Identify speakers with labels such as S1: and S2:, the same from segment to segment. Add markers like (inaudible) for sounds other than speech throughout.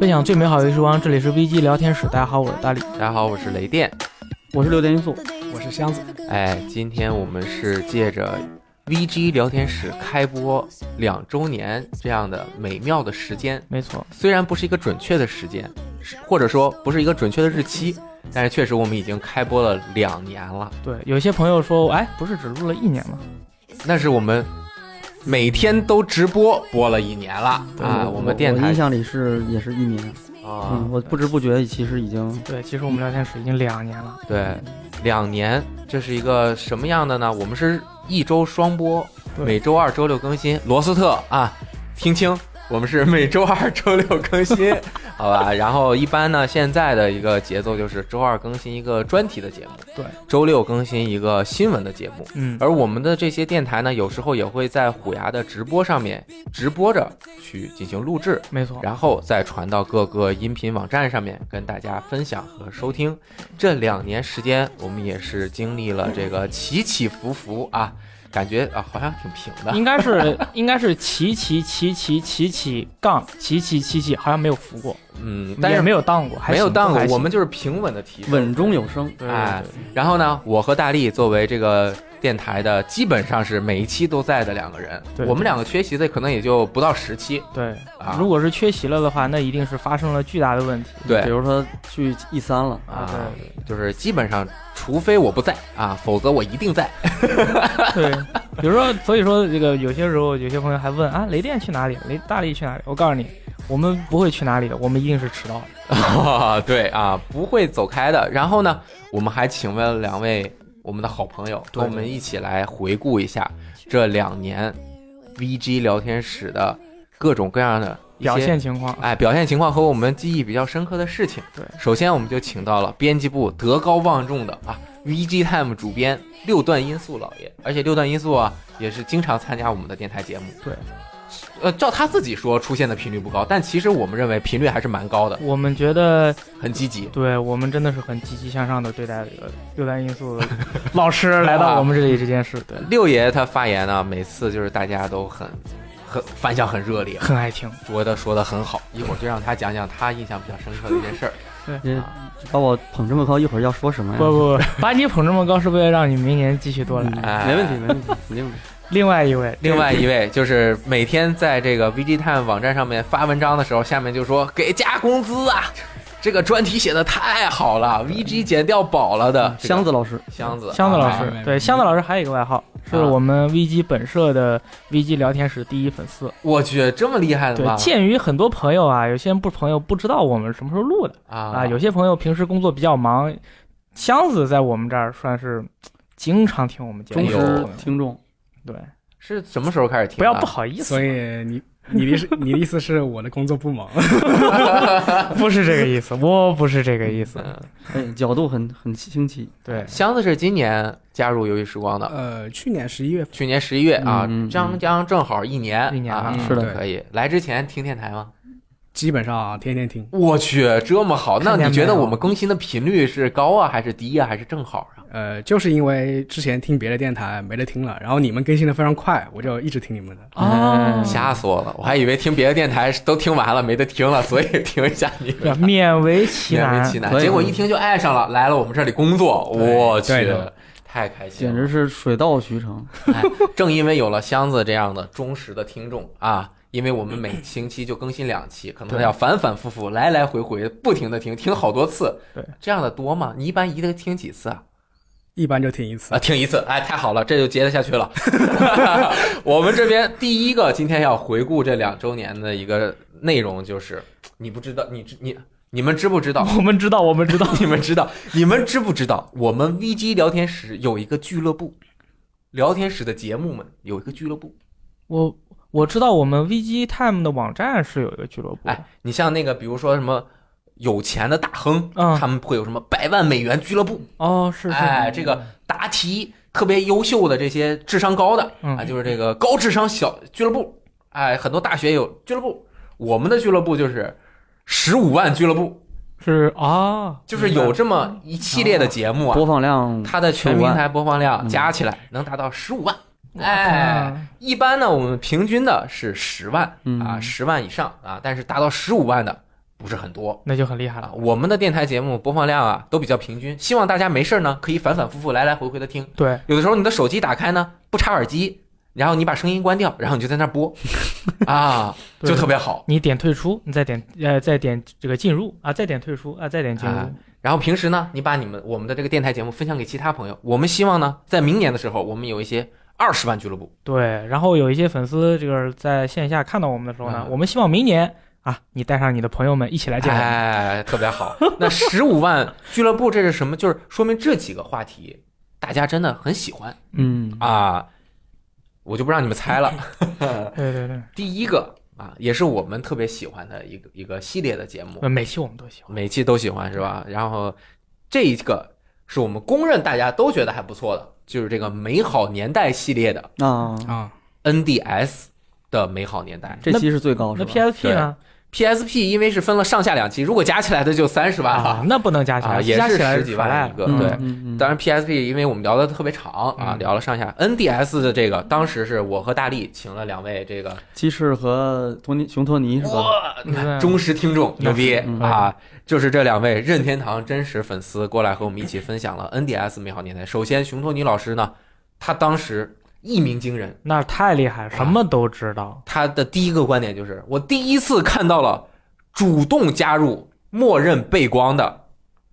S1: 分享最美好的时光，这里是 VG 聊天室。大家好，我是大力。
S2: 大家好，我是雷电。
S3: 我是六点一速，
S4: 我是箱子，
S2: 哎，今天我们是借着 VG 聊天室开播两周年这样的美妙的时间，
S1: 没错，
S2: 虽然不是一个准确的时间，是或者说不是一个准确的日期，但是确实我们已经开播了两年了。
S1: 对，有些朋友说，哎，不是只录了一年吗？
S2: 那是我们每天都直播播了一年了啊！我们电
S3: 我
S2: 台
S3: 印象里是也是一年，
S2: 啊
S3: 嗯，，我不知不觉其实已经
S1: 对，其实我们聊天室已经两年了。
S2: 对两年，这是一个什么样的呢？我们是一周双播，
S1: 对
S2: 每周二、周六更新。罗斯特啊，听清，我们是每周二、周六更 (laughs) 新，好吧？然后一般呢，现在的一个节奏就是周二更新一个专题的节目，
S1: 对，
S2: 周六更新一个新闻的节目。
S1: 嗯，
S2: 而我们的这些电台呢，有时候也会在虎牙的直播上面直播着去进行录制，
S1: 没错，
S2: 然后再传到各个音频网站上面跟大家分享和收听。这两年时间，我们也是经历了这个起起伏伏啊，感觉啊好像挺平的。
S1: 应该是应该是起起起起起起杠起起起起，好像没有浮过，
S2: 嗯，但
S1: 也
S2: 是
S1: 没有荡过，还
S2: 没有
S1: 行
S2: 当
S1: 还
S2: 过，
S1: 行
S2: 我们就是平稳的提升。
S3: 稳中有升。
S1: 对
S2: 哎，然后呢，我和大力作为这个电台的基本上是每一期都在的两个人，
S1: 对
S2: 我们两个缺席的可能也就不到十期
S1: 对对
S2: 啊。
S1: 如果是缺席了的话，那一定是发生了巨大的问题。
S2: 对
S3: 比如说去 E 三了，
S2: 啊
S1: 啊，
S2: 就是基本上，除非我不在啊，否则我一定在。
S1: 对，比如说，所以说这个有些时候有些朋友还问啊，雷电去哪里？雷大力去哪里？我告诉你，我们不会去哪里的，我们一定是迟到的。
S2: 啊， (laughs) 对啊，不会走开的。然后呢，我们还请问两位我们的好朋友，
S1: 对
S2: 跟我们一起来回顾一下这两年 VG 聊天室的各种各样的一些
S1: 表现情况，
S2: 哎，表现情况和我们记忆比较深刻的事情。
S1: 对
S2: 首先我们就请到了编辑部德高望重的啊 VG Time 主编六段音速老爷，而且六段音速啊也是经常参加我们的电台节目。
S1: 对，
S2: 呃，照他自己说出现的频率不高，但其实我们认为频率还是蛮高的，
S1: 我们觉得
S2: 很积极。
S1: 对我们真的是很积极向上的对待这个六单因素 (laughs) 老师来到我们这里这件事，对，
S2: 六爷他发言呢，每次就是大家都很很反响很热烈，
S1: 很爱听。
S2: 觉得说的很好。一会儿就让他讲讲他印象比较深刻的一件事儿。
S3: 这把我捧这么高，一会儿要说什么呀？嗯
S1: 不不不，把你捧这么高是为了让你明年继续多来。
S2: 哎
S3: 没问题，没问题，肯定没问题。
S1: 另外一位，
S2: 另外一位就是每天在这个 VG Time 网站上面发文章的时候，下面就说给加工资啊，这个专题写的太好了，VG 减掉宝了的
S3: 箱
S2: 子
S3: 子老师，
S2: 箱子
S1: 嗯箱子老
S2: 啊
S1: 师
S4: 哎，
S1: 对，箱子老师还有一个外号是我们 VG 本社的 VG 聊天室第一粉丝。
S2: 我去这么厉害的
S1: 对，
S2: 吗？
S1: 鉴嗯于很多朋友啊，有些人不朋友不知道我们什么时候录的
S2: 啊
S1: 啊，有些朋友平时工作比较忙，箱子在我们这儿算是经常听我们节
S3: 忠
S1: 目的
S2: 哎
S1: 朋
S3: 实
S1: 友，
S3: 听众，
S1: 对，
S2: 是什么时候开始听的？
S1: 不要不好意思啊
S4: 所，以你你的是你的意思是我的工作不忙，
S2: 啊
S1: 不是这个意思， (laughs) 我不是这个意思。
S2: 嗯。
S3: 哎，角度很很清奇。
S1: 对，
S2: 箱子是今年加入游戏时光的，
S4: (laughs) 呃，去年十一月份
S2: 去年十一月啊
S3: 嗯嗯，嗯
S2: 张江正好一年，
S1: 一年
S2: 啊
S1: 了
S3: 是的
S4: 对
S2: 可以。来之前听电台吗？
S4: 基本上、啊、天天听，
S2: 我去，这么好，那
S1: 看见没有
S2: 你觉得我们更新的频率是高啊，还是低啊，还是正好啊？
S4: 呃，就是因为之前听别的电台没得听了，然后你们更新的非常快，我就一直听你们的。
S1: 哦，
S2: 吓死我了，我还以为听别的电台都听完了没得听了，所以听一下你。
S1: (laughs) 勉为其
S2: 勉为
S1: 难
S2: 其，难，
S3: 可以
S2: 结果一听就爱上了，来了我们这里工作，
S4: 对
S2: 我去
S4: 对的，
S2: 太开心
S3: 简
S2: 了。
S3: 直是水到渠成，
S2: 哎正因为有了箱子这样的忠实的听众啊，因为我们每星期就更新两期，可能
S1: 对
S2: 要反反复复、来来回回不停的听，听好多次。
S1: 对，
S2: 这样的多吗？你一般一个听几次啊？
S4: 一般就听一次
S2: 啊，，听一次，哎，太好了，这就接得下去了。 (laughs) 我们这边第一个今天要回顾这两周年的一个内容就是，你不知道，你知你你们知不知道？ (laughs)
S1: 我们知道，我们知道，
S2: 你们知道？你们知不知道？我们 VG 聊天室有一个俱乐部，聊天室的节目们有一个俱乐部。
S1: (laughs) 我我知道我们 VG Time 的网站是有一个俱乐部，
S2: 哎，你像那个，比如说什么有钱的大亨，
S1: 嗯
S2: 他们会有什么百万美元俱乐部？
S1: 哦，是是，
S2: 哎，这个答题特别优秀的这些智商高的
S1: 嗯
S2: 啊，就是这个高智商小俱乐部。哎，很多大学有俱乐部，我们的俱乐部就是十五万俱乐部，
S1: 是啊，
S2: 就是有这么一系列的节目啊
S3: 播，放量
S2: 它的全平台播放量
S3: 哦嗯
S2: 加起来能达到十五万。
S1: 啊
S2: 哎，一般呢，我们平均的是十万
S3: 嗯
S2: 啊啊，十万以上啊，但是达到十五万的不是很多
S1: 那就很厉害了。。
S2: 啊我们的电台节目播放量啊都比较平均，希望大家没事儿呢可以反反复复来来回回的听。
S1: 对，
S2: 有的时候你的手机打开呢不插耳机，然后你把声音关掉，然后你就在那
S1: (laughs)
S2: 儿播啊，
S1: 对
S2: 就特别好。
S1: 你点退出，你再点呃再点这个进入啊，再点退出啊，再点进入。
S2: 啊然后平时呢，你把你们我们的这个电台节目分享给其他朋友。我们希望呢，在明年的时候，我们有一些二十万俱乐部。
S1: 对，然后有一些粉丝这个在线下看到我们的时候呢，
S2: 嗯
S1: 我们希望明年啊，你带上你的朋友们一起来见我们。
S2: 哎，特别好。那十五万俱乐部这是什么？就是说明这几个话题大家真的很喜欢
S3: 嗯，
S2: 啊。我就不让你们猜了。
S1: 对对对，
S2: 第一个啊，也是我们特别喜欢的一个一个系列的节目
S1: 呃，每期我们都喜欢。
S2: 每期都喜欢是吧？然后这一个是我们公认大家都觉得还不错的，就是这个美好年代系列的
S3: 那
S2: 哎
S4: 啊，
S2: NDS 的美好年
S1: 嗯
S2: 代。
S3: 这期是最高是
S1: 那
S3: 吧？
S1: PSP 呢？啊
S2: PSP 因为是分了上下两期，如果加起来的就三十万
S1: 啊
S2: 了，，
S1: 那不能加起
S2: 啊，
S1: 来，
S2: 也
S1: 加
S2: 是
S1: 起来
S2: 十几万
S1: 来
S2: 一个。
S3: 嗯
S2: 对，
S3: 嗯嗯
S2: 当然 PSP 因为我们聊的特别长啊，
S1: 嗯
S2: 聊了上下 NDS 的这个，当时是我和大力请了两位这个
S3: 鸡翅和托尼熊托尼是吧？
S2: 哇
S1: 嗯
S2: 忠实听众，牛逼
S3: 嗯
S2: 啊！就是这两位任天堂真实粉丝过来和我们一起分享了 NDS 美好年代。首先，熊托尼老师呢，他当时一鸣惊人，
S1: 那太厉害，什么都知道。
S2: 他的第一个观点就是我第一次看到了主动加入默认背光的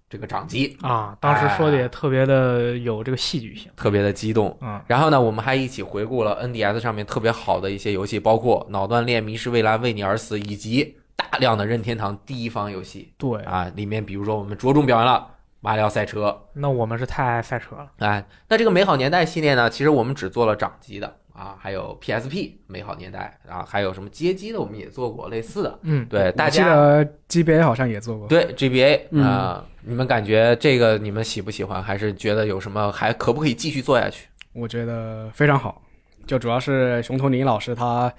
S2: 这个掌机，
S1: 啊，当时说的也特别的有这个戏剧性，
S2: 特别的激动。
S1: 嗯，
S2: 然后呢，我们还一起回顾了 NDS 上面特别好的一些游戏，包括《脑断裂》《迷失蔚蓝》《为你而死》，以及大量的任天堂第一方游戏
S4: 哎
S1: 对，
S2: 啊。里面比如说我们着重表扬了《马里奥赛车
S1: 那我们是太爱赛车了，》，
S2: 哎，那这个美好年代系列呢，其实我们只做了掌机的啊，还有 PSP 美好年代啊，还有什么街机的我们也做过类似的。
S1: 嗯，
S2: 对，大
S4: 我记
S2: 家
S4: 得 GBA 好像也做过，
S2: 对 GBA 啊、
S3: 嗯
S2: 你们感觉这个你们喜不喜欢？还是觉得有什么还可不可以继续做下去？
S4: 我觉得非常好。就主要是熊托尼老师他，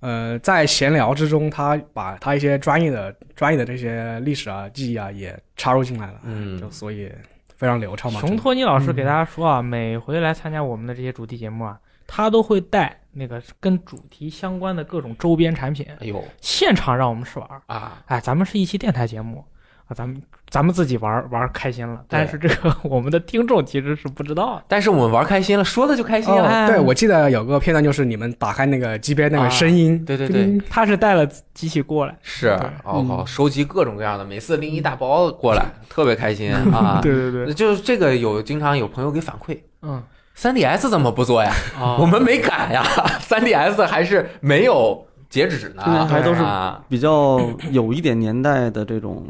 S4: 呃，在闲聊之中，他把他一些专业的、专业的这些历史啊、记忆啊也插入进来了，
S2: 嗯
S4: 就所以非常流畅嘛。
S1: 熊
S4: 真的
S1: 托尼老师给大家说啊，每回来参加我们的这些主题节目啊，他都会带那个跟主题相关的各种周边产品，
S2: 哎呦
S1: 现场让我们试玩儿。
S2: 啊，
S1: 哎，咱们是一期电台节目啊，咱们咱们自己玩儿玩儿开心了，但是这个 (laughs) 我们的听众其实是不知道的。
S2: 但是我们玩开心了，说的就开心了。
S1: 哎
S4: 哦，对，我记得有个片段就是你们打开那个 GBA 那
S2: 啊
S4: 个声音，
S2: 对对对
S4: 叮，
S1: 嗯他是带了机器过来，
S2: 是，
S1: 对
S2: 哦好，收集各种各样的，每次拎一大包过来，特别开心啊。
S1: 对对对，
S2: 那就是这个有经常有朋友给反馈。
S1: 嗯，
S2: 3DS 怎么不做呀？
S1: 啊
S2: 我们没敢呀，3DS 还是没有截止呢，
S3: 现在还都是
S2: 啊
S3: 比较有一点年代的这种，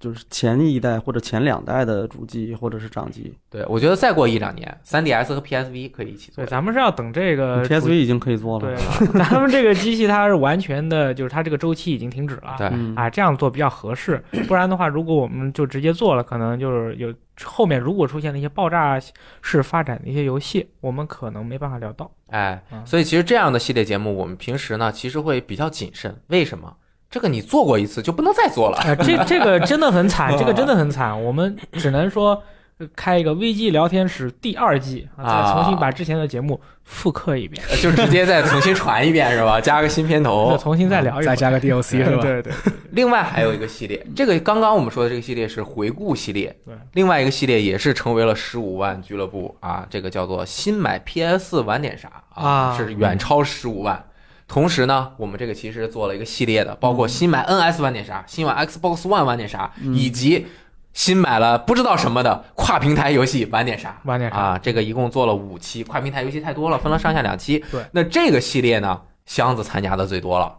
S3: 就是前一代或者前两代的主机或者是掌机
S2: 对，我觉得再过一两年，3DS 和 PSV 可以一起做
S1: 对，。咱们是要等这个呃主
S3: ，PSV 已经可以做
S1: 对
S3: 了。，
S1: 咱们这个机器它是完全的，就是它这个周期已经停止了。
S2: 对
S3: 嗯，
S4: 哎
S1: 啊，这样做比较合适，不然的话，如果我们就直接做了，可能就是有后面如果出现了一些爆炸式发展的一些游戏，我们可能没办法聊到。
S2: 哎，
S1: 嗯
S2: 所以其实这样的系列节目，我们平时呢其实会比较谨慎。为什么？这个你做过一次就不能再做了。
S1: 啊，这这个真的很惨，这个真的很惨，我们只能说呃开一个危机聊天室第二季啊，再重新把之前的节目复刻一遍，
S2: 呃就直接再重新传一遍是吧？加个新片
S1: 再
S2: 头。
S1: 重新再聊一
S4: 嗯再
S1: 遍。
S4: 加个
S1: (laughs)
S4: DLC
S3: (laughs)
S4: 是吧？
S1: 啊对对，
S2: 另外还有一个系列，这个刚刚我们说的这个系列是回顾系列，
S1: 嗯对
S2: 另外一个系列也是成为了十五万俱乐部啊，这个叫做新买 PS 玩点啥
S1: 啊
S2: 是远超十五万。同时呢，我们这个其实做了一个系列的，包
S1: 嗯
S2: 括新买 NS 玩点啥，新买 Xbox One 玩点啥，以及新买了不知道什么的跨平台游戏玩点啥。
S1: 晚点啥？
S2: 啊，这个一共做了五期，跨平台游戏太多了，分了上下两期。
S1: 对，
S2: 那这个系列呢，箱子参加的最多了。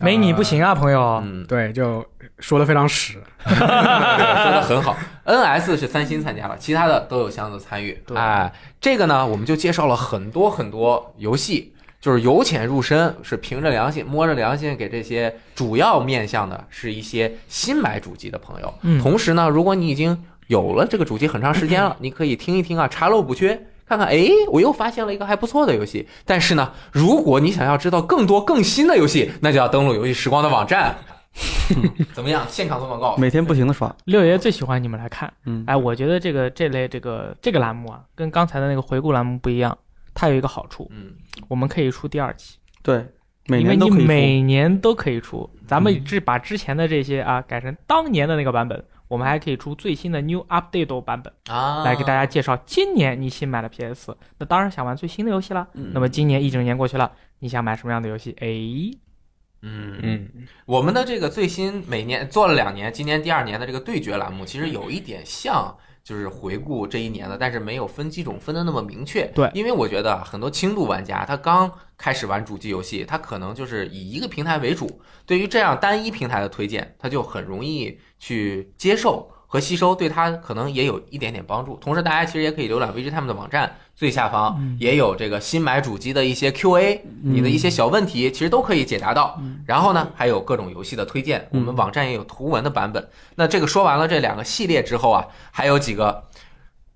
S1: 没你不行啊，朋友。
S2: 嗯，
S4: 对，就说的非常实。
S2: 说的很好。NS 是三星参加了，其他的都有箱子参与。
S1: 对
S2: 哎，这个呢，我们就介绍了很多很多游戏，就是由浅入深，是凭着良心摸着良心给这些主要面向的是一些新买主机的朋友。
S1: 嗯
S2: 同时呢，如果你已经有了这个主机很长时间了，你可以听一听啊，查漏补缺。看看，哎，我又发现了一个还不错的游戏。但是呢，如果你想要知道更多更新的游戏，那就要登录游戏时光的
S1: (laughs)
S2: 网站。怎么样？现场做广告，
S3: 每天不停的刷，
S1: 六爷最喜欢你们来看。
S3: 嗯，
S1: 哎，我觉得这个这类这个这个栏目啊，跟刚才的那个回顾栏目不一样，它有一个好处，
S2: 嗯，
S1: 我们可以出第二期。
S3: 对，每
S1: 因为
S3: 年
S1: 你
S3: 都可以出。嗯
S1: 每年都可以出。咱们只把之前的这些啊改成当年的那个版本，我们还可以出最新的 new update 版本
S2: 啊
S1: 来给大家介绍。今年你新买了 PS，那当然想玩最新的游戏了。
S3: 嗯
S1: 那么今年一整年过去了，你想买什么样的游戏？哎，
S2: 嗯嗯，
S4: 嗯，
S2: 我们的这个最新每年做了两年，今年第二年的这个对决栏目，
S1: 嗯
S2: 其实有一点像。就是回顾这一年的，但是没有分几种分的那么明确。
S1: 对
S2: 因为我觉得很多轻度玩家，他刚开始玩主机游戏，他可能就是以一个平台为主，对于这样单一平台的推荐，他就很容易去接受和吸收，对他可能也有一点点帮助。同时，大家其实也可以浏览 VGTime 的网站，最下方
S1: 嗯
S2: 也有这个新买主机的一些 Q&A，你
S3: 嗯
S2: 的一些小问题其实都可以解答到。然后呢，还有各种游戏的推荐，我
S3: 嗯
S2: 们网站也有图文的版本。那这个说完了这两个系列之后啊，还有几个。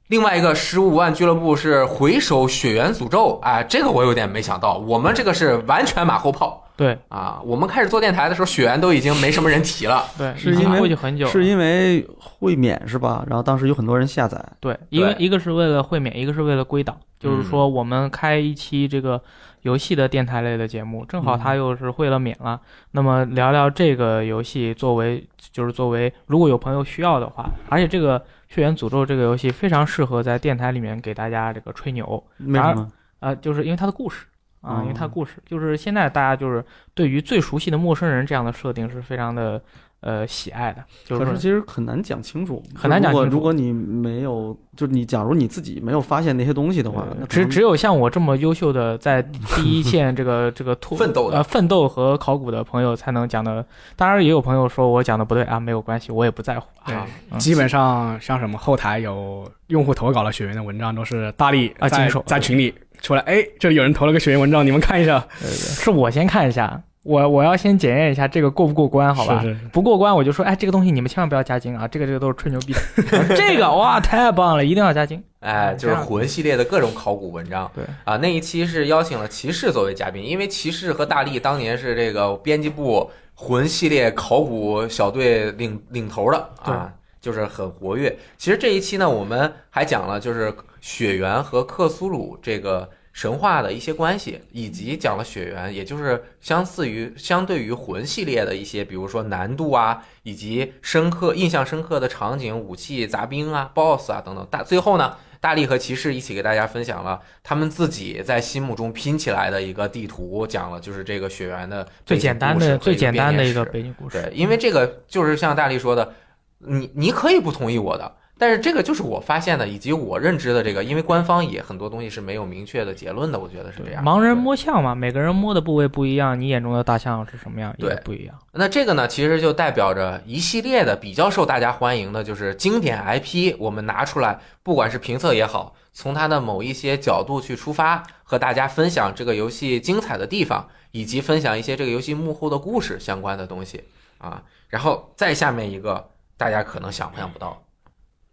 S2: 另外一个十五万俱乐部是回首血缘诅咒，哎，这个我有点没想到，我们这个是完全马后炮
S1: 对
S2: 啊！我们开始做电台的时候，血缘都已经没什么人提了，
S1: 对，
S3: 是
S1: 已经
S3: 因为
S1: 过去很久了。
S3: 是因为会免是吧？然后当时有很多人下载，
S1: 对，因为
S2: 对
S1: 一个是为了会免，一个是为了归档。
S3: 嗯
S1: 就是说，我们开一期这个游戏的电台类的节目，正好
S3: 嗯
S1: 它又是会了免了，那么聊聊这个游戏作为，就是作为如果有朋友需要的话，而且这个《血缘诅咒》这个游戏非常适合在电台里面给大家这个吹牛，
S3: 为什么？
S1: 呃，就是因为它的故事啊，
S3: 哦
S1: 因为它的故事，就是现在大家就是对于最熟悉的陌生人这样的设定是非常的呃喜爱的，就是
S3: 可
S1: 说
S3: 是其实很难讲清楚，
S1: 很难讲清楚
S3: 如果如果你没有，就是你假如你自己没有发现那些东西的话，那可
S1: 只
S3: 能
S1: 只有像我这么优秀的在第
S2: (laughs)
S1: 一线这个这个突
S2: 奋斗的
S1: 呃奋斗和考古的朋友才能讲的。当然也有朋友说我讲的不对啊，没有关系，我也不在乎啊嗯
S4: 基本上像什么后台有用户投稿了学员的文章，都是大力
S1: 啊
S4: 在
S1: 经手
S4: 在群里出来，哎，这里有人投了个学员文章，你们看一下，
S1: 是我先看一下，我我要先检验一下这个过不过关，好吧？
S4: 是是
S1: 不过关我就说，哎，这个东西你们千万不要加精啊，这个这个都是吹牛逼
S2: (laughs)
S1: 的。这个哇太棒了，一定要加精。
S2: 哎，就是魂系列的各种考古文章。
S1: 对
S2: 啊，那一期是邀请了骑士作为嘉宾，因为骑士和大力当年是这个编辑部魂系列考古小队领领头的啊，就是很活跃。其实这一期呢，我们还讲了就是血缘和克苏鲁这个。神话的一些关系，以及讲了血缘，也就是相似于相对于魂系列的一些，比如说难度啊，以及深刻印象深刻的场景、武器、杂兵啊、BOSS 啊等等。大最后呢，大力和骑士一起给大家分享了他们自己在心目中拼起来的一个地图，讲了就是这个血缘的
S1: 最简单的最简单的一个
S2: 背景故事
S1: 背
S2: 和编年史
S1: 景故事，嗯
S2: 对，因为这个就是像大力说的，你你可以不同意我的，但是这个就是我发现的以及我认知的这个，因为官方也很多东西是没有明确的结论的，我觉得是这样。
S1: 盲人
S2: 对
S1: 摸象嘛，每个人摸的部位不一样，你眼中的大象是什么样也
S2: 对
S1: 不一样。
S2: 那这个呢，其实就代表着一系列的比较受大家欢迎的，就是经典 IP，我们拿出来，不管是评测也好，从它的某一些角度去出发，和大家分享这个游戏精彩的地方，以及分享一些这个游戏幕后的故事相关的东西啊。然后再下面一个，大家可能想象不到，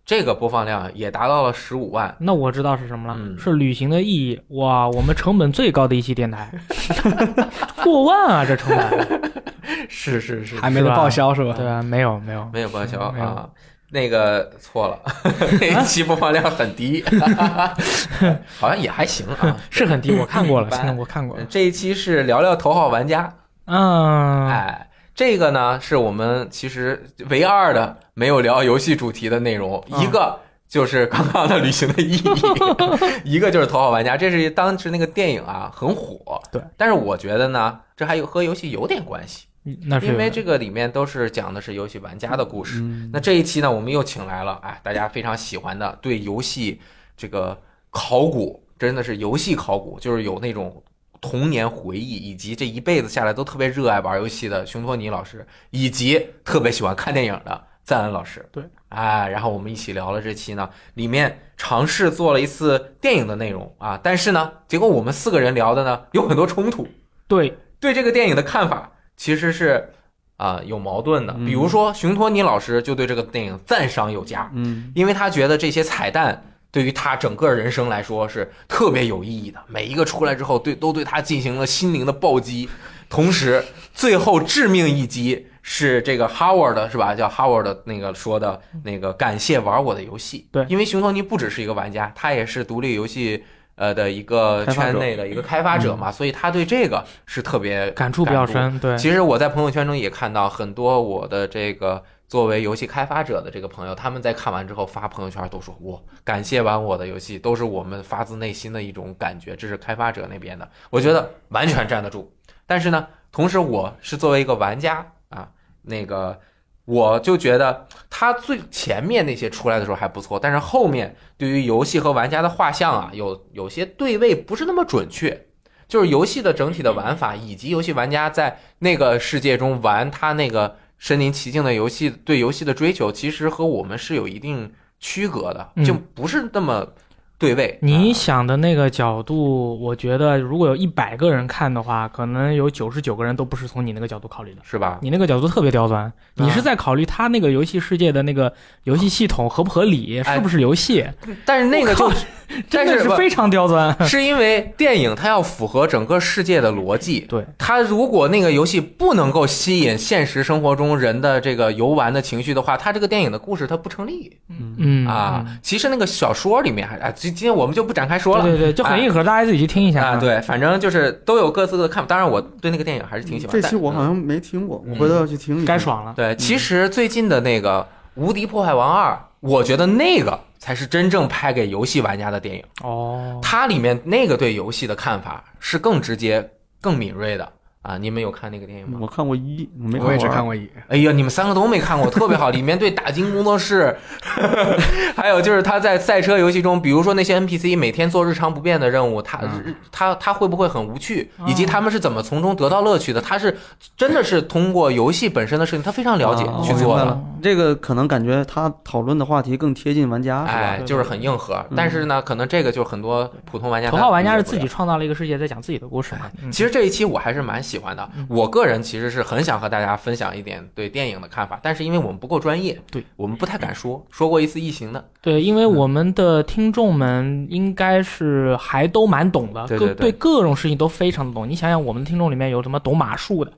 S2: 这个播放量也达到了十五万，
S1: 那我知道是什么了，
S2: 嗯
S1: 是旅行的意义。哇，我们成本最高的一期电台， (laughs) 过万啊，这成本。
S2: 是是是
S4: 还没得
S1: 是吧
S4: 报销是吧？
S1: (laughs) 对啊，没有没有，
S2: 没有报销
S1: 没有
S2: 啊。那个
S1: (laughs)
S2: 错了，那一期播放量很低，好像也还行啊。
S1: 是很低，我看过了，
S2: (laughs) 一般
S1: 现在 (laughs) 我看过了。
S2: 这一期是聊聊头号玩家，
S1: 嗯，
S2: 哎，这个呢是我们其实唯二的没有聊游戏主题的内容，
S1: 嗯
S2: 一个就是刚刚的旅行
S1: (laughs)
S2: 的意义，一个就是头号玩家，这是当时那个电影啊很火，
S1: 对，
S2: 但是我觉得呢，这还有和游戏有点关系，
S1: 那是
S2: 因为这个里面都是讲的是游戏玩家的故事。
S3: 嗯
S2: 那这一期呢，我们又请来了哎，大家非常喜欢的对游戏这个考古，真的是游戏考古，就是有那种童年回忆，以及这一辈子下来都特别热爱玩游戏的熊托尼老师，以及特别喜欢看电影的赞恩老师。
S1: 对，
S2: 哎，然后我们一起聊了这期呢，里面尝试做了一次电影的内容啊，但是呢，结果我们四个人聊的呢有很多冲突，
S1: 对
S2: 对这个电影的看法其实是啊、有矛盾的。
S3: 嗯
S2: 比如说，熊托尼老师就对这个电影赞赏有加，
S3: 嗯，
S2: 因为他觉得这些彩蛋对于他整个人生来说是特别有意义的，每一个出来之后对都对他进行了心灵的暴击，同时最后致命一击。是这个 Howard 是吧？叫 Howard 那个说的那个感谢玩我的游戏。
S1: 对
S2: 因为熊托尼不只是一个玩家，他也是独立游戏呃的一个
S3: 开发者嗯
S2: 圈内的一个开发者嘛，所以他对这个是特别
S1: 感触比较。深，对，
S2: 其实我在朋友圈中也看到很多我的这个作为游戏开发者的这个朋友，他们在看完之后发朋友圈都说：“我感谢完我的游戏，都是我们发自内心的一种感觉。”这是开发者那边的，我觉得完全站得住。但是呢，同时我是作为一个玩家啊，那个我就觉得他最前面那些出来的时候还不错，但是后面对于游戏和玩家的画像啊，有有些对位不是那么准确。就是游戏的整体的玩法，以及游戏玩家在那个世界中玩他那个身临其境的游戏，对游戏的追求，其实和我们是有一定区隔的，
S1: 嗯
S2: 就不是那么对位。
S1: 你
S2: 啊
S1: 想的那个角度，我觉得如果有一百个人看的话，可能有九十九个人都不是从你那个角度考虑的。
S2: 是吧？
S1: 你那个角度特别刁钻，你是
S2: 啊
S1: 在考虑他那个游戏世界的那个游戏系统合不合理，
S2: 哎
S1: 是不是游戏？
S2: 但是那个就
S1: (laughs) 我靠真
S2: 但
S1: 的
S2: 是
S1: 是
S2: 不
S1: 非常刁
S2: (laughs)
S1: 钻。
S2: 是因为电影它要符合整个世界的逻辑。
S1: 对，
S2: 它如果那个游戏不能够吸引现实生活中人的这个游玩的情绪的话，它这个电影的故事它不成立
S1: 嗯
S2: 啊。，其实那个小说里面还啊，今今天我们就不展开说
S1: 对
S2: 了。
S1: 对对，就很硬核，大家自己去听一下
S2: 啊，。对，反正就是都有各自的看法。当然，我对那个电影还是挺喜欢。
S3: 这
S2: 但
S3: 期我好
S2: 嗯
S3: 像没听过，
S2: 嗯
S3: 我回头要去听一听。
S1: 该爽了。
S2: 对，其实最近的那个《无敌破坏王二》，我觉得那个才是真正拍给游戏玩家的电影。
S1: 哦，
S2: 它里面那个对游戏的看法是更直接、更敏锐的啊！你们有看那个电影吗？
S3: 我看过一，我没
S4: 我也只
S3: 二
S1: 啊
S4: 看过一，
S2: 哎呀，你们三个都没看过，特
S1: (laughs)
S2: 别好。里面对打金工作室， (laughs) 还有就是他在赛车游戏中，比如说那些 NPC 每天做日常不变的任务，他、
S3: 嗯
S2: 他他会不会很无趣，
S1: 哦
S2: 以及他们是怎么从中得到乐趣的？他是真的是通过游戏本身的事情，他非常了解
S3: 啊
S2: 去
S3: 我
S2: 做
S3: 明
S2: 的。
S3: 白了。这个可能感觉他讨论的话题更贴近玩家，是吧？
S2: 哎，就是很硬核，但是呢，可能这个就是很多普通玩家
S1: 头嗯号玩家
S2: 他
S1: 是
S2: 理解不
S1: 自
S2: 了
S1: 己创造了一个世界，在讲自己的故事嘛。嗯
S2: 其实这一期我还是蛮喜欢的
S1: 嗯，
S2: 我个人其实是很想和大家分享一点对电影的看法，但是因为我们不够专业，
S1: 对
S2: 我们不太敢说，说过一次异形的，
S1: 对，因
S2: 嗯
S1: 为我们的听众们应该是还都蛮懂的，
S2: 对
S1: 各
S2: 对对
S1: 各种事情都非常的懂。你想想，我们的听众里面有什么懂马术的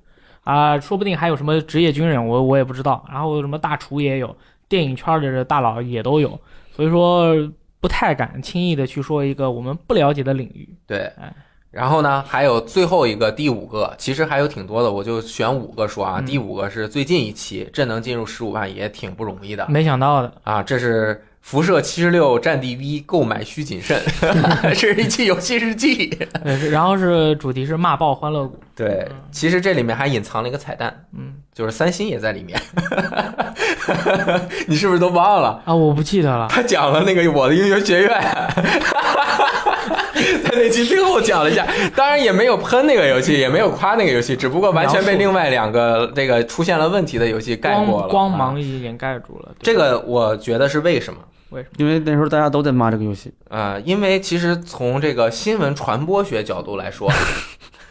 S1: 啊、说不定还有什么职业军人，我我也不知道。然后什么大厨也有，电影圈的大佬也都有，所以说不太敢轻易的去说一个我们不了解的领域。
S2: 对
S1: 哎。
S2: 然后呢，还有最后一个，第五个，其实还有挺多的，我就选五个说啊。
S1: 嗯
S2: 第五个是最近一期，这能进入十五万也挺不容易的
S1: 没想到的，
S2: 啊。这是辐射七十六战地 V 购买需谨
S1: (laughs)
S2: 慎，这是一期游戏日记。
S1: 对然后是主题是骂爆欢乐谷，
S2: 对，其实这里面还隐藏了一个彩蛋，
S1: 嗯
S2: 就是三星也在里面。 (laughs) 你是不是都忘了？
S1: 啊，我不记得了，
S2: (laughs) 他讲了那个我的英雄学院， (laughs) 在那期最后讲了一下，当然也没有喷那个游戏，也没有夸那个游戏，只不过完全被另外两个这个出现了问题的游戏盖过
S1: 光
S2: 了。
S1: 光
S2: 啊
S1: 芒已经掩盖住了。对
S2: 这个我觉得是为什么？
S3: 因为那时候大家都在骂这个游戏，
S2: 呃，因为其实从这个新闻传播学角度
S1: (laughs)
S2: 来说，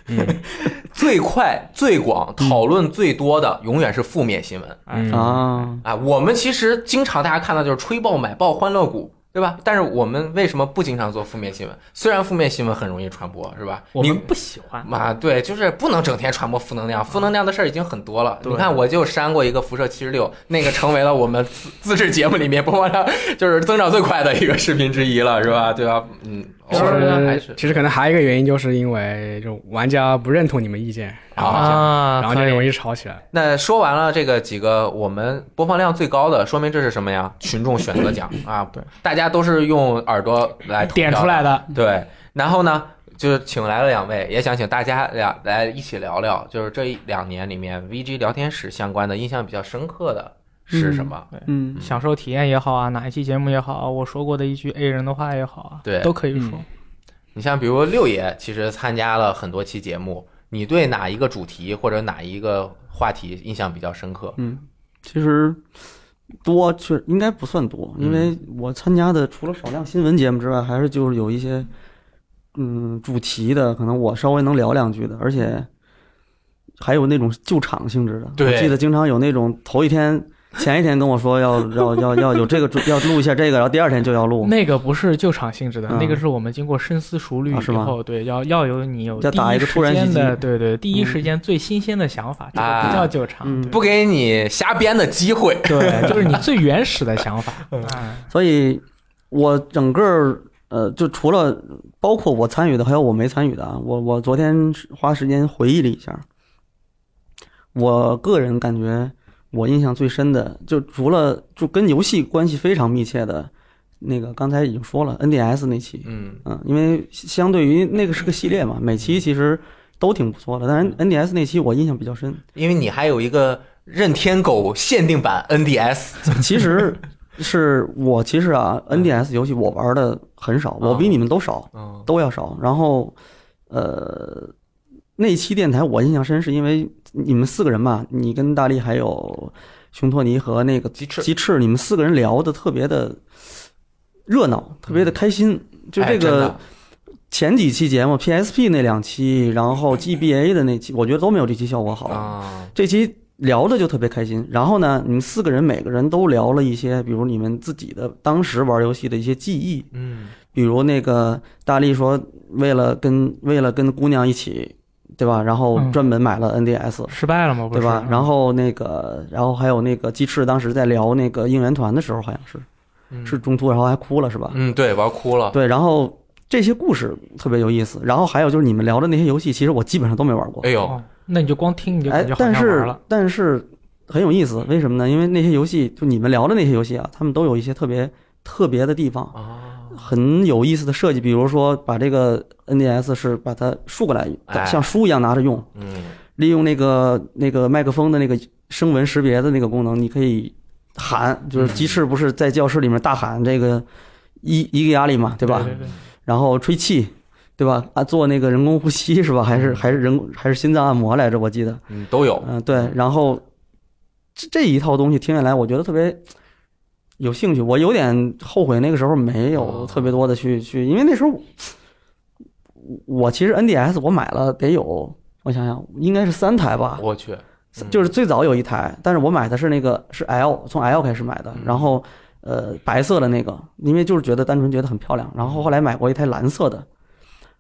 S1: 嗯
S2: (laughs) 最快、最广、讨论最多的永远是负面新闻。
S1: 哎
S3: 啊，
S2: 啊，我们其实经常大家看到就是吹爆、买爆、欢乐谷，对吧？但是我们为什么不经常做负面新闻？虽然负面新闻很容易传播，是吧？
S1: 我
S2: 你
S1: 们不喜欢。
S2: 啊，对，就是不能整天传播负能量，负能量的事儿已经很多了。
S1: 对
S2: 你看，我就删过一个辐射七十六，那个成为了我们自自制节目里面播放量就是增长最快的一个视频之一了，是吧？对吧？嗯，
S4: 其
S2: 偶尔呢还
S4: 实
S2: 是
S4: 其实可能还有一个原因，就是因为就玩家不认同你们意见，然后
S1: 啊，
S4: 然后就
S1: 可以
S4: 容易吵起来。
S2: 那说完了这个几个我们播放量最高的，说明这是什么呀？群众选
S1: (coughs)
S2: 择奖啊，
S1: 对，
S2: 大家都是用耳朵来投
S1: 点
S2: 票
S1: 出
S2: 的
S1: 来的，
S2: 对，然后呢，就是请来了两位，也想请大家俩来一起聊聊，就是这一两年里面 VG 聊天室相关的印象比较深刻的是什么？
S3: 嗯，
S1: 享受体验也好啊，哪一期节目也好啊，我说过的一句 A 人的话也好啊，
S2: 对嗯
S1: 都可以说。
S2: 你像比如六爷，其实参加了很多期节目，你对哪一个主题或者哪一个话题印象比较深刻？
S3: 嗯，其实多确应该不算多，
S2: 嗯
S3: 因为我参加的除了少量新闻节目之外，还是就是有一些嗯主题的，可能我稍微能聊两句的，而且还有那种救场性质的。
S2: 对
S3: 我记得经常有那种头一天。前一天跟我说要要要要有这个主要录一下这个，然后第二天就要录，
S1: 那个不是救场性质的，
S3: 嗯
S1: 那个是我们经过深思熟虑
S3: 啊
S1: 以
S3: 是吗
S1: 后，对，要要有你有
S3: 要
S1: 第
S3: 打一个
S1: 时
S3: 突然袭
S1: 间
S3: 击
S1: 的，对对，第一时间最新鲜的想法，这个
S2: 啊
S1: 不叫救场，
S3: 嗯
S1: 对 (laughs)
S2: 不给你瞎编的机会。
S1: 对，就是你最原始的想法。啊
S3: 所以我整个呃，就除了包括我参与的，还有我没参与的啊。我我昨天是花时间回忆了一下，我个人感觉我印象最深的，就除了就跟游戏关系非常密切的那个，刚才已经说了 NDS 那期，
S2: 嗯
S3: 嗯，因为相对于那个是个系列嘛，每期其实都挺不错的，但是 NDS 那期我印象比较深。
S2: 因为你还有一个任天狗限定版 NDS，
S3: 其实是我其实啊，NDS 游戏我玩的很少，我比你们都少，
S2: 嗯
S3: 都要少。然后，呃，那期电台我印象深，是因为你们四个人嘛，你跟大力还有熊托尼和那个
S2: 鸡翅
S3: 鸡翅，你们四个人聊的特别的呃热闹，特别的开心。就
S2: 嗯哎
S3: 这
S2: 真
S3: 个
S2: 的
S3: 前几期节目，PSP 那两期，然后 GBA 的那期，我觉得都没有这期效果好。
S2: 啊，
S3: 这期聊的就特别开心。然后呢，你们四个人每个人都聊了一些，比如你们自己的当时玩游戏的一些记忆，
S2: 嗯
S3: 比如那个大力说，为了跟为了跟姑娘一起，对吧？然后
S1: 嗯
S3: 专门买了 NDS，、
S1: 失败了吗？不
S3: 对
S1: 是啊嗯
S3: 吧？然后那个，然后还有那个鸡翅，当时在聊那个应援团的时候，好像是
S2: 嗯
S3: 是中途，然后还哭了，是吧？
S2: 嗯，对，玩哭了，
S3: 对，然后。这些故事特别有意思，然后还有就是你们聊的那些游戏，其实我基本上都没玩过。
S2: 哎呦，
S1: 哦，那你就光听你就
S3: 哎
S1: 感觉，好
S3: 但
S1: 像玩
S3: 是
S1: 了，
S3: 但是很有意思，为什么呢？因为那些游戏，就你们聊的那些游戏啊，他们都有一些特别特别的地方，
S2: 啊，
S3: 很有意思的设计。比如说，把这个 NDS 是把它竖过来
S2: 哎，
S3: 像书一样拿着用，
S2: 嗯，
S3: 利用那个那个麦克风的那个声纹识别的那个功能，你可以喊，就是鸡翅不是在教室里面大喊这个伊伊格亚里嘛，对吧？
S1: 嗯对对
S3: 然后吹气，对吧？啊，做那个人工呼吸是吧？还是还是人工还是心脏按摩来着？我记得。
S2: 嗯，都有，
S3: 嗯，对，然后这这一套东西听下来，我觉得特别有兴趣。我有点后悔那个时候没有
S2: 哦
S3: 特别多的去去，因为那时候我我其实 NDS 我买了得有，我想想应该是三台吧，
S2: 我去，嗯
S3: 就是最早有一台，但是我买的是那个是 L，从 L 开始买的
S2: 嗯，
S3: 然后呃白色的那个，因为就是觉得单纯觉得很漂亮，然后后来买过一台蓝色的，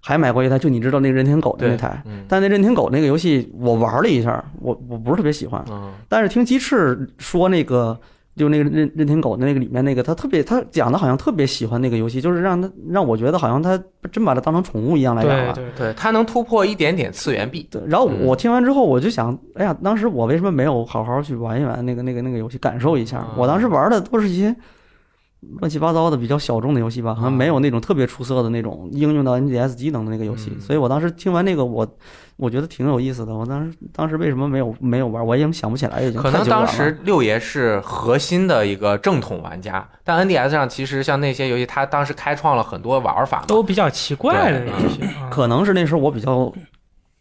S3: 还买过一台，就你知道那个任天狗的那
S2: 对
S3: 台。
S2: 嗯
S3: 但那任天狗那个游戏，我玩了一下，我我不是特别喜欢，
S2: 嗯
S3: 但是听鸡翅说那个，就那个任任天狗的那个里面那个，他特别他讲的好像特别喜欢那个游戏，就是让他让我觉得好像他真把它当成宠物一样来养
S1: 对
S3: 了。
S1: 对对，
S2: 对，它能突破一点点次元壁，
S3: 对，然后
S2: 嗯
S3: 我听完之后，我就想，哎呀，当时我为什么没有好好去玩一玩那个那个那个游戏，感受一下
S2: 啊？
S3: 我当时玩的都是一些乱七八糟的、比较小众的游戏吧，好
S2: 啊
S3: 像没有那种特别出色的那种应用到 NDS 机能的那个游戏。
S2: 嗯
S3: 所以我当时听完那个，我我觉得挺有意思的。我当时当时为什么没有没有玩？我已经想不起来，已经
S2: 可
S3: 太
S2: 能
S3: 久远
S2: 当
S3: 了
S2: 时六爷是核心的一个正统玩家，但 NDS 上其实像那些游戏，它当时开创了很多玩法嘛。
S1: 都比较奇怪的游戏，啊
S3: 可能是那时候我比较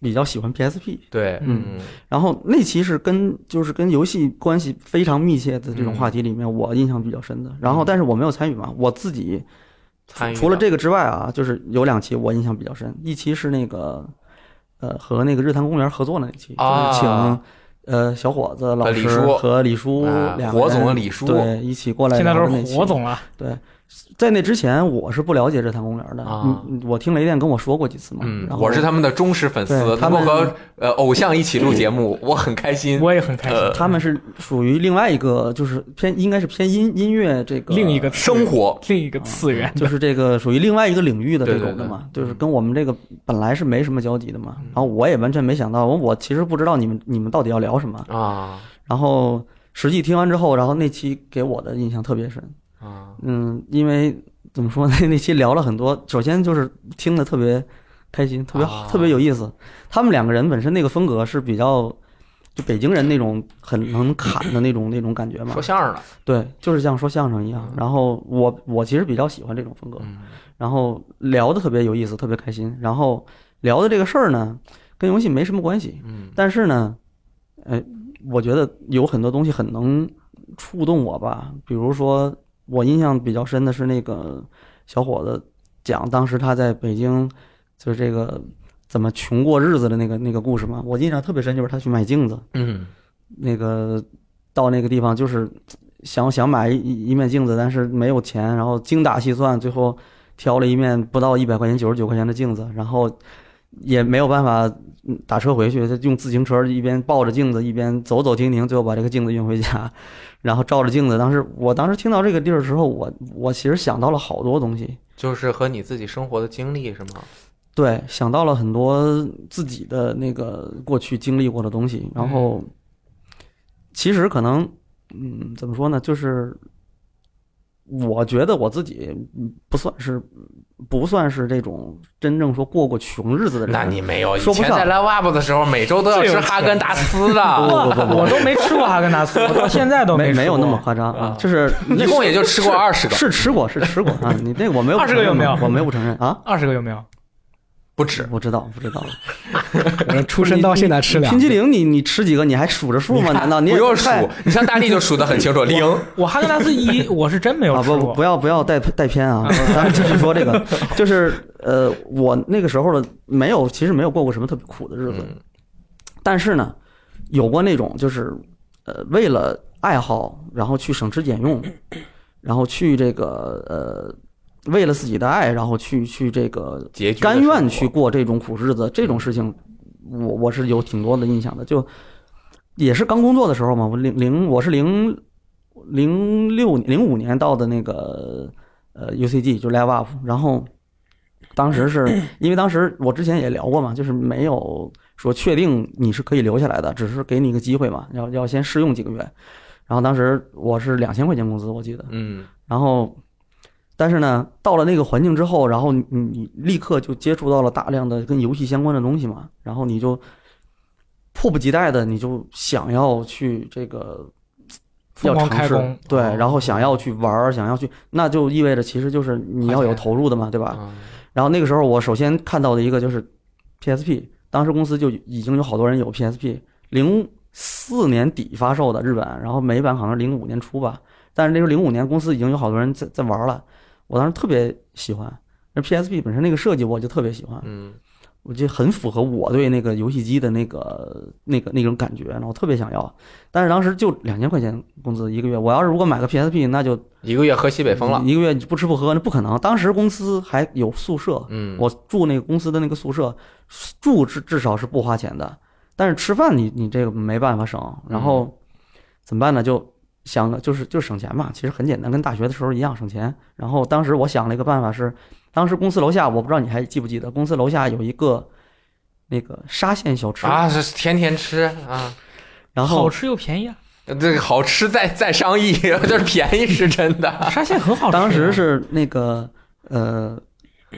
S3: 比较喜欢 PSP，
S2: 对，
S1: 嗯
S2: 嗯，
S3: 然后那期是跟就是跟游戏关系非常密切的这
S2: 嗯
S3: 种话题里面，我印象比较深的。然后，但是我没有参与嘛，我自己
S2: 参与
S3: 除了
S2: 了
S3: 这个之外啊，就是有两期我印象比较深，一期是那个呃和那个日坛公园合作那一期，
S2: 啊
S3: 就是请。呃，小伙子老
S2: 李
S3: 师
S2: 叔
S3: 和李叔
S2: 啊
S3: 两个
S2: 火
S3: 人
S2: 总李叔
S3: 对一起过来，
S1: 现在都是火。总了，
S3: 在那之前，我是不了解日坛公园的。
S2: 啊
S3: 嗯，我听雷电跟我说过几次嘛。
S2: 嗯，
S3: 然后
S2: 我是他们的忠实粉丝，
S3: 对
S2: 能
S3: 他
S2: 够
S3: 们
S2: 和呃偶像一起录节
S3: (laughs)
S2: 目，我很开心。
S1: 我也很开心。
S2: 呃
S3: 嗯他们是属于另外一个，就是偏应该是偏音音乐这个
S4: 另一个次元
S2: 生活，
S4: 另一个次元
S3: (laughs) 就
S4: 的
S3: 是这个属于另外一个领域的这种的嘛，
S2: 对对对嗯
S3: 就是跟我们这个本来是没什么交集的嘛。然后我也完全没想到，我我其实不知道你们你们到底要聊什么。
S2: 啊
S3: 然后实际听完之后，然后那期给我的印象特别深。
S2: 啊，
S3: 嗯，因为怎么说呢， (laughs) 那期聊了很多，首先就是听的特别开心，特别好，
S2: 啊
S3: 特别有意思。他们两个人本身那个风格是比较。就北京人那种很能侃的那种那种感觉嘛
S2: 说，相声的，
S3: 对，就是像说相声一样
S2: 嗯。
S3: 然后我我其实比较喜欢这种风格，
S2: 嗯
S3: 然后聊的特别有意思，特别开心。然后聊的这个事儿呢，跟游戏没什么关系，
S2: 嗯
S3: 但是呢，呃，我觉得有很多东西很能触动我吧。比如说，我印象比较深的是那个小伙子讲当时他在北京，就是这个怎么穷过日子的那个那个故事嘛。我印象特别深，就是他去买镜子，
S2: 嗯
S3: 那个到那个地方就是想想买一一面镜子，但是没有钱，然后精打细算，最后挑了一面不到一百块钱、九十九块钱的镜子，然后也没有办法嗯打车回去，他用自行车一边抱着镜子一边走走停停，最后把这个镜子运回家， (laughs) 然后照着镜子。当时我当时听到这个地儿的时候，我我其实想到了好多东西，
S2: 就是和你自己生活的经历是吗？
S3: 对，想到了很多自己的那个过去经历过的东西，然后
S2: 嗯
S3: 其实可能，嗯，怎么说呢，就是我觉得我自己嗯不算是不算是这种真正说过过穷日子的人。
S2: 那你没有，以
S3: 说不
S2: 前
S3: 上
S2: 在 Live Up 的时候，每周都要
S1: 这有
S2: 吃
S1: 钱
S2: 哈根达斯
S3: (laughs)
S2: 的，
S3: 嗯不不不不
S1: 我都没吃过哈根达斯，我到现在都
S3: 没
S1: 吃过
S3: 没有那么夸张
S2: 啊
S3: 啊，就是
S2: (laughs) 一共也就吃过二十个，
S3: 是吃过是吃过啊，
S2: (laughs)
S3: 你这我没有
S1: 二十个有没有
S3: 我没有不承认啊，
S1: 二十个有没有？
S2: 不止。
S3: 不知道不知道。
S4: (laughs) 我出生到现在吃两
S3: 冰激凌你你吃几个？你还数着数吗？难道你也
S2: 不用数
S3: 太，
S2: 你像大力就数得很清
S3: (laughs)
S2: 楚，零。
S1: 我哈根达斯一我是真没有
S3: 啊
S1: 吃
S3: 不
S1: 过，
S3: 不不要不要带带偏啊！ (laughs) 咱们继续说这个，就是呃，我那个时候的没有，其实没有过过什么特别苦的日子，
S2: 嗯
S3: 但是呢，有过那种就是呃，为了爱好，然后去省吃俭用，然后去这个呃，为了自己的爱，然后去去这个
S2: 结局的
S3: 甘愿去
S2: 生活
S3: 过这种苦日子，这种事情我我是有挺多的印象的。就也是刚工作的时候嘛，我零零我是零零六零五年到的那个呃 UCG 就 Live Up，然后当
S2: (clears throat)
S3: 时是因为当时我之前也聊过嘛，就是没有说确定你是可以留下来的，只是给你一个机会嘛，要要先试用几个月。然后当时我是两千块钱工资，我记得，
S2: 嗯，
S3: 然后，但是呢，到了那个环境之后，然后你你你立刻就接触到了大量的跟游戏相关的东西嘛，然后你就迫不及待的，你就想要去这个
S1: 疯狂开
S3: 要尝
S1: 工哦
S3: 试，对，然后想要去玩儿，想要去，那就意味着其实就是你要有投入的嘛，对吧？
S2: 啊
S3: 然后那个时候我首先看到的一个就是 PSP，当时公司就已经有好多人有 PSP，零四年底发售的日本，然后美版好像是零五年初吧，但是那时候零五年公司已经有好多人在在玩了，我当时特别喜欢，那 PSP 本身那个设计我就特别喜欢，
S2: 嗯
S3: 我觉得很符合我对那个游戏机的那个那个那种感觉，然后我特别想要，但是当时就两千块钱工资一个月，我要是如果买个 PSP，那就
S2: 一个月喝西北风了。
S3: 一个月不吃不喝那不可能，当时公司还有宿舍，
S2: 嗯，
S3: 我住那个公司的那个宿舍，住至至少是不花钱的，但是吃饭你你这个没办法省，然后怎么办呢？就想个就是就省钱嘛，其实很简单，跟大学的时候一样省钱。然后当时我想了一个办法是，当时公司楼下我不知道你还记不记得，公司楼下有一个那个沙县小吃，
S2: 啊，是天天吃啊，
S3: 然
S1: 好
S3: 后
S1: 吃又便宜啊，
S2: 这个好吃再再商议， (laughs) 就是便宜是真的
S1: 沙县很好吃啊。
S3: 当时是那个呃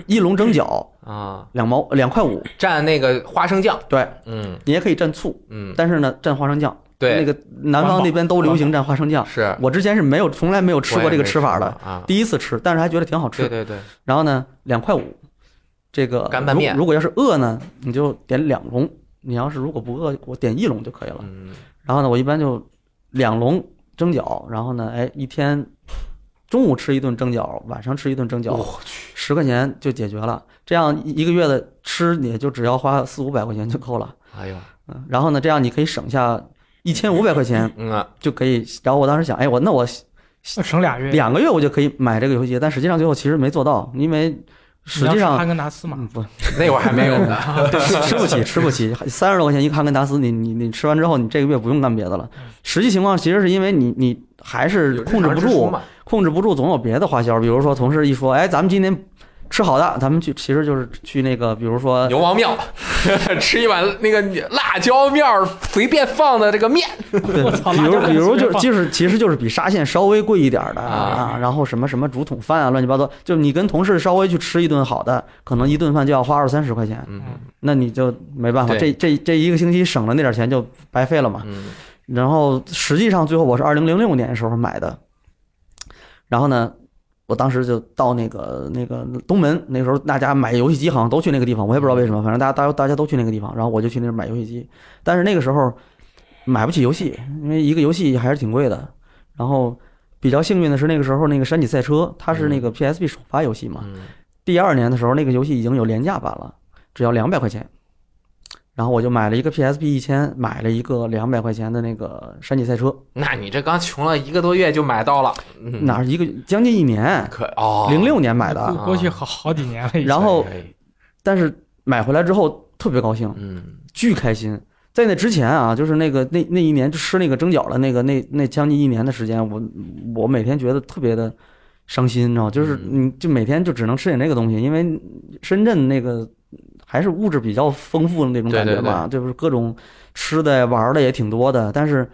S3: 一笼蒸饺
S2: 啊，
S3: 两毛两块五，
S2: 蘸那个花生酱。
S3: 对
S2: 嗯
S3: 你也可以蘸醋，
S2: 嗯，
S3: 但是呢蘸花生酱，
S2: 对，
S3: 那个南方那边都流行蘸花生酱。
S2: 是
S3: 我之前是没有从来没有吃
S2: 我也
S3: 过这个
S2: 没
S3: 吃法
S2: 过
S3: 的，
S2: 啊。
S3: 第一次吃，但是还觉得挺好
S2: 对
S3: 吃。
S2: 对对，
S3: 然后呢，两块五，这个
S2: 干拌面
S3: 如如果要是饿呢，你就点两笼；你要是如果不饿，我点一笼就可以了。
S2: 嗯
S3: 然后呢，我一般就两笼蒸饺，然后呢，哎，一天中午吃一顿蒸饺，晚上吃一顿蒸饺，十块钱就解决了。这样一一个月的吃也就只要花四五百块钱就够了。
S2: 哎呦，
S3: 嗯，然后呢，这样你可以省下一千五百块钱
S2: 嗯啊，
S3: 就可以。然后我当时想，哎，我那我
S1: 省俩月，
S3: 两个月我就可以买这个游戏机，但实际上最后其实没做到，因为实
S1: 你
S3: 际
S1: 要吃
S3: 上
S1: 哈根达斯嘛，
S3: 嗯不
S2: 那会儿还没有
S3: (laughs)
S2: 呢。
S3: 吃吃不起，吃不起，三十多块钱一个哈根达斯，你你你吃完之后，你这个月不用干别的了。
S1: 嗯
S3: 实际情况其实是因为你你还是控制
S2: (laughs)
S3: 不住，
S2: 嘛，
S3: 控制不住总有别的花销，比如说同事一说，哎，咱们今天吃好的，咱们去其实就是去那个，比如说
S2: 牛王庙 (laughs) 吃一碗那个辣椒面儿随便放的这个面，
S1: 我操
S3: 比如
S1: 辣椒
S3: 比如
S1: 面随
S3: 就
S1: 便放
S3: 就是其实就是比沙县稍微贵一点儿的
S2: 啊
S3: 啊，然后什么什么竹筒饭啊，乱七八糟，就你跟同事稍微去吃一顿好的，可能一顿饭就要花二三十块钱，
S2: 嗯
S3: 那你就没办法，
S2: 对
S3: 这这这一个星期省了那点钱就白费了嘛。
S2: 嗯
S3: 然后实际上最后我是二零零六年的时候买的，然后呢，我当时就到那个那个东门，那时候大家买游戏机好像都去那个地方，我也不知道为什么，反正大家大家大家都去那个地方，然后我就去那儿买游戏机，但是那个时候买不起游戏，因为一个游戏还是挺贵的。然后比较幸运的是那个时候那个山脊赛车它是那个 PSP 首发游戏嘛，
S2: 嗯，
S3: 第二年的时候，那个游戏已经有廉价版了，只要两百块钱。然后我就买了一个 PSP 一千，买了一个两百块钱的那个山脊赛车，
S2: 那你这刚穷了一个多月就买到了，嗯
S3: 哪儿一个将近一年，
S2: 可哦，哎
S3: 零六年买的。
S2: 啊
S1: 过去好好几年了已经。
S3: 然后
S2: 可以
S3: 但是买回来之后特别高兴，
S2: 嗯
S3: 巨开心。在那之前啊，就是那个那那一年就吃那个蒸饺的那个那那将近一年的时间，我我每天觉得特别的伤心，你知道吗，就是你就每天就只能吃点那个东西，因为深圳那个还是物质比较丰富的那种感觉吧，就是各种吃的玩儿的也挺多的，但是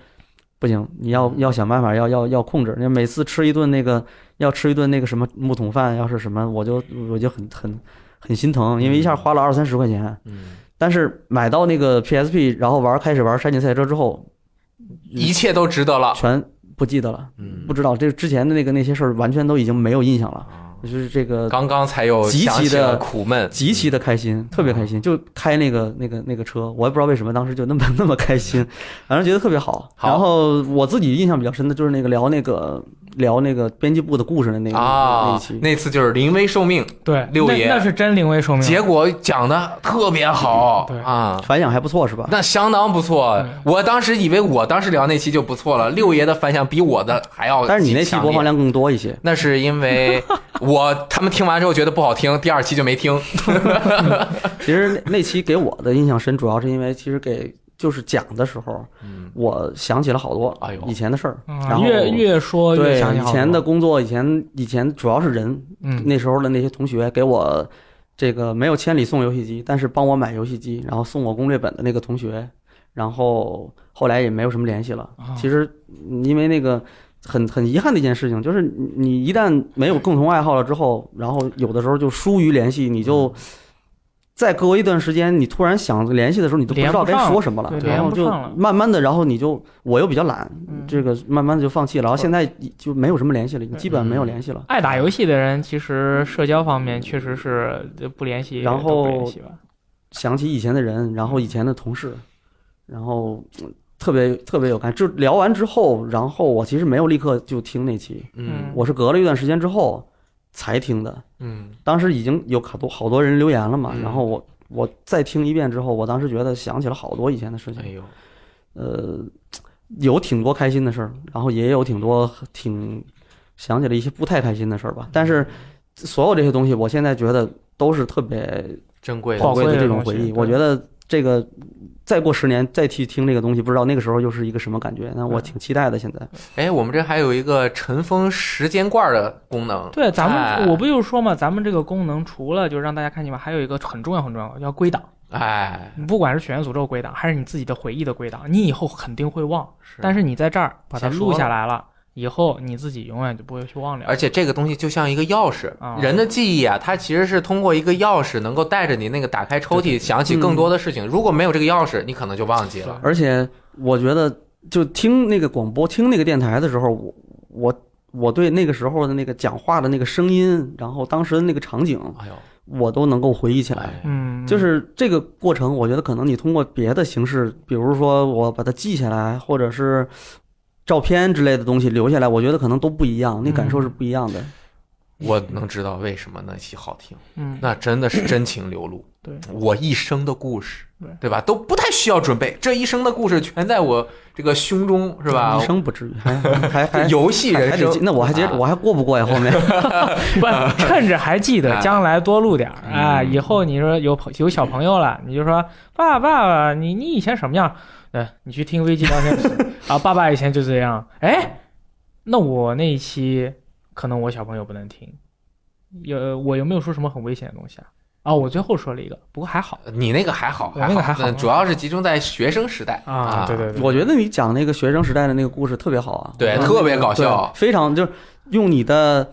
S3: 不行，你要要想办法要要要控制，你每次吃一顿那个要吃一顿那个什么木桶饭，要是什么我就我就很很很心疼，因为一下花了二三十块钱，
S2: 嗯，
S3: 但是买到那个 PSP，然后玩开始玩山脊赛车之后，
S2: 一切都值得了。
S3: 全不记得了，
S2: 嗯
S3: 嗯不知道这之前的那个那些事儿完全都已经没有印象了，
S2: 啊
S3: 就是这个
S2: 刚刚才又
S3: 极其
S2: 想起
S3: 地
S2: 了苦闷，
S3: 极其的开心，特别开心，就开那个那个那个车，我也不知道为什么当时就那么 (laughs) 那么开心，反正觉得特别好。
S2: 好
S3: 然后我自己印象比较深的就是那个聊那个聊那个编辑部的故事的那个、那
S2: 啊
S3: 一期，，
S2: 那次就是临危受命，
S1: 对，
S2: 六
S1: 那
S2: 爷
S1: 那是真临危受
S3: 嗯
S1: 命，
S2: 结果讲的特别好
S1: 对
S2: 啊。
S3: 反响还不错是吧？
S2: 那相当不错
S1: 嗯，
S2: 我当时以为我当时聊那期就不错了，六爷的反响比我的还要强烈。
S3: 嗯但是你那期播放量更多一些，
S2: 那是因
S3: (laughs)
S2: 为我他们听完之后觉得不好听，第二期就没听。
S3: 其实那那期给我的印象深，主要是因为其实给就是讲的时候，
S2: 嗯，
S3: 我想起了好多
S2: 哎呦
S3: 以前的事儿，
S1: 嗯
S3: 然后
S1: 越越说越
S3: 对
S1: 想起
S3: 以
S1: 好
S3: 前
S1: 多
S3: 的工作，以前以前主要是人，
S1: 嗯
S3: 那时候的那些同学给我这个没有千里送游戏机，但是帮我买游戏机，然后送我攻略本的那个同学，然后后来也没有什么联系了。
S1: 啊
S3: 其实嗯因为那个很很遗憾的一件事情，就是你你一旦没有共同爱好了之后，然后有的时候就疏于联系，你就。
S1: 嗯
S3: 再隔一段时间，你突然想联系的时候，你都不知道该
S1: 连不上
S3: 说什么了，
S1: 对
S3: 然后
S1: 连不
S3: 就
S1: 上了
S3: 慢慢的，然后你就我又比较懒，
S1: 嗯
S3: 这个慢慢的就放弃了，然后现在就没有什么联系了，
S1: 对嗯
S3: 基本上没有联系了。
S1: 爱打游戏的人，其实社交方面确实是呃不联系，
S3: 然
S1: 都
S3: 后
S1: 不联系吧，
S3: 想起以前的人，然后以前的同事，然后嗯特别特别有感。就聊完之后，然后我其实没有立刻就听那期，
S1: 嗯
S3: 我是隔了一段时间之后才听的。
S2: 嗯
S3: 当时已经有好多好多人留言了嘛
S2: 嗯，
S3: 然后我我再听一遍之后，我当时觉得想起了好多以前的事
S2: 嗯，哎
S3: 情，
S2: 呦，
S3: 呃，有挺多开心的事儿，然后也有挺多挺想起了一些不太开心的事儿吧。但是所有这些东西，我现在觉得都是特别
S2: 珍贵的
S1: 宝
S3: 宝
S1: 贵
S3: 贵
S1: 的
S3: 的这
S1: 东
S3: 种
S1: 西
S3: 回忆。
S1: 对
S3: 我觉得这个再过十年再去听这个东西，不知道那个时候又是一个什么感觉。那我挺期待的。现在
S2: 哎，我们这还有一个尘封时间罐的功能。
S1: 对，咱
S2: 哎
S1: 们我不就说嘛，咱们这个功能除了就是让大家看见吧，还有一个很重要很重要，要归档。
S2: 哎，
S3: 嗯
S1: 你不管是《血源诅咒》归档，还是你自己的回忆的归档，你以后肯定会忘。
S2: 是
S1: 但是你在这儿把它
S2: 先说
S1: 录下来了，以后你自己永远就不会去忘了。
S2: 而且这个东西就像一个钥匙
S1: 啊，
S2: 人的记忆啊，它其实是通过一个钥匙能够带着你那个打开抽屉，想起
S1: 嗯
S2: 更多的事情。如果没有这个钥匙，你可能就忘记了。
S3: 而且我觉得，就听那个广播、听那个电台的时候，我我我对那个时候的那个讲话的那个声音，然后当时的那个场景，
S2: 哎呦，
S3: 我都能够回忆起来。
S2: 哎
S1: 嗯，
S3: 就是这个过程，我觉得可能你通过别的形式，比如说我把它记下来，或者是照片之类的东西留下来，我觉得可能都不一样，
S2: 嗯
S3: 那感受是不一样的。
S2: 我能知道为什么那期好听，
S1: 嗯，
S2: 那真的是真情流露。
S1: 对，
S2: 我一生的故事
S1: 对，
S2: 对吧？都不太需要准备，这一生的故事全在我这个胸中，是吧
S3: 一？生不至于，
S2: (laughs)
S3: 还还还
S2: 游戏
S3: 还
S2: 人
S3: 还得
S2: 生
S3: 记，那我还接
S2: 啊
S3: 我还过不过呀？后面 (laughs)
S1: (laughs) 不趁着还记得，将来多录点儿
S2: 嗯
S1: 啊。以后你说有朋有小朋友
S3: 嗯
S1: 了，你就说爸爸爸，你你以前什么样？对，你去听危机聊天室
S3: (laughs)
S1: 啊，爸爸以前就这样。哎，那我那一期可能我小朋友不能听，有我有没有说什么很危险的东西啊？啊，我最后说了一个，不过还好
S2: 你那个还好，
S1: 我那个还好
S2: 那主要是集中在学生时代
S1: 啊。对对对，
S3: 我觉得你讲那个学生时代的那个故事特别好啊，
S2: 对
S3: 嗯
S2: 特别搞笑
S3: 对非常就是用你的。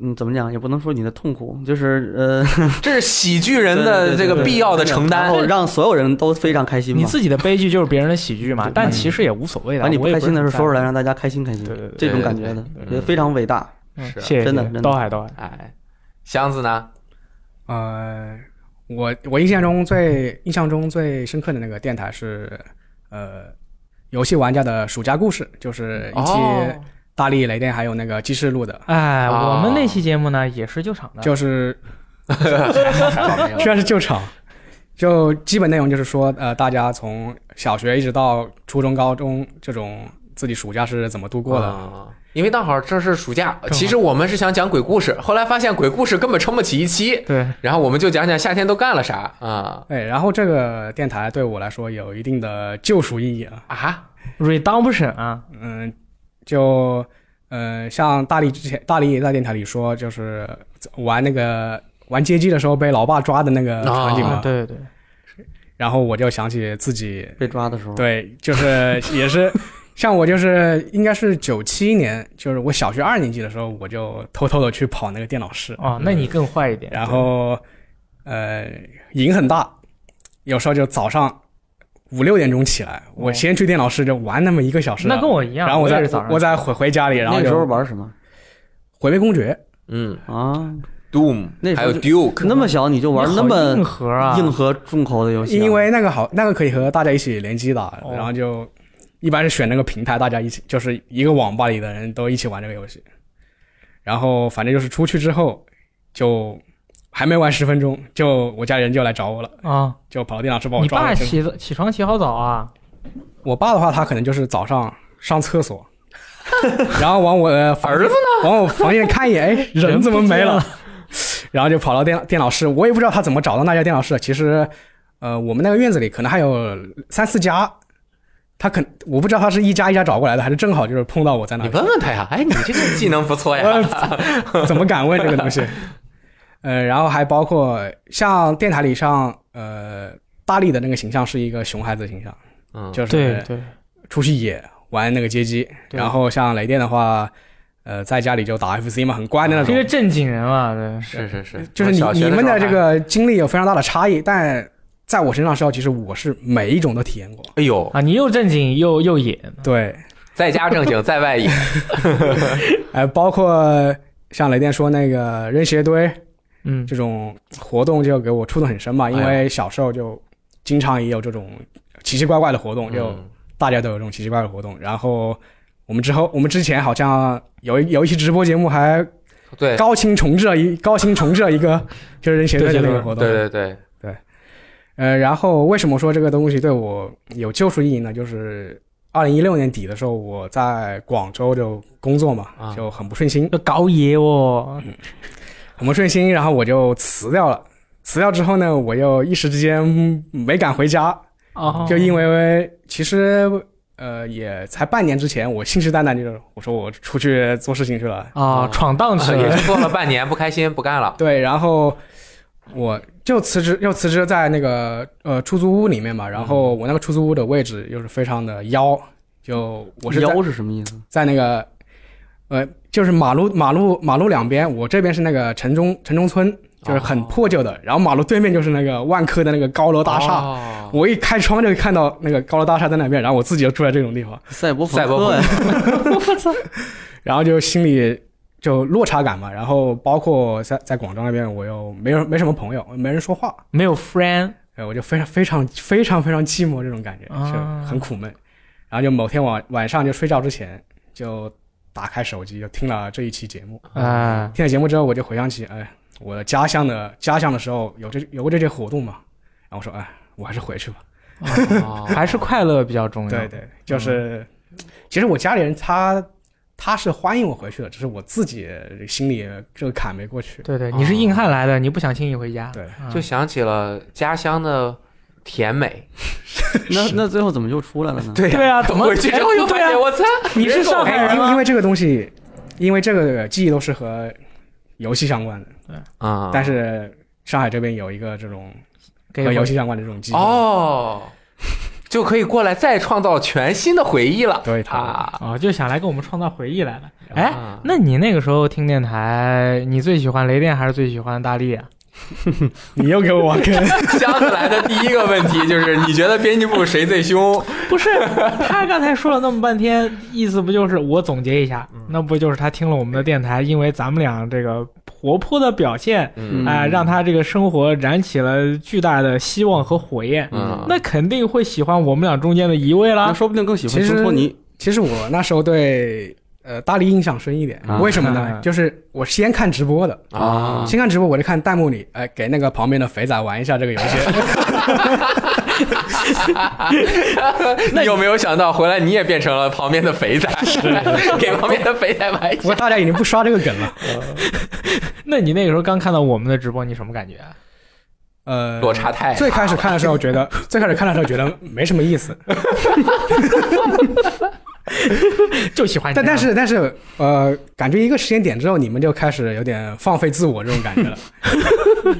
S3: 嗯，怎么讲也不能说你的痛苦，就
S2: (laughs)
S3: 是呃，
S2: 这是喜剧人的
S3: 对对
S2: 这
S3: 对
S2: 个
S3: 对
S2: 必要的承
S3: 然
S2: 担
S3: 后。让所有人都非常开心嘛。
S1: 你自己的悲剧就是别人的喜剧
S3: (laughs)
S1: 嘛，
S3: 对
S1: 但其实也无所谓的。
S3: 嗯啊把你
S1: 我也
S3: 开心的事
S1: 是
S3: 说出来，让大家开心开心
S1: 对对对，
S3: 这种感觉的
S2: 对对，对
S3: 觉得非常伟大。
S1: 嗯
S2: 是
S1: 谢谢，
S3: 啊真的
S1: 谢谢
S3: 真的
S1: 刀海刀海，
S2: 哎，箱子呢？
S4: 呃，我我印象中最印象中最深刻的那个电台是，呃，游戏玩家的暑假故事，就是一期
S2: 哦
S4: 大力雷电还有那个记事录的，
S1: 哎，
S2: 啊
S1: 我们那期节目呢也是救场的，
S4: 就是
S2: 还好没有
S4: 虽然是救场，就基本内容就是说，呃，大家从小学一直到初中、高中这种自己暑假是怎么度过的，
S2: 啊因为正好这是暑假，
S1: 好
S2: 其实我们是想讲鬼故事，后来发现鬼故事根本撑不起一期，
S1: 对，
S2: 然后我们就讲讲夏天都干了啥啊
S4: 对，哎然后这个电台对我来说有一定的救赎意义啊。
S2: 啊！
S1: Redemption 啊，
S4: 嗯，就呃，像大力之前，大力也在电台里说，就是玩那个玩街机的时候被老爸抓的那个场景嘛。
S1: 啊，对对，
S4: 然后我就想起自己，
S3: 被抓的时候，
S4: 对，就是也是像我就是应该是九七年，就是我小学二年级的时候，我就偷偷的去跑那个电脑室，
S1: 哦，那你更坏一点。
S4: 然后呃瘾很大，有时候就早上五六点钟起来，我
S1: 哦
S4: 先去电脑室就玩那么一个小时，
S1: 那跟我一样，
S4: 然后我
S1: 也
S4: 再
S1: 是早上
S4: 我再回回家里，然后
S3: 那个时候
S4: 就
S3: 玩什么
S4: 毁灭公爵。
S2: 嗯
S3: 啊？
S2: ，Doom，
S3: 那时候
S2: 还有
S3: 就
S2: Duke，
S3: 那么小你就玩
S1: 你
S3: 那
S1: 好硬
S3: 么
S1: 核啊，
S3: 硬核重口的游戏啊、
S4: 因为那个好，那个可以和大家一起联机打，
S1: 哦
S4: 然后就一般是选那个平台，大家一起就是一个网吧里的人都一起玩这个游戏。然后反正就是出去之后，就还没玩十分钟，就我家人就来找我了，
S1: 啊！
S4: 就跑到电脑室把我
S1: 你
S4: 抓
S1: 爸
S4: 过去。
S1: 起得起床起好早啊，
S4: 我爸的话，他可能就是早上上厕所，然后往我的房
S2: 儿子
S4: 呢， (laughs) 往我房间看一眼，哎，人怎么没
S1: 人
S4: 了
S1: 不？
S4: (laughs) 然后就跑到电电脑室，我也不知道他怎么找到那家电脑室的。其实，呃，我们那个院子里可能还有三四家，他肯我不知道他是一家一家找过来的，还是正好就是碰到我在那
S2: (laughs) 你 (laughs)
S4: 里。
S2: 问问他呀，哎，你这个技能不错呀，
S4: (laughs) 我怎么敢问这个东西？ (laughs) 呃，然后还包括像电台里像呃大力的那个形象是一个熊孩子形象，
S2: 嗯，
S4: 就是
S1: 对对，
S4: 出去野玩那个街机，
S1: 对
S4: 然后像雷电的话，呃，在家里就打 FC 嘛，很乖的那
S1: 这
S4: 种
S1: 个。震惊人了，对。
S2: 是是是，
S4: (laughs) 就是
S2: 啊我小
S4: 你
S2: 学
S4: 你们
S2: 的
S4: 的
S2: 时
S4: 这
S2: 候还，
S4: 个经历有非常大的差异，但在我身上是要，其实我是每一种都体验过。
S2: 哎呦，
S1: 啊，你又正经又又野，
S2: 嗯
S4: 对，
S2: 在家
S4: (laughs)
S2: 正经，在外野，
S4: 呃，包括像雷电说那个扔鞋堆
S1: 嗯，
S4: 这种活动，就给我触动很深嘛，因
S2: 哎
S4: 为小时候就经常也有这种奇奇怪怪的活动，就
S2: 嗯
S4: 大家都有这种奇奇怪怪的活动。然后我们之后，我们之前好像有一有一期直播节目还
S2: 对
S4: 高清重置了一高清重置了一个就是扔鞋队的那个活动。
S2: 对对对，
S4: 呃，然后为什么说这个东西对我有救赎意义呢？就是二零一六年底的时候，我在广州就工作嘛，
S2: 啊
S4: 就很不顺心，
S1: 就搞野哦，
S4: 嗯很不顺心，然后我就辞掉了。辞掉之后呢，我又一时之间没敢回家，
S1: 哦，
S4: 就因
S1: 为
S4: 为其实呃也才半年之前，我信誓旦旦就是我说我出去做事情去了，
S1: 啊闯荡去
S2: (laughs) 也
S1: 了，
S2: 是做了半年，不开心，不干了，
S4: 对，然后我就辞职，又辞职在那个呃出租屋里面嘛。然后
S2: 嗯
S4: 我那个出租屋的位置又是非常的妖，就我是在
S3: 腰是什么意思？
S4: 在那个呃，就是马路马路马路两边，我这边是那个城中城中村，就是很
S2: 哦
S4: 破旧的，然后马路对面就是那个万科的那个高楼 (laughs) 大厦。
S2: 哦
S4: 我一开窗就看到那个高楼大厦在那边，然后我自己就住在这种地方，
S3: 赛博朋
S2: 赛博朋
S3: 克呀，
S4: 然后就心里就落差感嘛。然后包括在在广州那边，我又没有没什么朋友，没人说话，
S1: 没有 friend
S4: 哎，我就非常非常非常非常寂寞这种感觉，
S1: 啊
S4: 就很苦闷。然后就某天晚晚上就睡觉之前，就打开手机就听了这一期节目。
S1: 啊，
S4: 听了节目之后，我就回想起，哎，我的家乡的家乡的时候有这有过这些活动嘛？然后我说，哎，我还是回去吧。
S2: 哦
S1: 还是快乐比较重要。嗯
S4: 对，对，就是，其实我家里人他他是欢迎我回去的，只是我自己心里这个坎没过去。
S1: 对对，你是硬汉来的，你不想轻易回家。
S4: 哦对
S1: 啊，
S2: 就想起了家乡的甜美。
S3: (laughs)
S2: (laughs)
S3: 那那最后怎么又出来了呢？
S2: 对
S1: 对啊，怎么
S2: 回去之后又发
S1: 对啊
S2: 现，我操，
S1: 你是上海
S4: 哎，
S1: 人
S4: 因
S1: 吗
S4: 为因为这个东西，因为这个记忆都是和游戏相关的。
S2: 啊
S4: 但是上海这边有一个这种
S1: 给
S4: 和游
S1: 我
S4: 戏相关的这种机构，
S2: 哦，就可以过来再创造全新的回忆了。
S4: 对
S2: 啊，
S1: 哦，就想来给我们创造回忆来了。哎，
S2: 啊
S1: 那你那个时候听电台，你最喜欢雷电还是最喜欢大力啊？
S4: 你又给我挖坑，
S2: (laughs) 想起来的第一个问题就是，你觉得编辑部谁最凶？
S1: (laughs) 不是，他刚才说了那么半天，意思不就是我总结一下，那不就是他听了我们的电台，因为咱们俩这个活泼的表现，
S2: 嗯
S1: 哎、
S3: 嗯
S1: 让他这个生活燃起了巨大的希望和火焰，
S2: 嗯，
S1: 那肯定会喜欢我们俩中间的一位
S3: 那
S2: 啊
S1: 啦。
S3: 说不定更喜欢
S4: 其实
S3: 托尼。
S4: 其实我那时候对呃大力印象深一点，
S3: 啊
S4: 为什么呢
S1: 啊？
S4: 就是我先看直播的，
S2: 啊，
S4: 先看直播我就看弹幕里，哎、给那个旁边的肥仔玩一下这个游戏，
S2: (laughs) 那有没有想到回来你也变成了旁边的肥仔，给旁边的肥仔玩一
S4: 不过大家已经不刷这个梗了。
S1: 那你那个时候刚看到我们的直播，你什么感觉啊？
S4: 呃，
S2: 落差太大
S4: 最开始看的时候觉得，最开始看的时候觉得没什么意思，
S1: 就喜欢你这
S4: 但
S1: 样。
S4: 但是但是呃，感觉一个时间点之后，你们就开始有点放飞自我这种感觉了，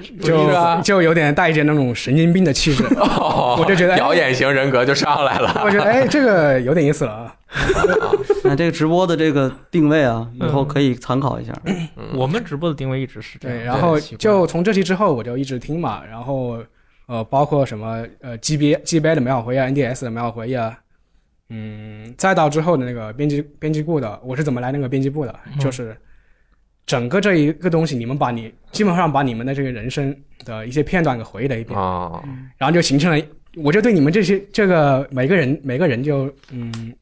S2: 是
S4: 就
S2: 啊
S4: (laughs) 就有点带一点那种神经病的气质。
S2: 哦
S4: 我就觉得哎
S2: 表演型人格就上来了。
S4: 我觉得哎，这个有点意思了啊。
S3: 那这个直播的这个定位啊，以
S1: 嗯
S3: 后可以参考一下。
S1: 我们直播的定位一直是这样，
S4: 对，然后
S1: 奇怪
S4: 就从这期之后我就一直听嘛，然后呃，包括什么呃 G B G B 的美好回忆啊，NDS 的美好回忆啊，嗯，再到之后的那个编辑编辑部的，我是怎么来那个编辑部的，就是整个这一个东西，你们把你基本上把你们的这个人生的一些片段给回忆了一遍，
S2: 哦，
S4: 然后就形成了，我就对你们这些这个每个人每个人就嗯。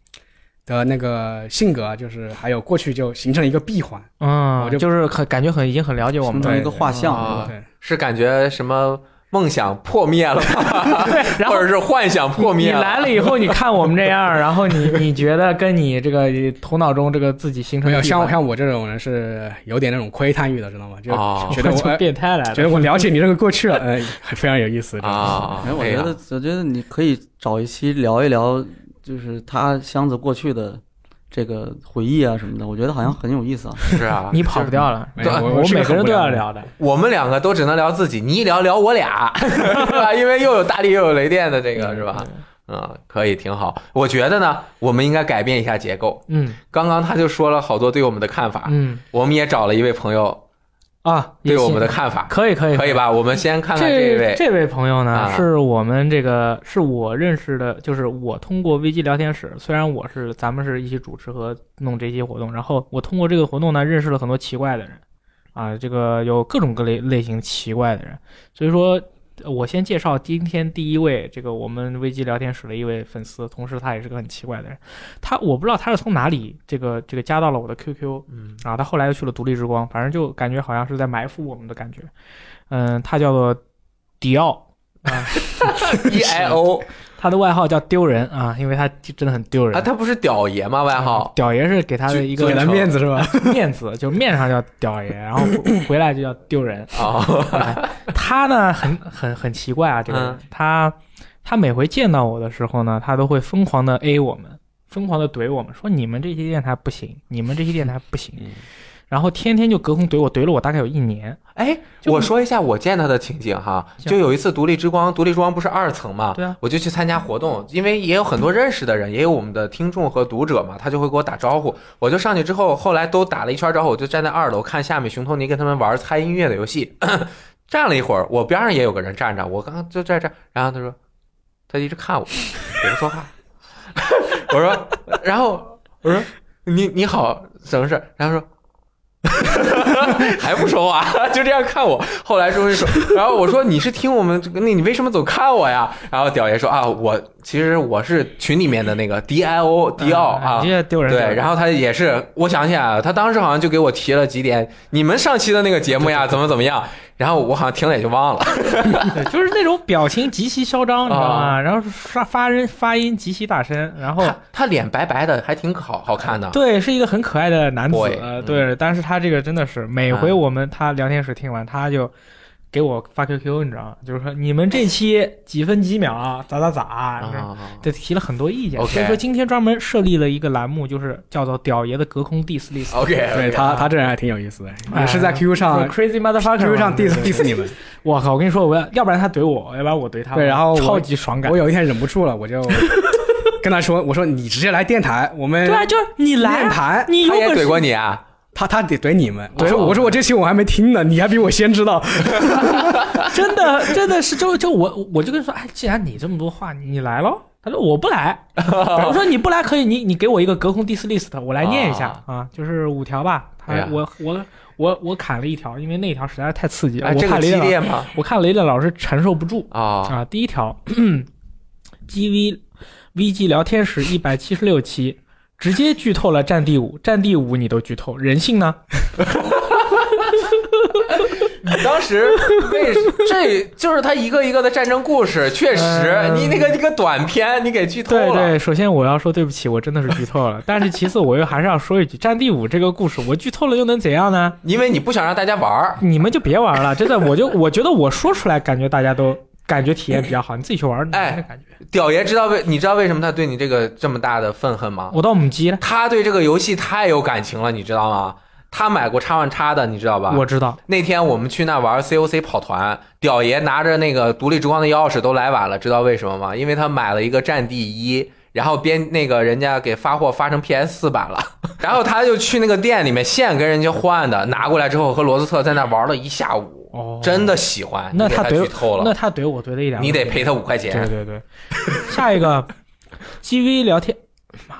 S4: 的那个性格啊，就是还有过去就形成了一个闭环，
S1: 嗯，
S4: 我就
S1: 就是很感觉很已经很了解我们
S3: 形
S1: 了。
S3: 成一个画像
S2: 啊
S4: 对，
S2: 是感觉什么梦想破灭了，
S1: (laughs) 然
S2: 或
S1: 后
S2: 者是幻想破
S1: 你
S2: 灭
S1: 来了以后，你看我们这样，然后你你觉得跟你这个头脑中这个自己形成
S4: 没有
S1: 的地
S4: 像
S1: 方
S4: 像我这种人是有点那种窥探欲的，知道吗？就
S2: 哦
S4: 觉得我、
S1: (laughs) 就变态来
S4: 觉
S1: 了。
S4: 得我了解你这个过去了，呃，非常有意思。
S2: 啊！
S3: 哎，我
S2: 哎呀
S3: 觉得，我觉得你可以找一期聊一聊，就是他箱子过去的这个回忆啊什么的，我觉得好像很有意思啊。
S2: 是啊，
S1: 你跑不掉了，
S4: 没有我
S1: 我
S4: 我
S1: 们
S4: 是
S1: 每
S4: 个
S1: 个人
S4: 很无
S1: 都
S4: 聊
S1: 要
S4: 的人
S1: 聊的。
S2: 我们两个都只能聊自己，你一聊聊我俩， (laughs) 是吧？因为又有大力又有雷电的这个是吧？嗯，可以，挺好。我觉得呢，我们应该改变一下结构。
S1: 嗯
S2: 刚刚他就说了好多对我们的看法，
S1: 嗯
S2: 我们也找了一位朋友
S1: 啊，也
S2: 对我
S1: 行
S2: 们的看法，
S1: 可以可以
S2: 可以？吧？我们先看看
S1: 这
S2: 位，
S1: 这位朋友呢，
S2: 啊
S1: 是我们这个是我认识的，就是我通过危机聊天室，虽然我是咱们是一起主持和弄这些活动，然后我通过这个活动呢，认识了很多奇怪的人，啊，这个有各种各类类型奇怪的人，所以说。呃我先介绍今天第一位，这个我们危机聊天室的一位粉丝，同时他也是个很奇怪的人。他我不知道他是从哪里这个这个加到了我的 QQ，
S2: 嗯
S1: 啊，他后来又去了独立之光，反正就感觉好像是在埋伏我们的感觉。嗯，他叫做迪奥，
S2: ，E I O
S1: 他的外号叫丢人啊，因为他真的很丢人。啊
S2: 啊，他不是屌爷吗？外号
S1: 屌爷是给他的一
S4: 给
S1: 个
S4: 了面子是吧？
S1: 面子，就面上叫屌爷，然后回回来就叫丢
S2: (laughs)
S1: 人。哎
S2: 啊，
S1: 他呢，很很很奇怪啊，这个人
S2: 嗯，
S1: 他他每回见到我的时候呢，他都会疯狂的 A 我们，疯狂的怼我们，说你们这些电台不行，你们这些电台不行
S2: 嗯，
S1: 然后天天就隔空怼我，怼了我大概有一年。
S2: 哎，
S1: 就
S2: 我说一下我见他的情景哈，
S1: 行
S2: 就有一次独立之光，独立之光不是二层嘛，
S1: 对啊
S2: 我就去参加活动，因为也有很多认识的人，也有我们的听众和读者嘛，他就会给我打招呼，我就上去之后，后来都打了一圈招呼，我就站在二楼看下面熊托尼跟他们玩猜音乐的游戏， (coughs) 站了一会儿，我边上也有个人站着，我刚刚就在这儿，然后他说，他一直看我，我不说话， (laughs) 我说，然后我说你你好，什么事儿？然后说。 (laughs) 还不说话，就这样看我。后来终于说，然后我说你是听我们这个，那你为什么总看我呀？然后屌爷说啊，我其实我是群里面的那个 D I O 迪奥啊
S1: 你，这哎丢人。
S2: 对，然后他也是，我想起来了，他当时好像就给我提了几点，你们上期的那个节目呀，怎么怎么样，然后我好像听了也就忘了。
S1: 对，就是那种表情极其嚣张，你知道吗？
S2: 啊
S1: 然后发发音发音极其大声，然后
S2: 他他脸白白的，还挺好好看的。
S1: 对，是一个很可爱的男子
S2: Boy，，
S1: 呃
S2: 嗯
S1: 对。但是他这个真的是每回我们他聊天室听完，他就给我发 QQ，你知道吗？就是说你们这期几分几秒啊咋咋咋，你知道吗
S2: 啊，
S1: 对，提了很多意见。
S2: OK
S1: 所以说今天专门设立了一个栏目，就是叫做“屌爷的隔空 diss list”。
S2: OK，
S4: 对他，他这人还挺有意思的，
S1: 哎
S4: 也是在 QQ 上
S1: 就是 Crazy motherfucker，
S4: QQ 上
S1: 嘛对
S4: diss
S1: 对对
S4: diss 你们。
S1: 我靠！我跟你说，我要要不然他怼我，要不然我怼他，
S4: 对然后我
S1: 超级爽感
S4: 我。有一天忍不住了，我就跟他说：“我说你直接来电台，我们
S1: 对啊，就是你来
S4: 面
S1: 啊，
S4: 谈。
S1: 你有
S2: 哎他也
S1: 本
S2: 怼
S1: 事
S2: 过你啊？”
S4: 他他得怼你们，我
S2: 哦
S4: 说我说我这期我还没听呢，你还比我先知
S2: (laughs)
S4: 道。
S1: 真的真的是就就我我就跟他说，哎，既然你这么多话，你你来咯。他说我不
S2: (laughs)
S1: 来，我说你不来可以，你你给我一个隔空 diss list，我来念一下啊就是五条吧。他、
S2: 哎呀
S1: 我我我我砍了一条，因为那一条实在是太刺激了，
S2: 啊，
S1: 我
S2: 这
S1: 看
S2: 个
S1: 雷
S2: 激
S1: 电老
S2: 烈吗？ (laughs)
S1: 我看雷电老师承受不住
S2: 啊
S1: 啊。第一条，GV VG 聊天室一百七十六期直接剧透了《战地五》，《战地五》你都剧透，人性呢？
S2: (laughs) 当时为这就是他一个一个的战争故事，确实，
S1: 嗯
S2: 你那个那个短片你给剧透
S1: 对
S2: 了
S1: 对，首先我要说对不起，我真的是剧透了。 (laughs) 但是其次，我又还是要说一句，《战地五》这个故事，我剧透了又能怎样呢？
S2: 因为你不想让大家玩儿。
S1: 你们就别玩了，真的，我就我觉得我说出来，感觉大家都感觉体验比较好，你自己去玩儿，
S2: 哎
S1: 没感觉。
S2: 屌爷知道为你知道为什么他对你这个这么大的愤恨吗？
S1: 我到母鸡了，
S2: 他对这个游戏太有感情了，你知道吗？他买过叉万叉的，你知道吧？
S1: 我知道，
S2: 那天我们去那玩 COC 跑团，屌爷拿着那个独立之光的钥匙都来晚了，知道为什么吗？因为他买了一个《战地一》，然后边那个人家给发货发成 PS 四版了， (laughs) 然后他就去那个店里面现跟人家换的，拿过来之后和罗斯特在那玩了一下午，
S1: 哦，
S2: 真的喜欢，
S1: 那
S2: 你给
S1: 他
S2: 他
S1: 怼
S2: 剧透
S1: 那
S2: 了，
S1: 他怼我怼的一两，
S2: 你得赔他五块钱
S1: 对。对 (laughs) 对，下一个 GV 聊天，妈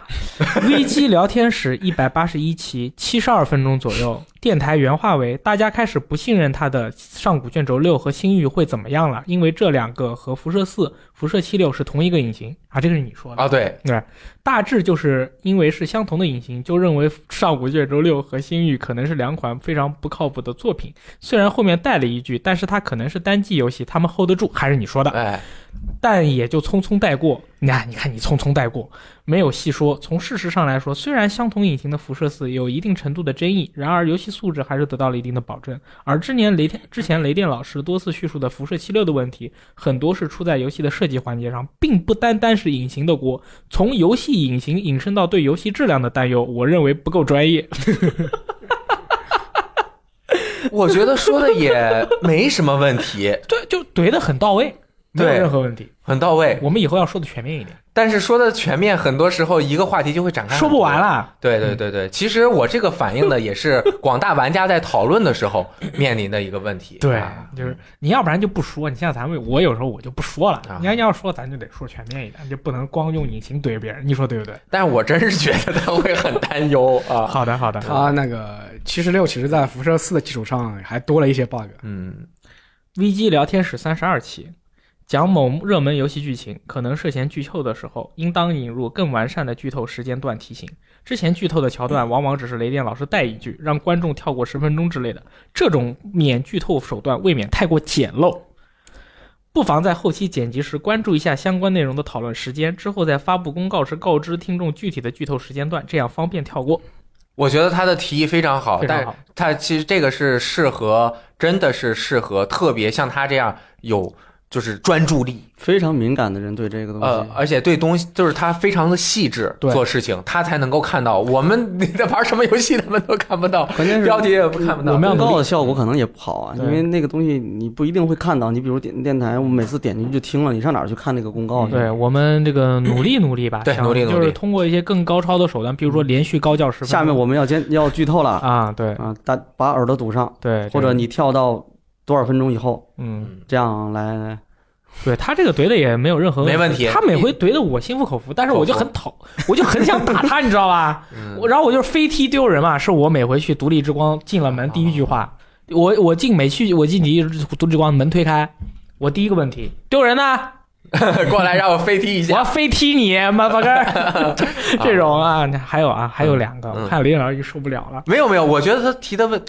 S1: ，VG 聊天室一百八十一期，七十二分钟左右。电台原话为：大家开始不信任他的上古卷轴六和星域会怎么样了，因为这两个和辐射四、辐射七六是同一个引擎啊，这个是你说的。
S2: 啊，对，
S1: 大致就是因为是相同的引擎，就认为《上古卷轴六》和《星域》可能是两款非常不靠谱的作品。虽然后面带了一句，但是它可能是单机游戏，他们 hold 得住，还是你说的，
S2: 哎，
S1: 但也就匆匆带过。那你看你匆匆带过，没有细说。从事实上来说，虽然相同引擎的辐射四有一定程度的争议，然而游戏素质还是得到了一定的保证。而之年雷电之前雷电老师多次叙述的辐射七六的问题，很多是出在游戏的设计环节上，并不单单是引擎的锅。从游戏引擎引申到对游戏质量的担忧，我认为不够专业。 (laughs)
S2: 我觉得说的也没什么问题，
S1: 对，就怼得很到位，没有
S2: 对
S1: 任何问题。
S2: 很到位。
S1: 我们以后要说的全面一点，
S2: 但是说的全面，很多时候一个话题就会展开，
S1: 说不完。了。
S2: 对对对对，其实我这个反映的也是广大玩家在讨论的时候面临的一个问题。
S1: 对
S2: 啊，
S1: 就是你要不然就不说，你像咱们，我有时候我就不说了。
S2: 啊
S1: 你要要说，咱就得说全面一点，你就不能光用引擎怼别人，你说对不对？
S2: 但是我真是觉得他会很担忧
S1: (laughs)
S2: 啊。
S1: 好的，好的。
S4: 它那个七十六其实在辐射四的基础上还多了一些 bug。
S2: 嗯，
S1: VG 聊天室三十二期，讲某热门游戏剧情，可能涉嫌剧透的时候，应当引入更完善的剧透时间段提醒。之前剧透的桥段往往只是雷电老师带一句，让观众跳过十分钟之类的，这种免剧透手段未免太过简陋。不妨在后期剪辑时关注一下相关内容的讨论时间，之后在发布公告时告知听众具体的剧透时间段，这样方便跳过。
S2: 我觉得他的提议非常好，
S1: 非常
S2: 但
S1: 好
S2: 他其实这个是适合，真的是适合特别像他这样有就是专注力，
S3: 非常敏感的人对这个东西，
S2: 呃，而且对东西就是他非常的细致
S1: 对
S2: 做事情，他才能够看到。我们你在玩什么游戏，他们都看不到，
S3: 关键是
S2: 标题也不看不到。
S3: 我们要
S1: 努力
S3: 告的效果可能也不好啊，
S1: 对
S3: 因为那个东西你不一定会看到。你比如点电台，我每次点进去就听了，你上哪儿去看那个公告
S1: 嗯
S3: 去？
S1: 对我们这个努力努力吧，
S2: 嗯 (coughs) 对
S1: 想
S2: 努力努力
S1: 就是通过一些更高超的手段，比如说连续高教十分钟。
S3: 下面我们要先要剧透了
S1: 啊，对
S3: 啊，大把耳朵堵上，
S1: 对，
S3: 或
S1: 这
S3: 者
S1: 个
S3: 你跳到多少分钟以后，
S1: 嗯，
S2: 嗯
S3: 这样来来
S1: 对他这个怼的也没有任何
S2: 没问题
S1: 他每回怼的我心服口服，但是我就
S2: 口服
S1: 很讨， (laughs) 我就很想打他，你知道吧？
S2: 嗯
S1: 我然后我就是飞踢丢人嘛，是我每回去独立之光进了
S2: 哦
S1: 门第一句话，我我进每去我进独立独立之光门推开，我第一个问题丢人呢、
S2: (laughs) 过来让我飞踢一
S1: 我
S2: 下。
S1: 要飞踢你，妈巴根儿，
S2: (laughs)
S1: 这种啊，还有啊，还有两个，
S2: 嗯
S1: 我看林老师已经受不了了，
S2: 没有没有，我觉得他提的问，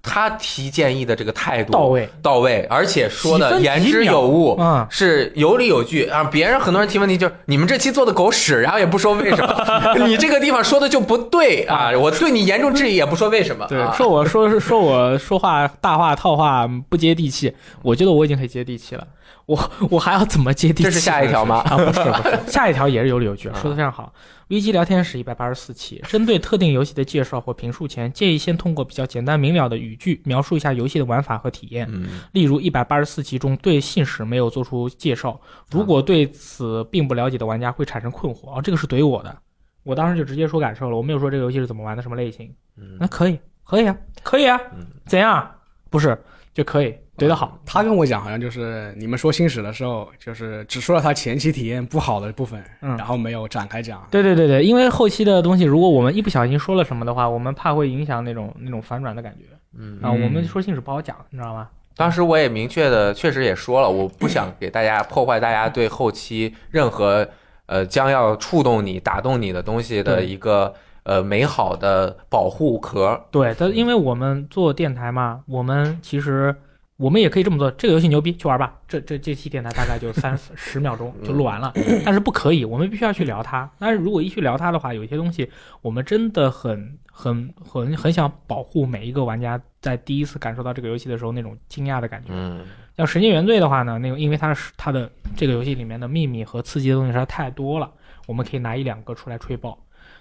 S2: 他提建议的这个态度
S1: 到位，
S2: 到位，而且说
S1: 几
S2: 的
S1: 分
S2: 言
S1: 几
S2: 之
S1: 秒
S2: 有物，
S1: 嗯，
S2: 是有理有据啊。别人很多人提问题就是你们这期做的狗屎，然后也不说为
S1: (laughs)
S2: 什么，你这个地方说的就不对啊，我对你严重质疑也不说为什么。
S1: 对，
S2: 啊
S1: 说我说是说我说话大话套话不接地气，我觉得我已经很接地气了，我我还要怎么接地气？
S2: 这是下一条吗？
S1: 啊，不是不是，下一条也是有理有据，说的非常好。VG 聊天室一百八十四期，针对特定游戏的介绍或评述前，建议先通过比较简单明了的语句描述一下游戏的玩法和体验。
S2: 嗯，
S1: 例如一百八十四集中对信使没有做出介绍，如
S2: 啊
S1: 果对此并不了解的玩家会产生困惑啊、哦，这个是怼我的，我当时就直接说感受了，我没有说这个游戏是怎么玩的，什么类型，
S2: 嗯
S1: 那可以，可以啊，可以啊
S2: 嗯，
S1: 怎样？不是就可以怼得好，
S4: 他跟我讲，好像就是你们说星矢的时候，就是只说了他前期体验不好的部分，
S1: 嗯
S4: 然后没有展开讲。
S1: 对对对对，因为后期的东西，如果我们一不小心说了什么的话，我们怕会影响那种那种反转的感觉
S2: 嗯
S1: 啊，我们说信使不好讲，你知道吗？
S2: 当时我也明确的，确实也说了，我不想给大家破坏大家对后期任何呃将要触动你、打动你的东西的
S1: 对
S2: 一个呃美好的保护壳。
S1: 对，但因为我们做电台嘛，我们其实我们也可以这么做。这个游戏牛逼，去玩吧。这这这期电台大概就三十秒钟就录完了，但是不可以，我们必须要去聊它。但是如果一去聊它的话，有些东西我们真的很很很很想保护每一个玩家在第一次感受到这个游戏的时候那种惊讶的感觉。
S2: 嗯，
S1: 像《时间原罪》的话呢，那个因为它是它的这个游戏里面的秘密和刺激的东西实在太多了，我们可以拿一两个出来吹爆。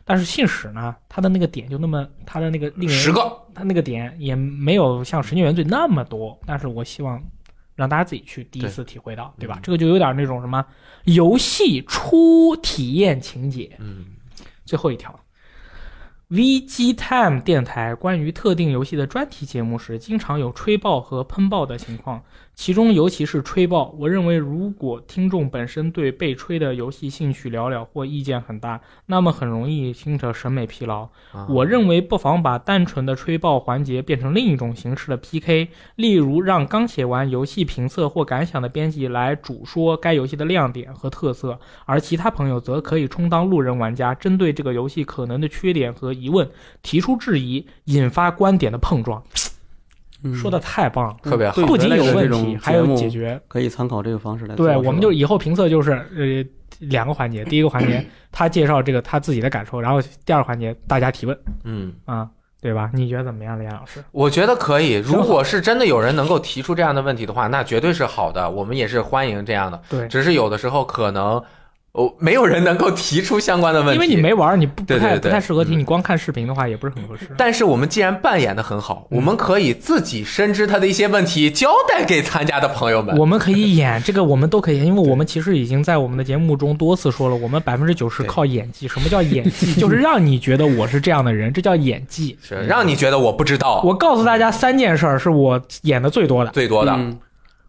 S1: 但是信使呢，它的那个点就那么，它的那个令人
S2: 十个，
S1: 它那个点也没有像《神经元罪》那么多，但是我希望让大家自己去第一次体会到，
S2: 对
S1: 对吧
S2: 嗯？
S1: 这个就有点那种什么游戏初体验情节，
S2: 嗯，
S1: 最后一条，VG Time 电台关于特定游戏的专题节目时，经常有吹爆和喷爆的情况，其中尤其是吹爆。我认为，如果听众本身对被吹的游戏兴趣寥寥或意见很大，那么很容易形成审美疲劳。
S2: 啊
S1: 我认为不妨把单纯的吹爆环节变成另一种形式的 PK，例如让刚写完游戏评测或感想的编辑来主说该游戏的亮点和特色，而其他朋友则可以充当路人玩家，针对这个游戏可能的缺点和疑问提出质疑，引发观点的碰撞。
S3: 嗯啊
S1: 说的太棒了！
S2: 特别好
S3: 对
S1: 不仅有
S3: 这
S1: 问
S3: 种
S1: 题，
S3: 节
S1: 还有
S3: 目
S1: 解决。
S3: 可以参考这个方式来做。
S1: 对，
S3: 是吧
S1: 我们就以后评测就是呃两个环节，第一个环
S3: (laughs)
S1: 节他介绍这个他自己的感受，然后第二个环节大家提问
S2: 嗯，
S1: 啊，对吧？你觉得怎么样，连老师？
S2: 我觉得可以。如果是真的有人能够提出这样的问题的话，那绝对是好的，我们也是欢迎这样的。
S1: 对
S2: 只是有的时候可能哦，没有人能够提出相关的问
S1: 因
S2: 题，
S1: 为你。没玩儿，你不不
S2: 对对
S1: 太
S2: 对
S1: 不太适合听，
S2: 嗯
S1: 你光看视频的话也不是很合适。
S2: 但是我们既然扮演的很好，我们可以自己深知他的一些问题，交代给参加的朋友们。
S1: 我们可以演这个，我们都可以演，因为我们其实已经在我们的节目中多次说了，我们百分之九十
S2: 对
S1: 靠演技。什么叫演技？
S2: (laughs)
S1: 就是让你觉得我是这样的人，这叫演技。
S2: 是让你觉得我不知道，
S1: 我告诉大家三件事儿是我演的最多的，
S2: 最多的，
S3: 嗯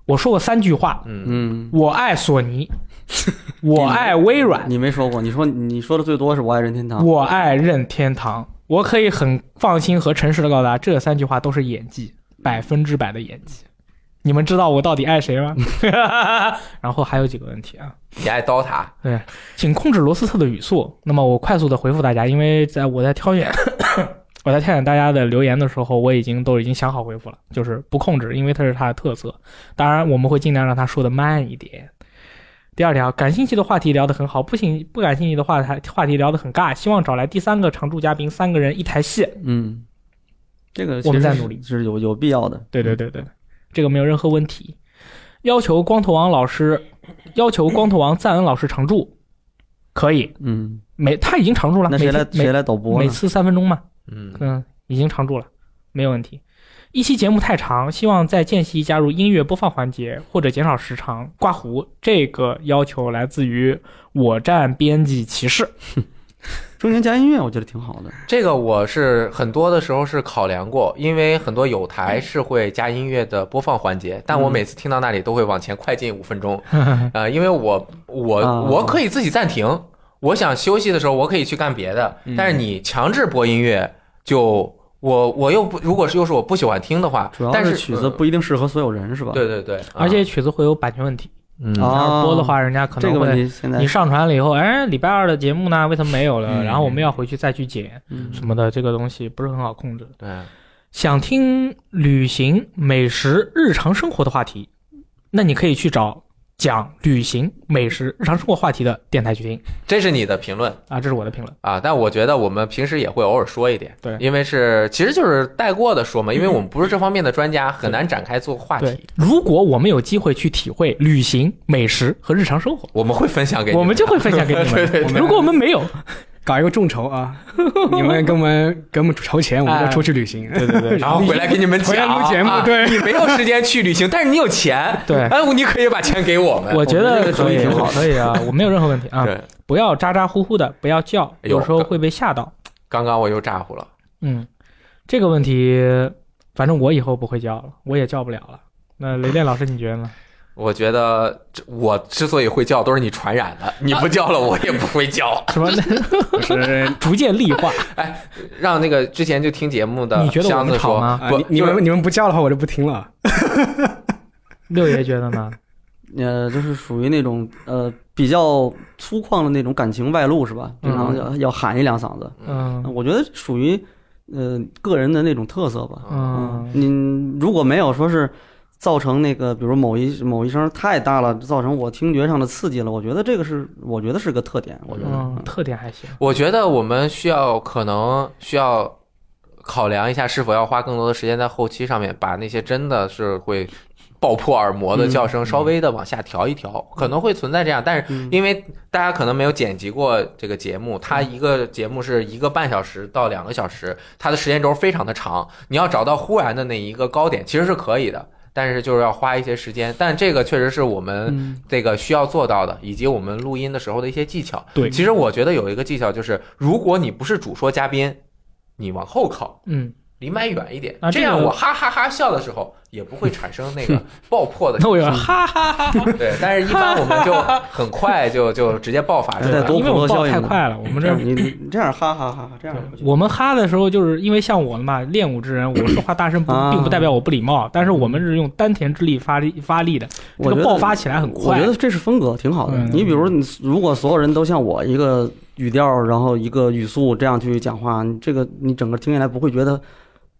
S1: 我说过三句话：
S2: 嗯，
S3: 嗯，
S1: 我爱索
S2: (laughs)
S1: 尼，我爱微软，
S3: 你没说过，你说你说的最多是我爱任天堂，
S1: 我爱任天堂。我可以很放心和诚实的告诉大家，这三句话都是演技，百分之百的演技。你们知道我到底爱谁
S3: (laughs)
S1: 吗？ (laughs) 然后还有几个问题啊，
S2: 你爱刀塔，
S1: 请控制罗斯特的语速。那么我快速的回复大家，因为在我在挑选 (coughs) 我在挑选大家的留言的时候，我已经都已经想好回复了，就是不控制，因为它是它的特色。当然，我们会尽量让它说的慢一点。第二条，感兴趣的话题聊得很好，不行不感兴趣的话题话题聊得很尬。希望找来第三个常驻嘉宾，三个人一台戏。
S3: 嗯，这个
S1: 我们
S3: 其实
S1: 在
S3: 是
S1: 努力
S3: 是有有必要的，
S1: 对对对对，这个没有任何问题。要求光头王老师，要求光头王赞恩老师常驻，可以。
S3: 嗯，
S1: 每他已经常驻了，
S3: 那
S1: 每
S3: 谁来
S1: 天每
S3: 谁来导播
S1: 每
S3: 呢？
S1: 次三分钟嘛，
S2: 嗯，
S1: 嗯，已经常驻了，没有问题。一期节目太长，希望在间隙加入音乐播放环节或者减少时长。刮胡这个要求来自于我站编辑骑
S3: (laughs)
S1: 士，
S3: 中间加音乐，我觉得挺好的。
S2: 这个我是很多的时候是考量过，因为很多有
S3: 嗯
S2: 台是会加音乐的播放环节，但我每次听到那里都会往前快进五分钟，呃，因为我我
S3: 啊
S2: 我可以自己暂停，我想休息的时候我可以去干别的，
S3: 嗯
S2: 但是你强制播音乐就我我又不如果是又是我不喜欢听的话
S3: 主，要
S2: 但是
S3: 曲子不一定适合所有人，是吧？
S2: 呃对对对，啊
S1: 而且曲子会有版权问题，
S2: 嗯
S3: 啊
S1: 要是播的话，人家可
S3: 这
S1: 能
S3: 个
S1: 会
S3: 问题现在
S1: 你上传了以后，哎，礼拜二的节目呢，为什么没有了？
S4: 嗯
S1: 然后我们要回去再去剪
S3: 嗯
S1: 什么的，这个东西不是很好控制。
S2: 对，
S1: 想听旅行、美食、日常生活的话题，那你可以去找讲旅行、美食、日常生活话题的电台去听
S2: 这是你的评论。
S1: 啊，这是我的评论。
S2: 啊，但我觉得我们平时也会偶尔说一点，
S1: 对嗯
S2: 因为是其实就是带过的说嘛，因为我们不是这方面的专家，很难展开做话
S1: 对
S2: 题，，
S1: 如果我们有机会去体会旅行、美食和日常生活，
S2: 我们会分享给你
S1: 我们就会分享给你
S2: (laughs) 对
S1: 们。
S2: 对对，
S1: 如果我们没有，
S4: 搞一个众筹
S2: (laughs)
S4: 啊，你们给我们给我们筹钱，我
S2: 哎
S4: 们就出去旅行。对对 (laughs) 对
S2: 然后回来给你们
S4: 回来
S2: 讲
S4: 录节目
S2: 啊，
S4: 对
S2: (laughs) 你没有时间去旅行，但是你
S1: (laughs)
S2: 有钱，
S1: 对
S2: (laughs) 哎，你可以把钱给我们，
S1: 我觉
S3: 我们
S1: 得
S3: 这个
S1: 可
S3: 主意
S1: 以，
S3: 挺好的
S1: 可 (laughs) 以啊，我没有任何问题啊。
S2: 对，
S1: 不要咋咋呼呼的，不要叫，
S2: 哎呦
S1: 有时候会被吓到。
S2: 刚刚我又咋呼了，
S1: 嗯，这个问题，反正我以后不会叫了，我也叫不了了。那雷电老师，你觉得呢？
S2: 我觉得这我之所以会叫，都是你传染的，你不叫了我也不会
S1: (laughs)
S2: 叫，
S1: 什么
S4: 就是
S1: 逐渐厉化？
S2: 让那个之前就听节目的
S1: 你觉得我
S2: 箱
S1: 们
S2: 子
S1: 吵
S2: 说，
S4: (laughs)
S1: 吗？
S4: 啊
S2: 不，
S4: 你你
S2: 就是
S4: 们你们不叫的话，我就不听了。
S1: (laughs) 六爷觉得呢？
S3: 呃，就是属于那种呃比较粗犷的那种感情外露，是吧？
S1: 嗯
S3: 经常要要喊一两嗓子。
S1: 嗯
S3: 我觉得属于呃个人的那种特色吧。
S1: 嗯，
S3: 你如果没有说是造成那个，比如某一某一声太大了，造成我听觉上的刺激了，我觉得这个是，我觉得是个特点。我觉得，
S1: 嗯，特点还行。
S2: 我觉得我们需要可能需要考量一下，是否要花更多的时间在后期上面，把那些真的是会爆破耳膜的叫声
S4: 嗯
S2: 稍微的往下调一调，可能会存在这样，但是
S3: 嗯
S2: 因为大家可能没有剪辑过这个节目，它一个节目是一个半小时到两个小时，它的时间轴非常的长，你要找到忽然的那一个高点其实是可以的，但是就是要花一些时间，但这个确实是我们
S3: 嗯
S2: 这个需要做到的，以及我们录音的时候的一些技巧。
S4: 对
S2: 其实我觉得有一个技巧就是，如果你不是主说嘉宾，你往后靠。
S1: 嗯，
S2: 离麦远一点，
S1: 啊
S2: 这
S1: 这
S2: 样
S1: 个
S2: 我哈哈哈笑的时候也不会产生
S1: (laughs)
S2: 那个爆破的
S1: 那我有
S4: 是
S1: 哈哈哈哈，
S2: 对，但是一般我们就很快就就直接爆发出
S3: 哎
S2: 来
S3: 对。多
S1: 因为我们
S3: 普
S1: 爆
S3: 罗
S1: 太
S3: 效应嗯嘛
S1: 快了，我们
S3: 这
S1: 这
S3: 样你你这样哈哈哈哈，这样不行
S1: 我们哈的时候，就是因为像我嘛，练武之人，我说话大声不
S3: 啊
S1: 并不代表我不礼貌，但是我们是用丹田之力发力发力的，这
S3: 我觉
S1: 个
S3: 得
S1: 爆发起来很
S3: 我
S1: 快
S3: 觉。得这是风格，挺好的。
S1: 嗯
S3: 你比如，你如果所有人都像我一个语调，然后一个语速这样去讲话，你这个你整个听下来不会觉得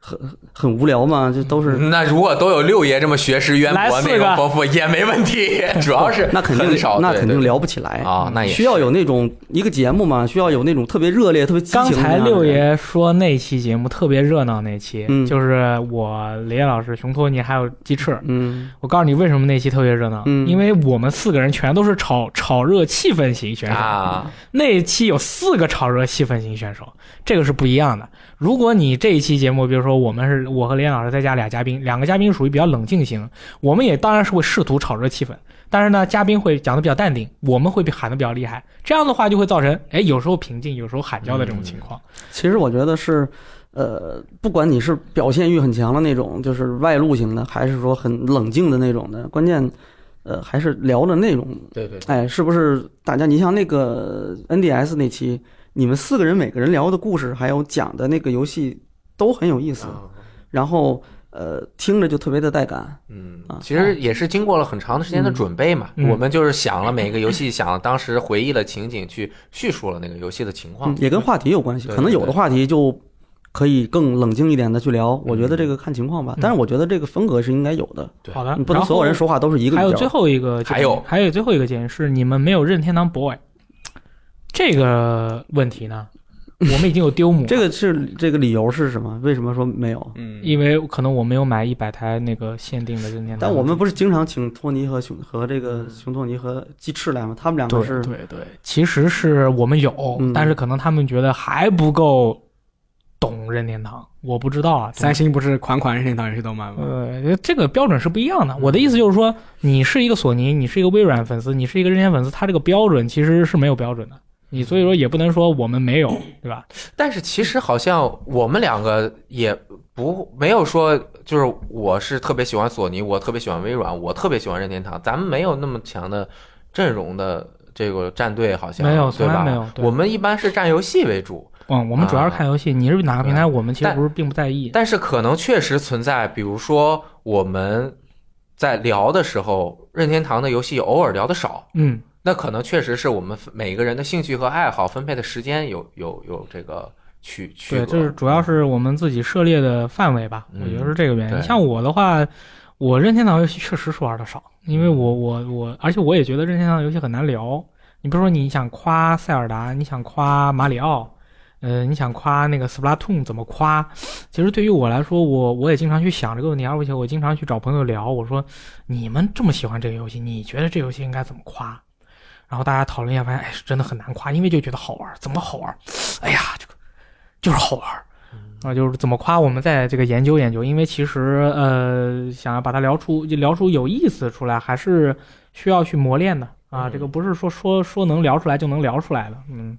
S3: 很很无聊吗？这都
S1: 嗯
S3: 是
S2: 那如果都有六爷这么学识渊博、
S1: 来四
S2: 内
S1: 个
S2: 容丰富也没问题， (laughs) 主要是
S3: 那肯定
S2: 很少，
S3: 那
S2: 对
S3: 肯定
S2: 对
S3: 聊不起来
S2: 啊，那也
S3: 需要有那种一个节目嘛，需要有那种特别热烈、特别激情
S1: 刚
S3: 的那
S1: 才
S3: 样的人。
S1: 六爷说那期节目特别热闹，那期、
S3: 嗯
S1: 就是我雷老师、熊托尼还有鸡翅。
S3: 嗯，
S1: 我告诉你为什么那期特别热闹，
S3: 嗯
S1: 因为我们四个人全都是炒炒热气氛型选手。
S2: (laughs) 啊，
S1: 那期有四个炒热气氛型选手，这个是不一样的。如果你这一期节目，比如说我们是我和连老师再加俩嘉宾，两个嘉宾属于比较冷静型，我们也当然是会试图炒热气氛，但是呢，嘉宾会讲的比较淡定，我们会比喊的比较厉害，这样的话就会造成，哎，有时候平静，有时候喊叫
S2: 嗯
S1: 的这种情况。
S3: 其实我觉得是，呃，不管你是表现欲很强的那种，就是外露型的，还是说很冷静的那种的，关键，呃，还是聊的内容
S2: 对对对
S3: 哎，是不是大家？你像那个 NDS 那期，你们四个人每个人聊的故事，还有讲的那个游戏都很有意思，
S2: 啊
S3: 然后呃，听着就特别的带感。
S2: 嗯
S3: 啊，
S2: 其实也是经过了很长的时间的准备嘛。
S1: 嗯嗯
S2: 我们就是想了每个游戏，想了当时回忆了情景，去叙述了那个游戏的情况
S3: 嗯，。也跟话题有关系，
S2: 对
S3: 可能有的话题就可以更冷静一点的去聊。我觉得
S2: 嗯
S3: 这个看情况吧，但是我觉得这个风格是应该有的，
S2: 对
S1: 好的，
S3: 你不能所有人说话都是一个
S1: 啊还有
S3: 语
S1: 最
S3: 调。
S1: 后一个建议，
S2: 还有
S1: 还有最后一个建议是，你们没有任天堂 boy 这个问题呢，我们已经有
S3: (laughs)
S1: 丢姆
S3: 这个是这个理由是什么？为什么说没有？
S4: 嗯，
S1: 因为可能我没有买一百台那个限定的任天堂，
S3: 但我们不是经常请托尼和熊和这个熊托尼和鸡翅来吗？他们两
S1: 对
S3: 个是啊
S1: 对对，其实是我们有，
S3: 嗯
S1: 但是可能他们觉得还不够懂任天堂，我不知道啊。
S4: 三星不是款款任天堂游戏都卖
S2: 嗯
S4: 吗？
S1: 呃，这个标准是不一样的。我的意思就是说，你是一个索尼，你是一个微软粉丝，你是一个任天堂粉丝，他这个标准其实是没有标准的。你所以说也不能说我们没有，对吧？
S2: 但是其实好像我们两个也不没有说，就是我是特别喜欢索尼，我特别喜欢微软，我特别喜欢任天堂，咱们没有那么强的阵容的这个战队，好像
S1: 没有，
S2: 对
S1: 从来
S2: 吧？
S1: 没有。对
S2: 我们一般是占游戏为主，
S1: 嗯，我们主要是看游戏，你是哪个平台，我们其实
S2: 但
S1: 不是并不在意。
S2: 但是可能确实存在，比如说我们在聊的时候，任天堂的游戏偶尔聊的少，
S1: 嗯，
S2: 那可能确实是我们每个人的兴趣和爱好分配的时间有有有这个区区
S1: 对，
S2: 隔，
S1: 就是主要是我们自己涉猎的范围吧，
S2: 嗯
S1: 我觉得是这个原因。
S2: 对
S1: 像我的话，我任天堂游戏确实是玩的少，因
S2: 嗯
S1: 为我我我，而且我也觉得任天堂游戏很难聊。你比如说，你想夸塞尔达，你想夸马里奥，呃，你想夸那个 Splatoon 怎么夸？其实对于我来说，我我也经常去想这个问题，而且我经常去找朋友聊，我说你们这么喜欢这个游戏，你觉得这游戏应该怎么夸？然后大家讨论一下，发现哎，是真的很难夸，因为就觉得好玩，怎么好玩？哎呀，这个就是好玩。
S3: 嗯
S1: 啊，就是怎么夸，我们再这个研究研究，因为其实呃，想要把它聊出就聊出有意思出来，还是需要去磨练的啊。
S2: 嗯
S1: 这个不是说说说能聊出来就能聊出来的，嗯，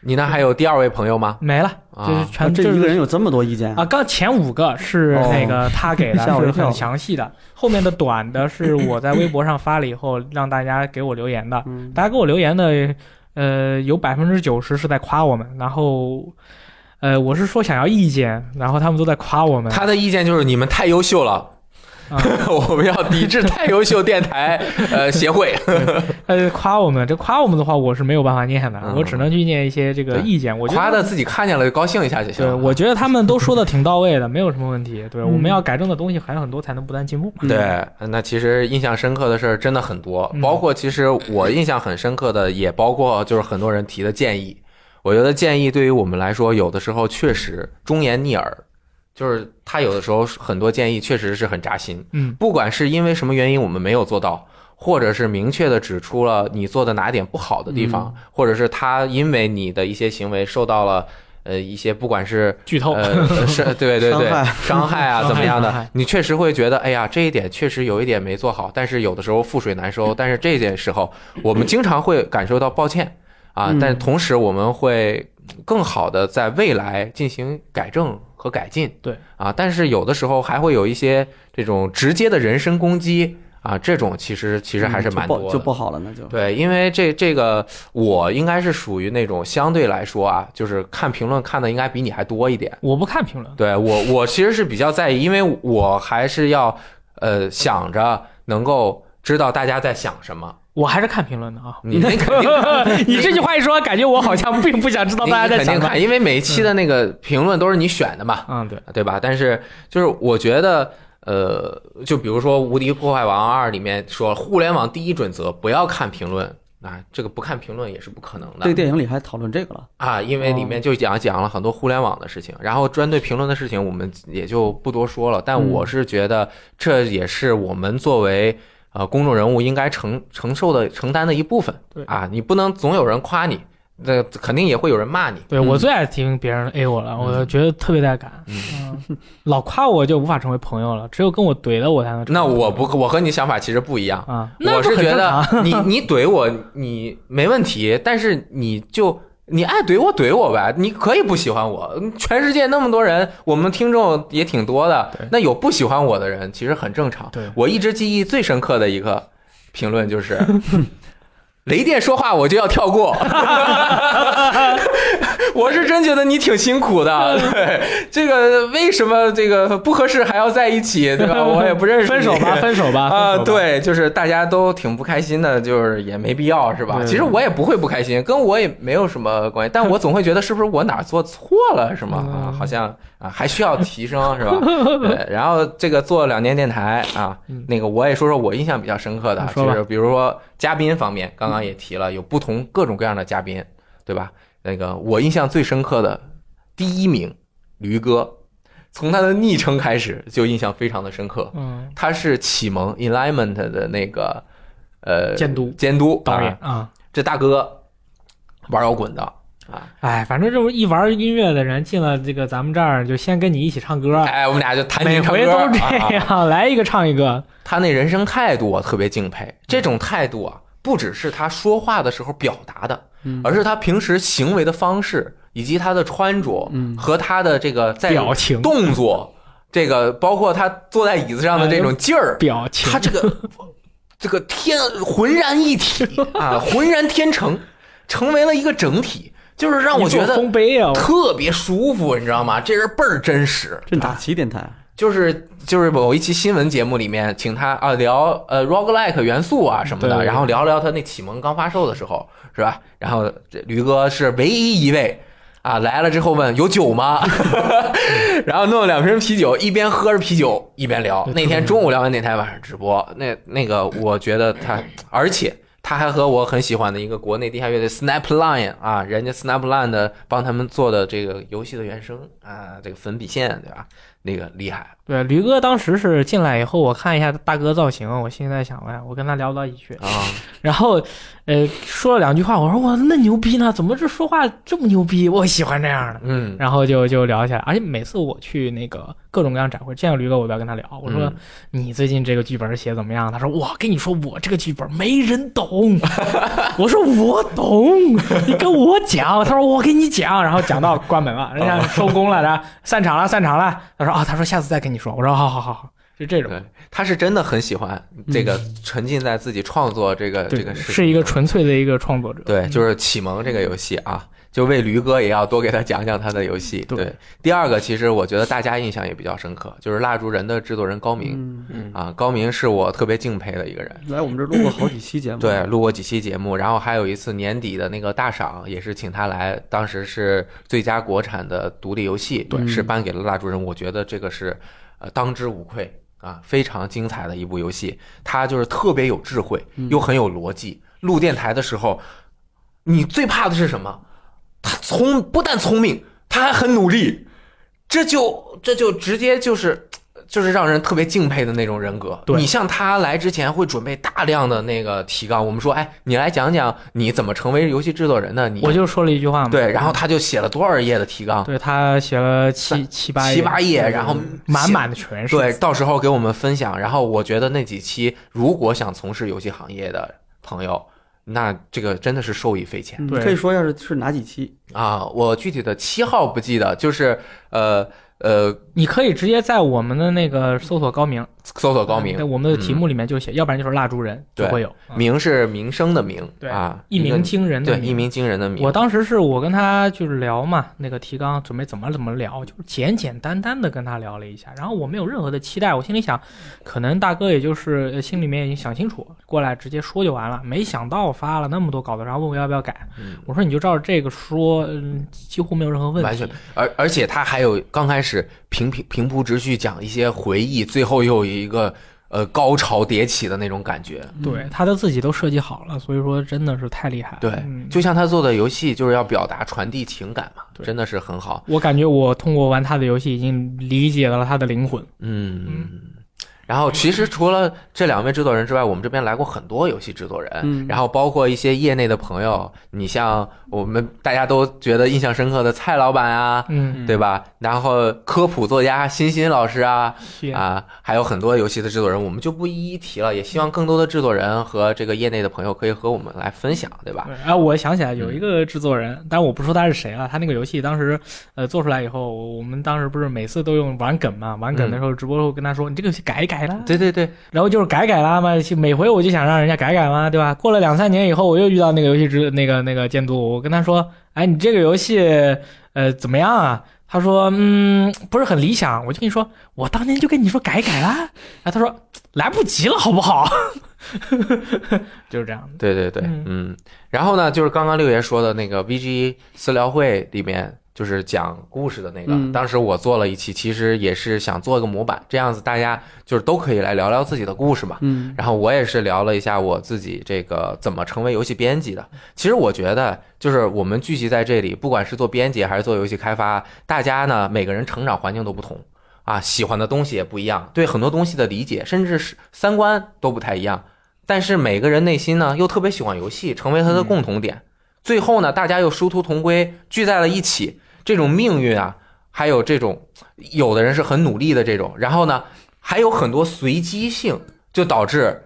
S2: 你那还有第二位朋友吗？
S1: 没了，(laughs)
S2: 啊
S1: 就是
S3: 啊
S1: 全
S3: 这
S1: 就是
S3: 一个人有这么多意见
S1: 啊，刚前五个是
S3: 哦
S1: 那个他给的，
S3: (laughs) 吓我一
S1: 是
S3: 跳
S1: 很详细的，后面的短的是我在微博上发了以后让大家给我留言的，
S3: 嗯
S1: 大家给我留言的，呃，有百分之九十是在夸我们，然后。呃，我是说想要意见，然后他们都在夸我们。
S2: 他的意见就是你们太优秀了。
S1: 啊
S2: (laughs) 我们要抵制太优秀电台呃协会。
S1: 呃，夸我们，这夸我们的话，我是没有办法念的，
S2: 嗯
S1: 我只能去念一些这个
S2: 对
S1: 意见。 (laughs) 我觉得
S2: 夸的自己看见了就高兴一下就行
S1: 对，
S2: 啊了。
S1: 我觉得他们都说的挺到位的，没有什么问题。对，
S3: 嗯
S1: 我们要改正的东西还有很多，才能不断进步
S2: (laughs)
S1: 嘛。
S2: 对，那其实印象深刻的事儿真的很多，
S1: 嗯
S2: 包括其实我印象很深刻的，也包括就是很多人提的建议。我觉得建议对于我们来说，有的时候确实忠言逆耳，就是他有的时候很多建议确实是很扎心，
S1: 嗯，
S2: 不管是因为什么原因我们没有做到，或者是明确的指出了你做的哪点不好的地方，
S1: 嗯
S2: 或者是他因为你的一些行为受到了呃一些不管是
S1: 剧透，
S2: 呃，是，对对对
S3: 伤，
S2: 伤害啊，
S1: 伤害
S2: 怎么样
S1: 伤
S2: 的
S1: 害？
S2: 你确实会觉得，哎呀，这一点确实有一点没做好，但是有的时候覆水难收。但是这件时候，我们经常会感受到抱歉啊
S3: 嗯，
S2: 但同时我们会更好的在未来进行改正和改进。
S1: 对
S2: 啊，但是有的时候还会有一些这种直接的人身攻击啊，这种其实其实还是
S3: 嗯
S2: 蛮
S3: 就
S2: 多
S3: 不
S2: 的，
S3: 就不好了，那就
S2: 对，因为这这个我应该是属于那种相对来说啊，就是看评论看的应该比你还多一点。
S1: 我不看评论，
S2: 对我，我其实是比较在意，因为我还是要呃想着能够知道大家在想什么。
S1: 我还是看评论的啊。
S2: 你那肯定
S1: (laughs) 你这句话一说，感觉我好像并不想知道
S2: 你
S1: 大家
S2: 肯
S1: 在想嗯
S2: 定
S1: 什么。
S2: 看，因为每一期的那个评论都是你选的嘛，
S1: 嗯，对，
S2: 对吧？但是就是我觉得。呃，就比如说《无敌破坏王二》里面说，互联网第一准则不要看评论啊，这个不看评论也是不可能的。
S3: 这个电影里还讨论这个了，
S2: 啊，因为里面就讲讲了很多互联网的事情，然后针对评论的事情，我们也就不多说了。但
S3: 嗯
S2: 我是觉得，这也是我们作为呃公众人物应该承承受的承担的一部分。
S1: 对
S2: 啊，你不能总有人夸你，那肯定也会有人骂你。
S1: 对
S3: 嗯
S1: 我最爱听别人 A 我了，我觉得特别带感。嗯，老夸我就无法成为朋友了，只有跟我怼了我才能成为
S2: 那
S1: 朋友。
S2: 我不，我和你想法其实不一样。
S1: 啊，那
S2: 我
S1: 就是很
S2: 觉
S1: 正常
S2: 得你你怼我你没问题，但是你就你爱怼我怼我呗，你可以不喜欢我。全世界那么多人，我们听众也挺多的
S1: 对，
S2: 那有不喜欢我的人其实很正常。
S1: 对
S2: 我一直记忆最深刻的一个评论就是。 (laughs) 雷电说话我就要
S1: (laughs)
S2: 跳过，我是真觉得你挺辛苦的。
S1: (laughs)
S2: 对，这个为什么这个不合适还要在一起， (laughs) 对吧？我也不认识
S1: (laughs)
S2: 你。
S1: 分手吧，分手吧，
S2: 啊、
S1: 分手吧，
S2: 对，就是大家都挺不开心的，就是也没必要，是吧？
S1: 对
S2: 其实我也不会不开心，跟我也没有什么关系，但我总会觉得是不是我哪儿做错了，是吗？啊，
S1: 嗯
S2: 好像啊还需要提升，
S1: (laughs)
S2: 是吧？对，然后这个做了两年电台啊
S1: 嗯，
S2: 那个我也说说我印象比较深刻的啊
S1: 你，说吧
S2: 就是比如说嘉宾方面，刚刚也提了，有不同各种各样的嘉宾，对吧？那个我印象最深刻的第一名驴哥，从他的昵称开始就印象非常的深刻，
S1: 嗯，
S2: 他是启蒙 Enlightenment 的那个呃
S1: 监督
S2: 监督
S1: 导演
S2: 啊
S1: 啊，
S2: 这大哥玩摇滚的。
S1: 哎，反正这么一玩音乐的人进了这个咱们这儿，就先跟你一起唱歌，
S2: 哎，我们俩就
S1: (laughs)
S2: 弹
S1: 每
S2: 琴唱
S1: 回
S2: 歌
S1: 都是这
S2: 啊
S1: 样，来一个唱一个，
S2: 他那人生态度我特别敬
S1: 嗯
S2: 佩，这种态度啊，不只是他说话的时候表达的，
S3: 嗯
S2: 而是他平时行为的方式，以及他的穿着
S3: 嗯
S2: 和他的这个在
S1: 表情，
S2: 动作，这个包括他坐在椅子上的这
S1: 哎
S2: 种劲儿，
S1: 表情
S2: 他，这个这个天浑然一体啊，浑然天成，成为了一个整体，就是让我觉
S1: 你做
S2: 得
S1: 丰碑啊，
S2: 特别舒服，你知道吗？这人倍儿真实，
S3: 这哪期电台？
S2: 就是就是某一期新闻节目里面，请他啊聊呃 roguelike 元素啊什么的，
S1: 对
S2: 然后聊聊他那启蒙刚发售的时候，是吧？然后这驴哥是唯一一位。啊，来了之后问有
S1: (laughs)
S2: 酒吗？ (laughs) 然后弄了两瓶啤酒，一边喝着啤酒一边聊。
S1: 对
S2: 那天中午聊完电台，晚上直播。那那个，我觉得他，而且他还和我很喜欢的一个国内地下乐队 Snapline 啊，人家 Snapline 的帮他们做的这个游戏的原声啊，这个粉笔线对吧？那个厉害，
S1: 对，驴哥当时是进来以后，我看一下大哥造型，我心里在想，哎，我跟他聊不到一起 (laughs) 去。
S2: 啊，
S1: 然后，呃，说了两句话，我说哇，那牛逼呢？怎么这说话这么牛逼？我喜欢这样的。
S2: 嗯，
S1: (laughs) 然后就就聊起来，而且每次我去那个各种各样展会，见到驴哥，我都要跟他聊。我说、
S2: 嗯
S1: 你最近这个剧本写怎么样？他说我跟你说，我这个剧本没人
S2: (laughs)
S1: 懂。我说我懂，你跟我讲。他说我给你讲，然后讲到关门了，人
S2: 哦
S1: 家收工了，然后散场了，散场了。他说啊、他说下次再跟你说。我说好好好好，就这种
S2: 对，他是真的很喜欢这个，沉浸在自己创作这个
S1: 对
S2: 这个事情
S1: 是一个纯粹的一个创作者。
S2: 对，就是启蒙这个游戏啊，就为驴哥也要多给他讲讲他的游戏。
S1: 对
S2: 对，第二个其实我觉得大家印象也比较深刻，就是蜡烛人的制作人高明
S3: 嗯，
S2: 啊，高明是我特别敬佩的一个人。
S3: 来我们这儿录过好几期
S2: (laughs)
S3: 节目，
S2: 对，，录过几期节目，然后还有一次年底的那个大赏，也是请他来，当时是最佳国产的独立游戏，
S3: 对
S2: 是颁给了蜡烛人，我觉得这个是呃当之无愧啊，非常精彩的一部游戏，它就是特别有智慧，又很有逻辑。录电台的时候，你最怕的是什么？他聪不但聪明，他还很努力。这就这就直接就是就是让人特别敬佩的那种人格。
S1: 对
S2: 你像他来之前会准备大量的那个提纲，我们说，哎，你来讲讲你怎么成为游戏制作人的，你
S1: 我就说了一句话嘛，
S2: 对，然后他就写了多少页的提纲，
S1: 对他写了七
S2: 三
S1: 七八
S2: 七八页，然后
S1: 满满的全是，
S2: 对，到时候给我们分享。然后我觉得那几期，如果想从事游戏行业的朋友，那这个真的是受益匪浅
S3: 嗯
S1: 对
S3: 可以说一下是是哪几期？
S2: 啊！我具体的七号不记得，就是呃呃，
S1: 你可以直接在我们的那个搜索高明，
S2: 搜索高明嗯
S1: 在，我们的题目里面就写，要不然就是蜡烛人就
S2: 对
S1: 会有嗯
S2: 名是名声的名，
S1: 对
S2: 啊，
S1: 一鸣
S2: 个
S1: 惊人的
S2: 对一鸣惊人的鸣。
S1: 我当时是我跟他就是聊嘛，那个提纲准备怎么怎么聊，就是简简单单的跟他聊了一下，然后我没有任何的期待，我心里想，可能大哥也就是呃心里面已经想清楚，过来直接说就完了。没想到发了那么多稿子，然后问我要不要改，
S2: 嗯
S1: 我说你就照着这个说，嗯，几乎没有任何问
S2: 完全
S1: 题。，
S2: 而而且他还有刚开始平平平铺直叙讲一些回忆，最后又有一个呃高潮迭起的那种感觉。
S1: 对，他都自己都设计好了，所以说真的是太厉害了。
S2: 对，
S1: 嗯
S2: 就像他做的游戏，就是要表达传递情感嘛，
S1: 对
S2: 真的是很好。
S1: 我感觉我通过玩他的游戏，已经理解到了他的灵魂。
S2: 嗯，然后其实除了这两位制作人之外，我们这边来过很多游戏制作人，
S3: 嗯
S2: 呃然后包括一些业内的朋友，你像我们大家都觉得印象深刻的蔡老板啊，
S1: 嗯，
S4: 嗯
S2: 对吧？然后科普作家欣欣老师啊，
S1: 是
S2: 啊，还有很多游戏的制作人，我们就不一一提了。也希望更多的制作人和这个业内的朋友可以和我们来分享，对吧？
S1: 对，然后我想起来有一个制作人，但我不说他是谁了。他那个游戏当时，呃，做出来以后，我们当时不是每次都用玩梗嘛？玩
S2: 嗯
S1: 梗的时候，直播会跟他说：“你这个游戏改一改啦。
S2: 对对对，”
S1: 然后就是改改啦嘛，每回我就想让人家改改嘛，对吧？过了两三年以后，我又遇到那个游戏之那个那个监督，我跟他说：“哎，你这个游戏，呃，怎么样啊？”他说：“嗯，不是很理想。”我就跟你说，我当年就跟你说改一改啦。啊，他说来不及了，好不好？就是这样的。
S2: 对对对，
S1: 嗯
S2: 嗯，然后呢，就是刚刚六爷说的那个 VG 私聊会里面，就是讲故事的那个，
S3: 嗯
S2: 当时我做了一期，其实也是想做一个模板，这样子大家就是都可以来聊聊自己的故事嘛。
S3: 嗯，
S2: 然后我也是聊了一下我自己这个怎么成为游戏编辑的。其实我觉得，就是我们聚集在这里，不管是做编辑还是做游戏开发，大家呢每个人成长环境都不同啊，喜欢的东西也不一样，对很多东西的理解甚至是三观都不太一样。但是每个人内心呢又特别喜欢游戏，成为他的共同点。最后呢，大家又殊途同归，聚在了一起。这种命运啊，还有这种有的人是很努力的这种，然后呢，还有很多随机性，就导致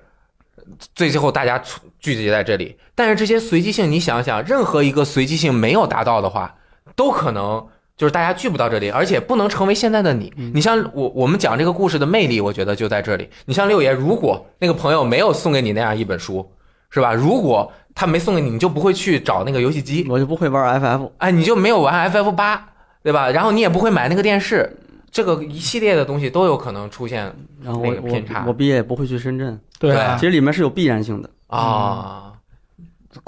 S2: 最最后大家出聚集在这里。但是这些随机性，你想想，任何一个随机性没有达到的话，都可能就是大家聚不到这里，而且不能成为现在的你。你像我，我们讲这个故事的魅力，我觉得就在这里。你像六爷，如果那个朋友没有送给你那样一本书，是吧？如果他没送给你，你就不会去找那个游戏机，
S3: 我就不会玩 FF，
S2: 哎，你就没有玩 FF 八，对吧？然后你也不会买那个电视，这个一系列的东西都有可能出现
S3: 然后
S2: 那
S3: 我
S2: 个偏差
S3: 我我毕业也不会去深圳，
S1: 对
S2: 啊
S1: 啊
S3: 其，实里面是有必然性的，
S2: 啊，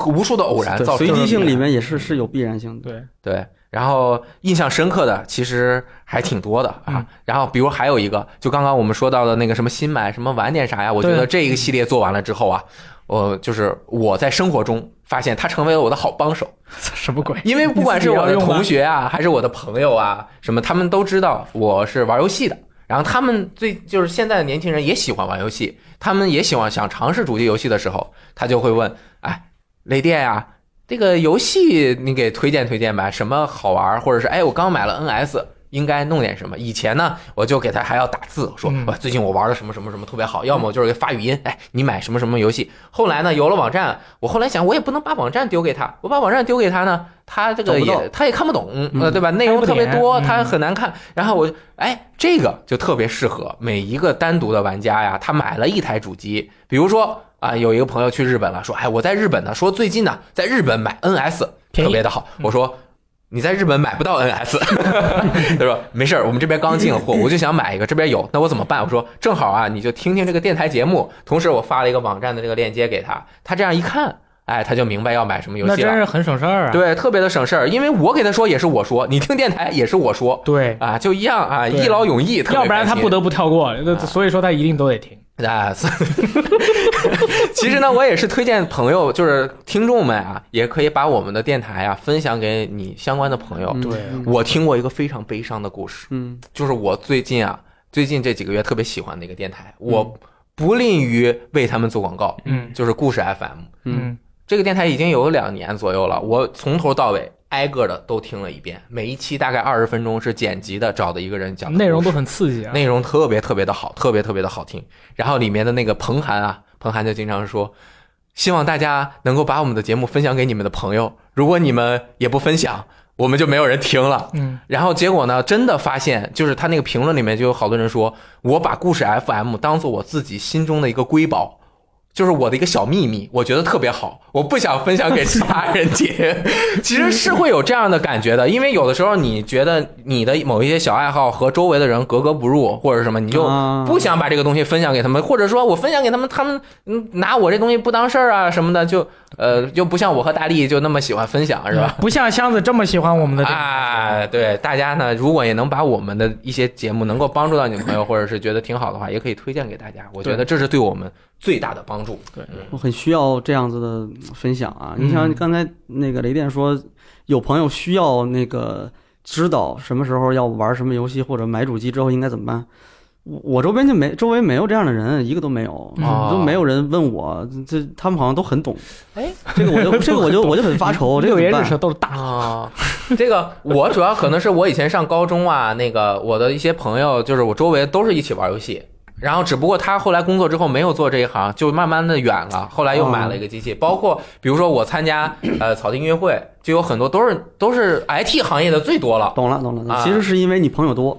S2: 无数的偶然
S3: 对
S2: 造成
S3: 随
S2: 的
S3: 机性
S2: 必然
S3: 里面也是是有必然性的。
S1: 对。
S2: 对，然后印象深刻的其实还挺多的啊
S1: 嗯。
S2: 然后比如还有一个，就刚刚我们说到的那个什么新买什么晚点啥呀，我觉得
S1: 对
S2: 这一个系列做完了之后啊，我就是我在生活中发现他成为了我的好帮手，
S1: 什么鬼？
S2: 因为不管是我
S1: 你
S2: 的
S1: 自己要用吗
S2: 同学啊，还是我的朋友啊，什么他们都知道我是玩游戏的。然后他们最就是现在的年轻人也喜欢玩游戏，他们也喜欢想尝试主机游戏的时候，他就会问：“哎，雷电呀、这个游戏你给推荐推荐吧，什么好玩儿？或者是哎，我刚买了 NS，应该弄点什么？以前呢，我就给他还要打字，我说
S1: 嗯
S2: 我最近我玩的什么什么什么特别好，要么我就是给发语音，哎，你买什么什么游戏？后来呢，有了网站，我后来想，我也不能把网站丢给他，我把网站丢给他呢，他这个
S3: 找不
S2: 也
S3: 到
S2: 他也看不懂，呃，
S3: 嗯
S2: 对吧？内容
S1: 看不
S2: 特别
S1: 点
S2: 多，
S1: 嗯
S2: 他很难看。然后我就哎，这个就特别适合每一个单独的玩家呀，他买了一台主机，比如说啊、有一个朋友去日本了，说哎，我在日本呢，说最近呢，在日本买 NS
S1: 便宜
S2: 特别的好，我说。你在日本买不到 NS，他说没事儿，我们这边刚进货，我就想买一个，这边有，那我怎么办？我说正好啊，你就听听这个电台节目，同时我发了一个网站的这个链接给他，他这样一看，哎，他就明白要买什么游
S1: 那
S2: 戏
S1: 真
S2: 了。
S1: 是很省事儿啊！
S2: 对，特别的省事儿，因为我给他说也是我说，你听电台也是我说
S1: 对，
S2: 啊，就一样啊，
S1: 对
S2: 一劳永逸，特别
S1: 要不然
S2: 开
S1: 他
S2: 心嗯
S1: 不得不跳过，那所以说他一定都得听。
S2: 啊，所以 (laughs) 其实呢，我也是推荐朋友，就是听众们啊，也可以把我们的电台啊分享给你相关的朋友。
S1: 嗯
S3: 对啊
S2: 我听过一个非常悲伤的故事，
S3: 嗯
S2: 就是我最近啊，最近这几个月特别喜欢的一个电台，我不吝于为他们做广告，
S1: 嗯
S2: 就是故事 FM。
S1: 嗯
S2: 这个电台已经有两年左右了，我从头到尾挨个的都听了一遍，每一期大概二十分钟，是剪辑的找的一个人讲的故事，
S1: 内容都很刺激啊。
S2: 内容特别特别的好，特别特别的好听。然后里面的那个彭涵啊，彭涵就经常说，希望大家能够把我们的节目分享给你们的朋友，如果你们也不分享，我们就没有人听了。
S1: 嗯
S2: 然后结果呢，真的发现，就是他那个评论里面就有好多人说，我把故事 FM 当做我自己心中的一个瑰宝，就是我的一个小秘密，我觉得特别好，我不想分享给其他人听。其实是会有这样的感觉的，因为有的时候你觉得你的某一些小爱好和周围的人格格不入，或者什么，你就
S3: 啊
S2: 不想把这个东西分享给他们，或者说我分享给他们，他们嗯拿我这东西不当事儿啊什么的，就呃又不像我和大力就那么喜欢分享，是吧？
S1: 嗯不像箱子这么喜欢我们的电台
S2: 啊，对大家呢，如果也能把我们的一些节目能够帮助到你的朋友，或者是觉得挺好的话，也可以推荐给大家。我觉得这是对我们最大的帮助。
S3: 我很需要这样子的分享啊！你
S2: 嗯
S3: 像刚才那个雷电说，有朋友需要那个知道什么时候要玩什么游戏或者买主机之后应该怎么办。我我周边就没周围没有这样的人，一个都没有，
S2: 哦
S3: 都没有人问我，这这他们好像都很懂。
S2: 哎，
S3: 这个我
S2: (laughs)
S3: 就这个我就我就很发愁，这个
S1: 六爷
S3: 怎
S1: 日
S3: 么办
S1: 程都是大
S2: 啊， (laughs) 这个我主要可能是我以前上高中啊，那个我的一些朋友，就是我周围都是一起玩游戏，然后只不过他后来工作之后没有做这一行，就慢慢的远了，后来又买了一个机器，包括比如说我参加呃草地音乐会，就有很多都是都是 IT 行业的最多了，
S3: 懂了懂了，
S2: 啊
S3: 其实是因为你朋友多。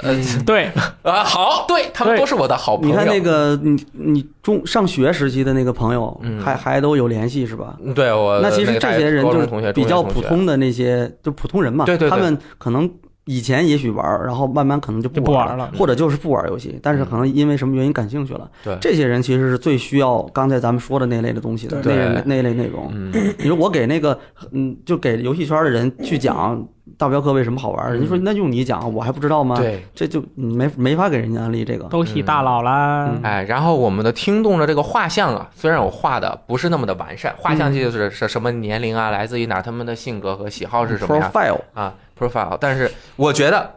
S2: 呃
S1: 对，
S2: 啊，好，对他
S1: 嗯
S2: 们
S1: 对
S2: 都是我的好哦朋
S3: 你
S2: 友。
S3: 看那个你你中上学时期的那个朋友
S2: 嗯，
S3: 还还都有联系是吧？
S2: 对我，
S3: 那其实这些人
S2: 高
S3: 就
S2: 中同学
S3: 是比较普。
S2: 中学同学
S3: 通的那些，就普通人嘛。
S2: 对对对
S3: 他们可能以前也许玩儿，然后慢慢可能就
S1: 就
S3: 不
S1: 不玩
S3: 了，
S1: 了。
S3: 或者就是不玩游戏，但是可能因为什么原因感兴趣了。
S2: 嗯对
S3: 这些人其实是最需要刚才咱们说的那类的东西的，那
S2: 对
S3: 类那类内容。
S2: 嗯，
S3: 你说我给那个，嗯，就给游戏圈的人去讲大镖客为什么好玩儿，人家说那用你讲，我还不知道吗？，
S2: 嗯对，
S3: 这就没没法给人家安利这个。
S1: 都喜大佬啦，
S3: 嗯
S2: 哎，然后我们的听众的这个画像啊，虽然我画的不是那么的完善，画
S3: 嗯
S2: 像就是是什么年龄啊，来自于哪儿，他们的性格和喜好是什么样
S3: profile
S2: 啊，profile。但是我觉得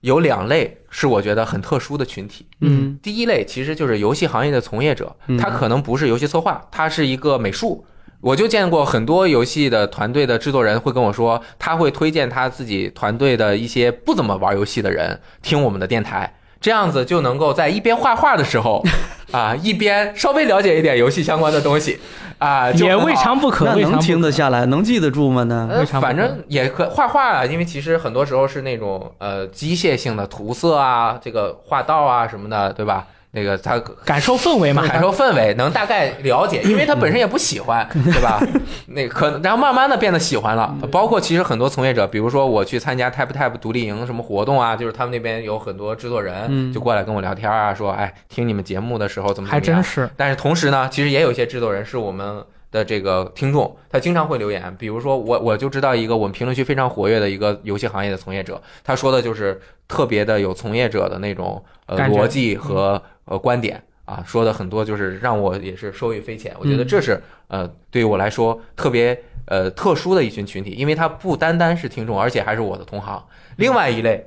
S2: 有两类是我觉得很特殊的群体，
S3: 嗯
S2: 第一类其实就是游戏行业的从业者
S3: 嗯，
S2: 他可能不是游戏策划，他是一个美术。我就见过很多游戏的团队的制作人会跟我说，他会推荐他自己团队的一些不怎么玩游戏的人听我们的电台，这样子就能够在一边画画的时候， (laughs) 啊，一边稍微了解一点游戏相关的东西，啊，就
S1: 也
S2: 很好
S1: 未尝不可，
S3: 那
S1: 未尝
S3: 能
S1: 不
S3: 听
S1: 可
S3: 得下来，能记得住吗呢？
S2: 呃，
S1: 非常不
S2: 反
S1: 可
S2: 正也可画画啊，因为其实很多时候是那种呃机械性的涂色啊，这个画道啊什么的，对吧？那个他
S1: 感受氛围嘛。
S2: 感受氛围，能大概了解，因为他本身也不喜
S1: (laughs)
S2: 欢，对吧？那可能，然后慢慢的变得喜欢
S1: 嗯
S2: 了。包括其实很多从业者，比如说我去参加 Type Type 独立营什么活动啊，就是他们那边有很多制作人
S3: 嗯
S2: 就过来跟我聊天啊，说哎，听你们节目的时候怎么
S1: 还
S2: 怎么
S1: 真
S2: 样。
S1: 是，
S2: 但是同时呢，其实也有一些制作人是我们的这个听众，他经常会留言，比如说我我就知道一个我们评论区非常活跃的一个游戏行业的从业者，他说的就是特别的有从业者的那种呃
S1: 感觉嗯
S2: 逻辑和呃观点。啊，说的很多就是让我也是受益匪浅，我觉得这
S1: 嗯
S2: 是呃对于我来说特别呃特殊的一群群体，因为他不单单是听众，而且还是我的同行。另外一类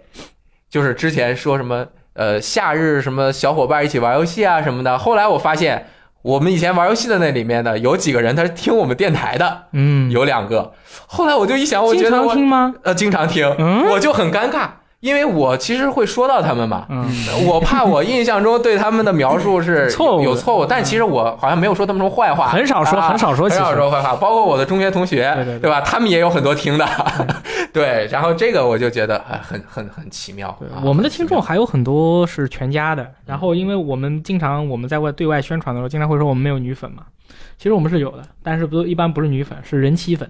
S2: 就是之前说什么呃夏日什么小伙伴一起玩游戏啊什么的，后来我发现我们以前玩游戏的那里面呢，有几个人他是听我们电台的，
S1: 嗯，
S2: 有两个。后来我就一想，我
S1: 经
S2: 觉得
S1: 常
S2: 我
S1: 听吗？
S2: 呃经常听，
S1: 嗯
S2: 我就很尴尬，因为我其实会说到他们嘛。
S1: 嗯，
S2: (laughs) 我怕我印象中对他们的描述是
S1: (laughs) 错误的
S2: 有错误，但其实我好像没有说他们什么坏话，
S1: 很少说，
S2: 啊
S1: 很少说，
S2: 很
S1: 其
S2: 少
S1: 实
S2: 说坏话，包括我的中学同学，
S1: 对对对
S2: 吧？他们也有很多听的， (laughs) 对。然后这个我就觉得哎很很很奇妙。
S1: 对
S2: 啊，
S1: 我们的听众还有很多是全家的，然后因为我们经常我们在外对外宣传的时候，经常会说我们没有女粉嘛，其实我们是有的，但是不一般不是女粉，是人妻粉。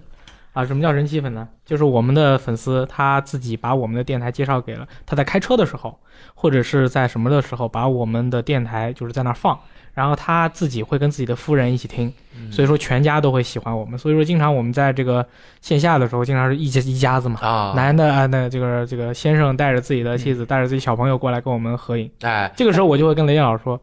S1: 啊，什么叫人妻粉呢？就是我们的粉丝他自己把我们的电台介绍给了他在开车的时候，或者是在什么的时候，把我们的电台就是在那儿放，然后他自己会跟自己的夫人一起听，所以说全家都会喜欢我们。所以说，经常我们在这个线下的时候，经常是一家一家子嘛，
S2: 啊，嗯
S1: 男的啊，那这个这个先生带着自己的妻子，带着自己小朋友过来跟我们合影。
S2: 哎，
S1: 这个时候我就会跟雷电老师说，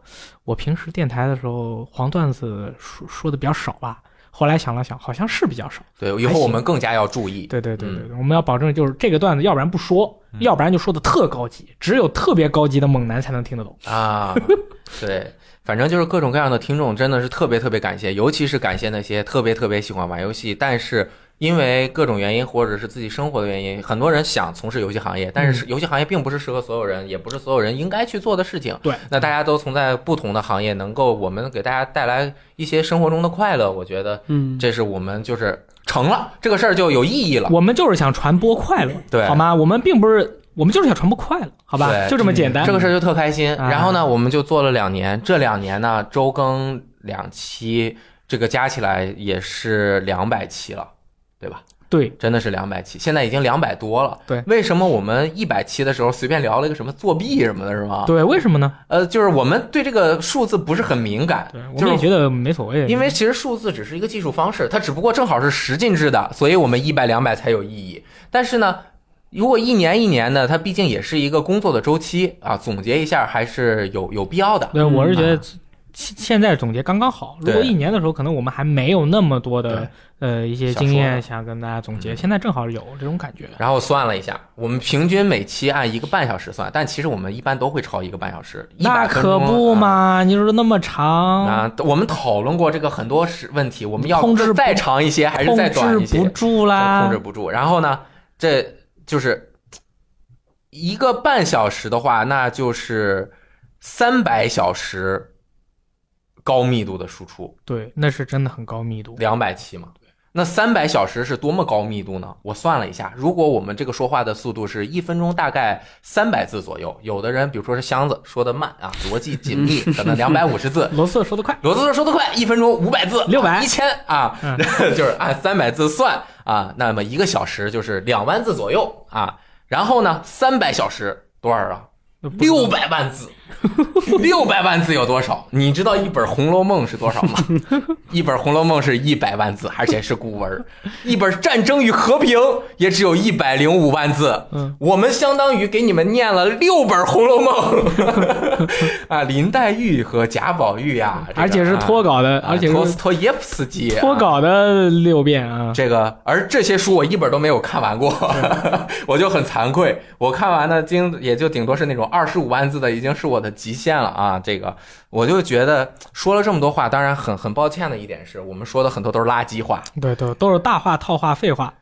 S1: 我平时电台的时候黄段子说说的比较少吧。后来想了想，好像是比较少。
S2: 对，以后我们更加要注意。
S1: 对对对对对，我们要保证就是这个段子，要不然不说，
S2: 嗯
S1: 要不然就说的特高级，只有特别高级的猛男才能听得懂。
S2: 啊， (laughs) 对，反正就是各种各样的听众，真的是特别特别感谢，尤其是感谢那些特别特别喜欢玩游戏，但是因为各种原因或者是自己生活的原因，很多人想从事游戏行业，但
S1: 嗯
S2: 是游戏行业并不是适合所有人，也不是所有人应该去做的事情。
S1: 对，
S2: 那大家都从在不同的行业，能够我们给大家带来一些生活中的快乐，我觉得
S3: 嗯，
S2: 这是我们就是成了这个事儿就有意义了。
S1: 我们就是想传播快乐，
S2: 对
S1: 好吗？我们并不是，我们就是想传播快乐，好吧？
S2: 对
S1: 就这么简单。
S2: 这个事儿就特开心。
S1: 嗯啊
S2: 然后呢，我们就做了两年，这两年呢周更两期，这个加起来也是两百期了，对吧？
S1: 对，
S2: 真的是两百期，现在已经两百多了。
S1: 对
S2: 为什么我们一百期的时候随便聊了一个什么作弊什么的，是吗？，
S1: 对，为什么呢？
S2: 呃，就是我们对这个数字不是很敏感
S1: 对，，我
S2: 就
S1: 们也
S2: 是。
S1: 觉得没所谓，
S2: 因为其实数字只是一个技术方式，它只不过正好是十进制的，所以我们一百两百才有意义。但是呢，如果一年一年的，它毕竟也是一个工作的周期啊，总结一下还是有有必要的。
S1: 对，
S3: 嗯
S1: 我是觉得
S2: 啊
S1: 现现在总结刚刚好。如果
S2: 对
S1: 一年的时候，可能我们还没有那么多的
S2: 对
S1: 呃一些
S2: 想说
S1: 经验
S2: 的
S1: 想跟大家总结，
S2: 嗯
S1: 现在正好有这种感觉。
S2: 然后算了一下，我们平均每期按一个半小时算，但其实我们一般都会超一个半小时，
S1: 那
S2: 100分
S1: 可
S2: 钟
S1: 不
S2: 啊。
S1: 嘛，你说那么长，
S2: 啊，我们讨论过这个很多是问题，我们要
S1: 控制不
S2: 再长一些还是
S1: 控
S2: 再短一些？
S1: 制不住
S2: 真
S1: 啦
S2: 控制。不住。然后呢，这就是一个半小时的话，那就是三百小时高密度的输出，
S1: 对，那是真的很高密度。
S2: 两百期嘛。那三百小时是多么高密度呢？我算了一下，如果我们这个说话的速度是一分钟大概三百字左右，有的人比如说是箱子说的慢啊，逻辑紧密，可能两百五十字，
S1: 罗斯说的快，
S2: 罗子说的快，一分钟五百字，
S1: 600
S2: 一千啊，
S1: 嗯
S2: (laughs) 就是按三百字算啊，那么一个小时就是两万字左右啊。然后呢，三百小时多少啊？六百万字，六百万字有多少？你知道一本《红楼梦》是多少吗？一本《红楼梦》是一百万字，而且是古文儿；一本《战争与和平》也只有一百零五万字。
S1: 嗯，
S2: 我们相当于给你们念了六本《红楼梦》
S1: (laughs)
S2: (laughs) 啊，林黛玉和贾宝玉呀、这个
S1: 而且是
S2: 啊
S1: 脱稿的，
S2: 啊
S1: 而且
S2: 托
S1: 是
S2: 斯托耶夫斯基
S1: 脱
S2: 啊
S1: 稿的六遍啊。
S2: 这个，而这些书我一本都没有看完过，
S3: 嗯
S2: (laughs) 我就很惭愧。我看完的经也就顶多是那种二十五万字的，已经是我的极限了啊！这个我就觉得说了这么多话，当然很很抱歉的一点是我们说的很多都是垃圾话，
S1: 对对，都是大话套话废话，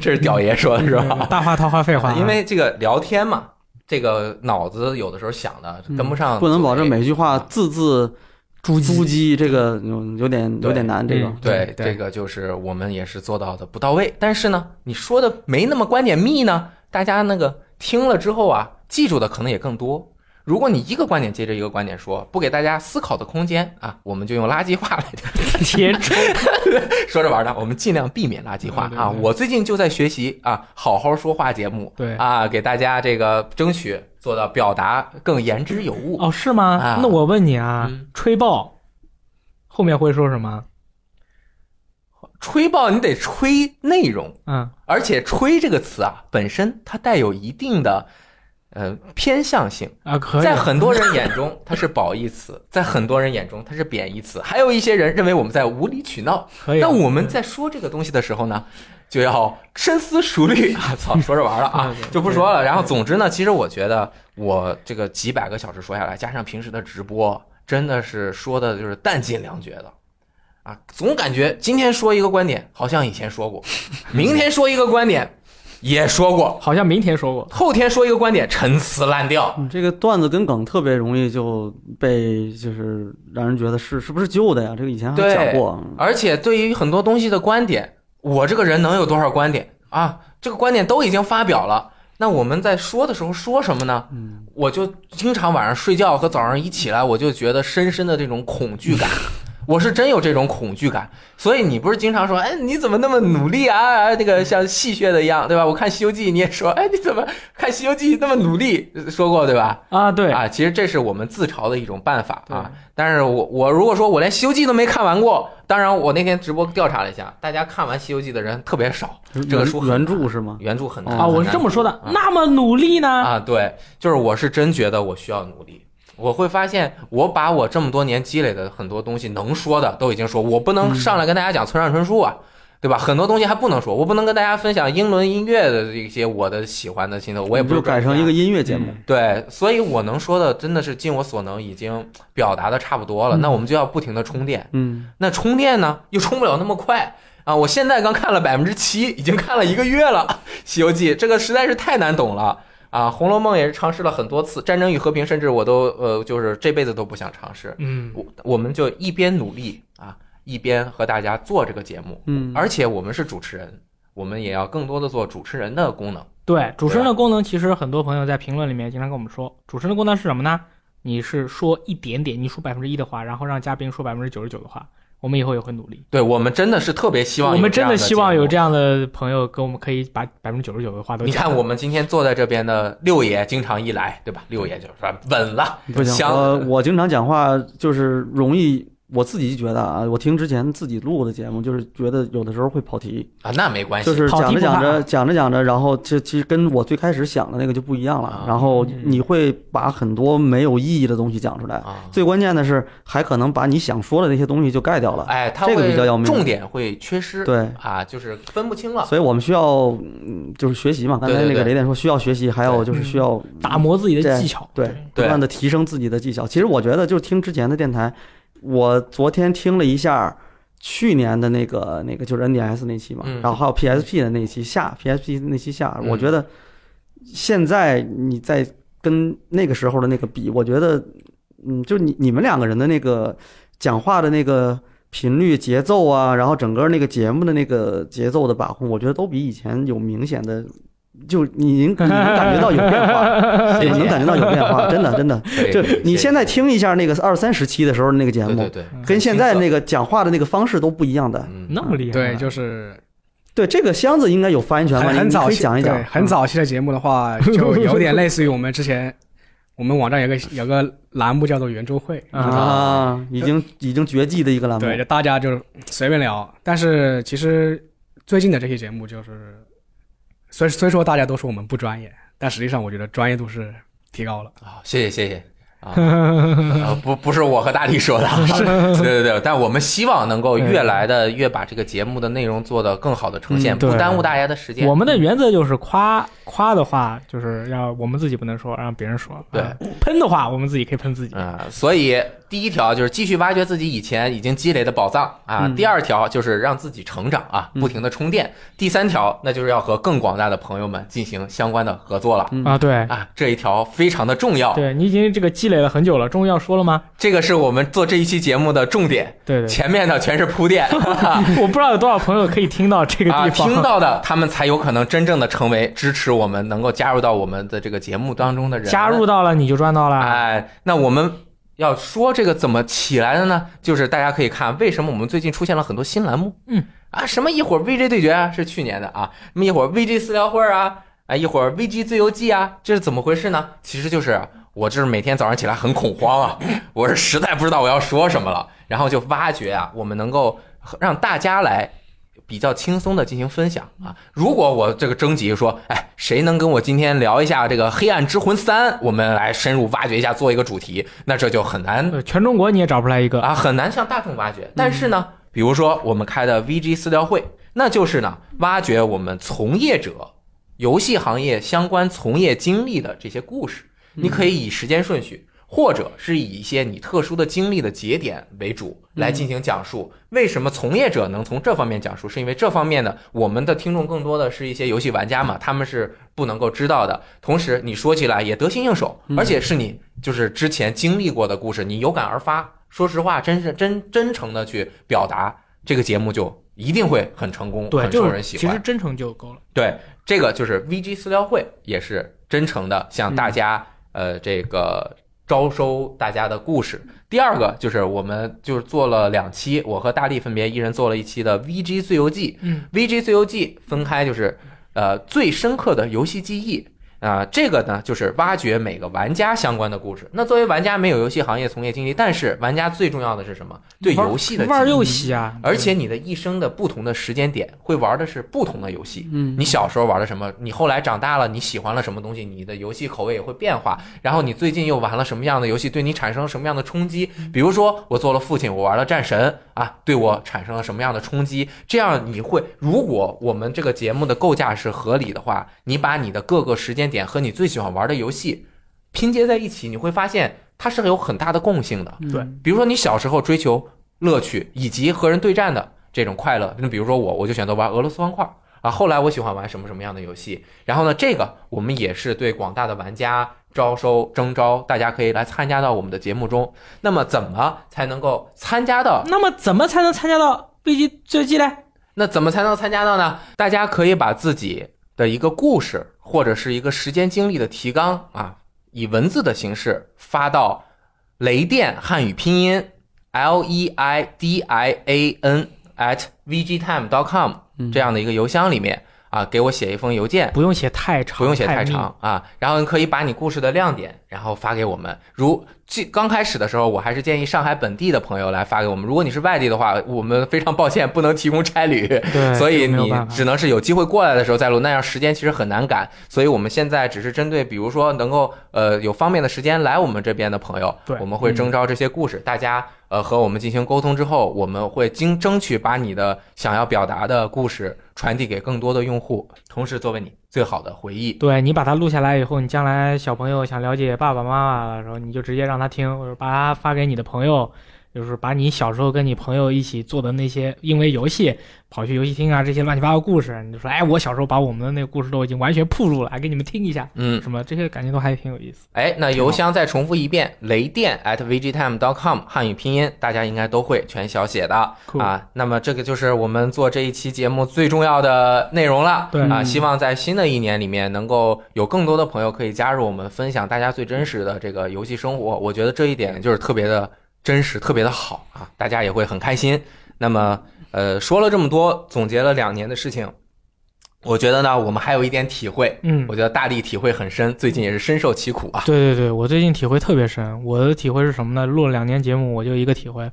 S2: 这是屌爷说的是吧？
S3: 嗯
S1: 大话套话废话啊。
S2: 因为这个聊天嘛，这个脑子有的时候想的跟不上嘴，
S3: 嗯不能保证每句
S2: 啊
S3: 话字字珠玑玑，这个有有点有点难，这个
S1: 嗯
S2: 对，
S1: 对
S2: 这个就是我们也是做到的不到位。但是呢，你说的没那么观点密呢，大家那个听了之后啊，记住的可能也更多。如果你一个观点接着一个观点说，不给大家思考的空间啊，我们就用垃圾话来 (laughs)
S1: 铁柱
S2: 说着玩儿呢。我们尽量避免垃圾话
S1: 对对
S2: 啊。
S1: 对
S2: 我最近就在学习啊，好好说话节目，
S1: 对
S2: 啊，给大家这个争取做到表达更言之有物。
S1: 哦，是吗？
S2: 啊
S1: 那我问你啊，
S2: 嗯
S1: 吹爆后面会说什么？
S2: 吹爆你得吹内容，
S1: 嗯，
S2: 而且“吹”这个词啊，本身它带有一定的呃偏向性，
S1: 啊，可以
S2: 在很多人眼中它是褒义词，在很多人眼中它是贬义词，还有一些人认为我们在无理取闹。
S1: 可以。
S2: 那我们在说这个东西的时候呢，就要深思熟虑 (laughs) 啊！操，说着玩儿了啊，就不说了。然后，总之呢，其实我觉得我这个几百个小时说下来，加上平时的直播，真的是说的就是弹尽粮绝的。啊，总感觉今天说一个观点，好像以前说过；明天说一个观点，也说过；
S1: 好像明天说过，
S2: 后天说一个观点，陈词滥调。
S3: 嗯这个段子跟梗特别容易就被就是让人觉得是是不是旧的呀？这个以前还
S2: 对
S3: 讲过，
S2: 而且对于很多东西的观点，我这个人能有多少观点啊？这个观点都已经发表了，那我们在说的时候说什么呢？
S3: 嗯，
S2: 我就经常晚上睡觉和早上一起来，我就觉得深深的这种恐惧感。我是真有这种恐惧感。所以你不是经常说，哎，你怎么那么努力啊？那个像戏谑的一样，对吧？我看《西游记》，你也说，哎，你怎么看《西游记》那么努力？说过对吧？
S1: 啊，对，
S2: 啊，其实这是我们自嘲的一种办法啊。但是我我如果说我连《西游记》都没看完过，当然我那天直播调查了一下，大家看完《西游记》的人特别少，这个书很
S3: 原著是吗？
S2: 原著很难
S1: 啊，我是这么说的，那么努力呢？
S2: 啊，对，就是我是真觉得我需要努力。我会发现，我把我这么多年积累的很多东西能说的都已经说，我不能上来跟大家讲村上春树啊，对吧？很多东西还不能说，我不能跟大家分享英伦音乐的一些我的喜欢的心得，我也
S3: 你
S2: 不是
S3: 就改
S2: 专
S3: 成
S2: 家
S3: 一个音乐节
S2: 嗯
S3: 目，
S2: 对，所以我能说的真的是尽我所能，已经表达的差不多了。
S1: 嗯
S2: 那我们就要不停的充电。
S3: 嗯，
S2: 那充电呢，又充不了那么快啊！我现在刚看了百分之七，已经看了一个月了，《西游记》这个实在是太难懂了啊！《红楼梦》也是尝试了很多次，《战争与和平》甚至我都呃，就是这辈子都不想尝试。
S5: 嗯，
S2: 我我们就一边努力啊，一边和大家做这个节目，
S3: 嗯
S2: 而且我们是主持人，我们也要更多的做主持人的功能。
S5: 对，
S1: 主持人
S2: 对
S1: 的
S2: 吧
S1: 功能，其实很多朋友在评论里面经常跟我们说，主持人的功能是什么呢？你是说一点点，你说百分之一的话，然后让嘉宾说百分之九十九的话。我们以后也会努力。
S2: 对我们真的是特别希望有
S1: 我们
S2: 这
S1: 真
S2: 样的
S1: 的希望有
S2: 节目
S1: 这样的朋友跟我们可以把百分之九十九的话都
S2: 你
S1: 讲
S2: 看，我们今天坐在这边的六爷，经常一来，对吧？六爷就是说稳了，
S3: 不行，
S2: 香
S3: 我我经常讲话就是容易，我自己觉得啊，我听之前自己录的节目，就是觉得有的时候会跑题，
S2: 啊，那没关系。
S3: 就是
S1: 跑
S3: 讲
S1: 题
S3: 着
S1: 不
S3: 讲
S1: 怕
S2: 啊
S3: 着讲着讲着，然后这其实跟我最开始想的那个就不一样了
S2: 啊，
S3: 然后你会把很多没有意义的东西讲出来，
S2: 啊，
S3: 最关键的是还可能把你想说的那些东西就盖掉了，
S2: 哎，他
S3: 这个
S2: 会
S3: 比较要命
S2: 重点会缺失，
S3: 对。
S2: 啊，就是分不清了。
S3: 所以我们需要，嗯，就是学习嘛。刚才
S2: 对对
S3: 那个
S2: 对
S3: 雷电说需要学习，还有就是需要
S1: 打磨自己的
S3: 对
S1: 技巧。
S3: 对，不
S2: 对
S3: 断的提升自己的技巧。其实我觉得，就是听之前的电台，我昨天听了一下去年的那个那个就是 NDS 那期嘛，
S2: 嗯
S3: 然后还有 PSP 的那期下 PSP 那期下，
S2: 嗯
S3: 我觉得现在你在跟那个时候的那个比，我觉得，嗯，就你你们两个人的那个讲话的那个。频率、节奏啊，然后整个那个节目的那个节奏的把控，我觉得都比以前有明显的，就你能你能感觉到有变化。
S4: (laughs)
S2: 谢
S3: 我能
S2: 谢。
S3: 感觉到有变化，真的真的。
S2: 对
S3: 就
S2: 对
S3: 你
S2: 谢谢
S3: 现在听一下那个二三十期的时候那个节
S2: 对对
S3: 目，
S2: 对，
S3: 跟现在那个讲话的那个方式都不一样的。
S2: 嗯，
S5: 那么厉害，
S4: 对，就是
S3: 对，这个箱子应该有发言权吧？
S4: 很
S3: 你
S4: 很
S3: 你
S4: 早
S3: 可以
S4: 期
S3: 讲一讲嗯
S4: 对，很早期的节目的
S3: (laughs)
S4: 话，就有点类似于我们之前我们网站有个有个栏目叫做圆桌会，
S3: 嗯啊，已经已经绝迹的一个栏目
S4: 对，。就大家就随便聊。但是其实最近的这期节目就是，虽虽说大家都说我们不专业，但实际上我觉得专业度是提高了。
S2: 啊，谢谢谢谢。啊，呃不不是我和大力说的，啊对对对，但我们希望能够越来的越把这个节目的内容做得更好的呈现，
S1: 嗯对
S2: 不耽误大家的时间。
S1: 我们的原则就是夸夸的话，就是要我们自己不能说，让别人说。
S2: 对
S1: 啊喷的话，我们自己可以喷自己。
S2: 啊、所以第一条就是继续挖掘自己以前已经积累的宝藏啊。
S3: 嗯
S2: 第二条就是让自己成长啊，
S1: 嗯
S2: 不停的充电。第三条那就是要和更广大的朋友们进行相关的合作了。
S3: 嗯
S1: 啊，对，
S2: 啊，这一条非常的重要，
S1: 对你已经这个积累了很久了，终于要说了吗？
S2: 这个是我们做这一期节目的重点，
S1: 对对，
S2: 前面的全是铺垫
S1: (laughs)
S2: 啊， (laughs)
S1: 我不知道有多少朋友可以听到这个地方。
S2: 听到的他们才有可能真正的成为支持我们，能够加入到我们的这个节目当中的人。
S1: 加入到了你就赚到了。
S2: 哎，那我们要说这个怎么起来的呢？就是大家可以看为什么我们最近出现了很多新栏目，
S1: 嗯
S2: 啊，什么一会儿 VJ 对决啊，是去年的啊，那么一会儿 VG 私聊会儿啊，啊，一会儿 VG 自由记啊，这是怎么回事呢？其实就是我这是每天早上起来很恐慌啊， (laughs) 我是实在不知道我要说什么了，然后就挖掘啊，我们能够呃让大家来。比较轻松的进行分享啊！如果我这个征集说，哎，谁能跟我今天聊一下这个《黑暗之魂三》，我们来深入挖掘一下，做一个主题，那这就很难
S1: 呃全中国你也找不出来一个。
S2: 啊，很难向大众挖掘。但是呢，比如说我们开的 VG 私聊会，那就是呢，挖掘我们从业者、游戏行业相关从业经历的这些故事。你可以以时间顺序，或者是以一些你特殊的经历的节点为主来进行讲述。为什么从业者能从这方面讲述？是因为这方面呢，我们的听众更多的是一些游戏玩家嘛，他们是不能够知道的。同时，你说起来也得心应手，而且是你就是之前经历过的故事，你有感而发。说实话，真是真真诚的去表达，这个节目就一定会很成功，
S5: 对，
S2: 很受
S5: 就是
S2: 人喜
S5: 其
S2: 欢
S5: 实。真诚就够了。
S2: 对，
S5: 嗯
S2: 这个就是 VG 私聊会，也是真诚的向大家、呃这个招收大家的故事。第二个就是我们就是做了两期，我和大力分别一人做了一期的 VG 最游记。
S5: 嗯
S2: ，VG 最游记分开就是呃最深刻的游戏记忆。啊、这个呢，就是挖掘每个玩家相关的故事。那作为玩家，没有游戏行业从业经历，但是玩家最重要的是什么？对
S5: 玩
S2: 游戏的
S5: 玩
S2: 记忆
S5: 游戏啊，
S2: 而且你的一生的不同的时间点会玩的是不同的游戏。
S3: 嗯
S2: 你小时候玩的什么？你后来长大了，你喜欢了什么东西？你的游戏口味也会变化。然后你最近又玩了什么样的游戏？对你产生了什么样的冲击？
S3: 嗯
S2: 比如说，我做了父亲，我玩了战神啊，对我产生了什么样的冲击？这样你会，如果我们这个节目的构架是合理的话，你把你的各个时间点和你最喜欢玩的游戏拼接在一起，你会发现它是有很大的共性的。
S1: 对
S2: 比如说你小时候追求乐趣以及和人对战的这种快乐，那比如说我，我就选择玩俄罗斯方块儿啊。后来我喜欢玩什么什么样的游戏，然后呢，这个我们也是对广大的玩家招收征招，大家可以来参加到我们的节目中。那么怎么才能够参加到？
S5: 那么怎么才能参加到危机最机呢？
S2: 那怎么才能参加到呢？大家可以把自己的一个故事或者是一个时间经历的提纲啊，以文字的形式发到雷电汉语拼音 l e i d i a n at vgtime.com
S3: 嗯
S2: 这样的一个邮箱里面啊，给我写一封邮件。
S5: 不用写太长，
S2: 不用写太
S5: 密
S2: 长啊，然后你可以把你故事的亮点，然后发给我们。如这刚开始的时候，我还是建议上海本地的朋友来发给我们。如果你是外地的话，我们非常抱歉不能提供差旅，
S1: 对，
S2: 所以
S1: 哎这个没有
S2: 你
S1: 办法。
S2: 只能是有机会过来的时候再录，那样时间其实很难赶。所以我们现在只是针对，比如说能够呃有方便的时间来我们这边的朋友，
S5: 对
S2: 我们会征召这些故事，大家呃和我们进行沟通之后，我们会经争取把你的想要表达的故事传递给更多的用户，同时作为你最好的回忆。
S1: 对你把它录下来以后，你将来小朋友想了解爸爸妈妈的时候，你就直接让他听，或者把它发给你的朋友，就是把你小时候跟你朋友一起做的那些，因为游戏跑去游戏厅啊这些乱七八糟故事，你就说，哎，我小时候把我们的那个故事都已经完全铺露了，来给你们听一下，
S2: 嗯，
S1: 什么这些感觉都还挺有意思。
S2: 哎，那邮箱再重复一遍，
S1: 嗯
S2: 雷电 at vgtime.com 汉语拼音，大家应该都会全小写的。
S1: 酷
S2: 啊，那么这个就是我们做这一期节目最重要的内容了。
S1: 对
S2: 啊，
S3: 嗯
S2: 希望在新的一年里面，能够有更多的朋友可以加入我们，分享大家最真实的这个游戏生活。我觉得这一点就是特别的真实，特别的好啊，大家也会很开心。那么，呃，说了这么多，总结了两年的事情，我觉得呢，我们还有一点体会，
S1: 嗯，
S2: 我觉得大力体会很深，最近也是深受其苦啊。
S1: 对对对，我最近体会特别深。我的体会是什么呢？录了两年节目，我就一个体会，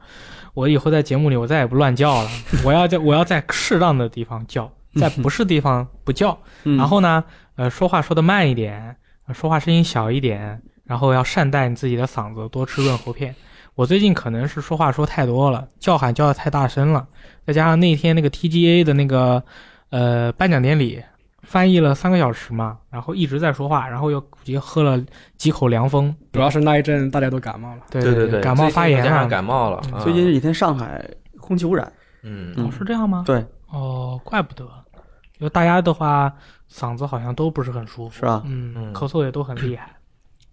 S1: 我以后在节目里我再也不乱叫了，我要在我要在适当的地方叫，在不是地方不叫。
S3: 嗯
S1: 然后呢，呃，说话说的慢一点，呃说话声音小一点，然后要善待你自己的嗓子，多吃润喉片。我最近可能是说话说太多了，叫喊叫的太大声了，再加上那天那个 TGA 的那个呃颁奖典礼，翻译了三个小时嘛，然后一直在说话，然后又也喝了几口凉风，
S4: 主要是那一阵大家都感冒了，
S1: 对
S2: 对
S1: 感冒发炎
S2: 加
S1: 啊，
S2: 上感冒了，
S3: 最近这几天上海空气污染，
S2: 嗯，
S3: 嗯
S1: 哦是这样
S4: 啊
S1: 吗？
S3: 对，
S1: 哦，怪不得，就大家的话嗓子好像都不是很舒服，
S3: 是啊吧？
S1: 嗯，
S2: 嗯
S1: 咳嗽也都很厉害。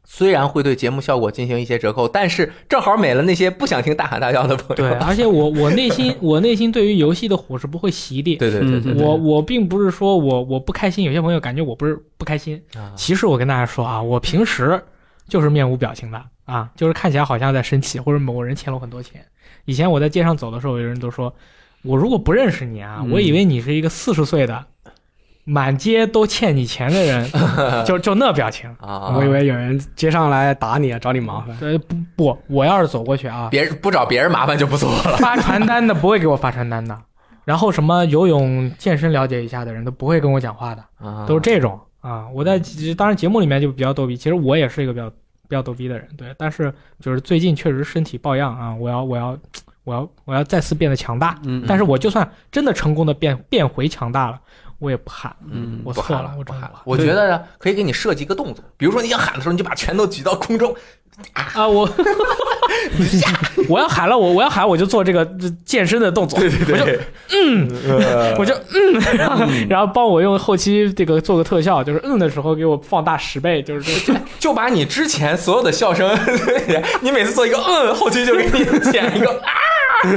S2: 虽然会对节目效果进行一些折扣，但是正好美了那些不想听大喊大叫的朋友。
S1: 对，而且我我内心我内心对于游戏的火是不会熄的。
S2: (laughs) 对对对对对，
S1: 我我并不是说我我不开心，有些朋友感觉我不是不开心，
S2: 啊
S1: 其实我跟大家说啊，我平时就是面无表情的啊，就是看起来好像在生气，或者某个人欠了我很多钱。以前我在街上走的时候，有人都说，我如果不认识你啊，
S3: 嗯
S1: 我以为你是一个四十岁的，满街都欠你钱的
S2: (laughs)
S1: 人，就就那表情。
S2: 啊，
S4: 我以为有人接上来打你啊，找你麻烦。
S1: 呃，不不，我要是走过去啊，
S2: 别人不找别人麻烦就不错 (laughs) 了。
S1: 发传单的不会给我发传单的，然后什么游泳、健身了解一下的人都不会跟我讲话的，
S2: 啊
S1: 都是这种啊。我在当然节目里面就比较逗逼，其实我也是一个比较比较逗逼的人，对。但是就是最近确实身体抱恙啊，我要我要我要我要再次变得强大。
S3: 嗯，
S1: 但是我就算真的成功的变变回强大了，我也不喊，
S3: 嗯
S1: 我
S2: 不
S1: 错
S2: 喊
S1: 了，我
S2: 不
S1: 真
S2: 喊
S1: 的
S2: 了。我觉得呢可以给你设计一个动作，比如说你想喊的时候，你就把拳头举到空 (laughs) 中，
S1: 啊，我 (laughs) 我要喊了，我我要喊，我就做这个这健身的动作，我就
S2: (laughs)
S1: 嗯，我就嗯，然后然后帮我用后期这个做个特效，就是嗯的时候给我放大十倍，就是这种 (laughs)
S2: 就把你之前所有的笑声， (laughs) 你每次做一个嗯，后期就给你剪一个啊。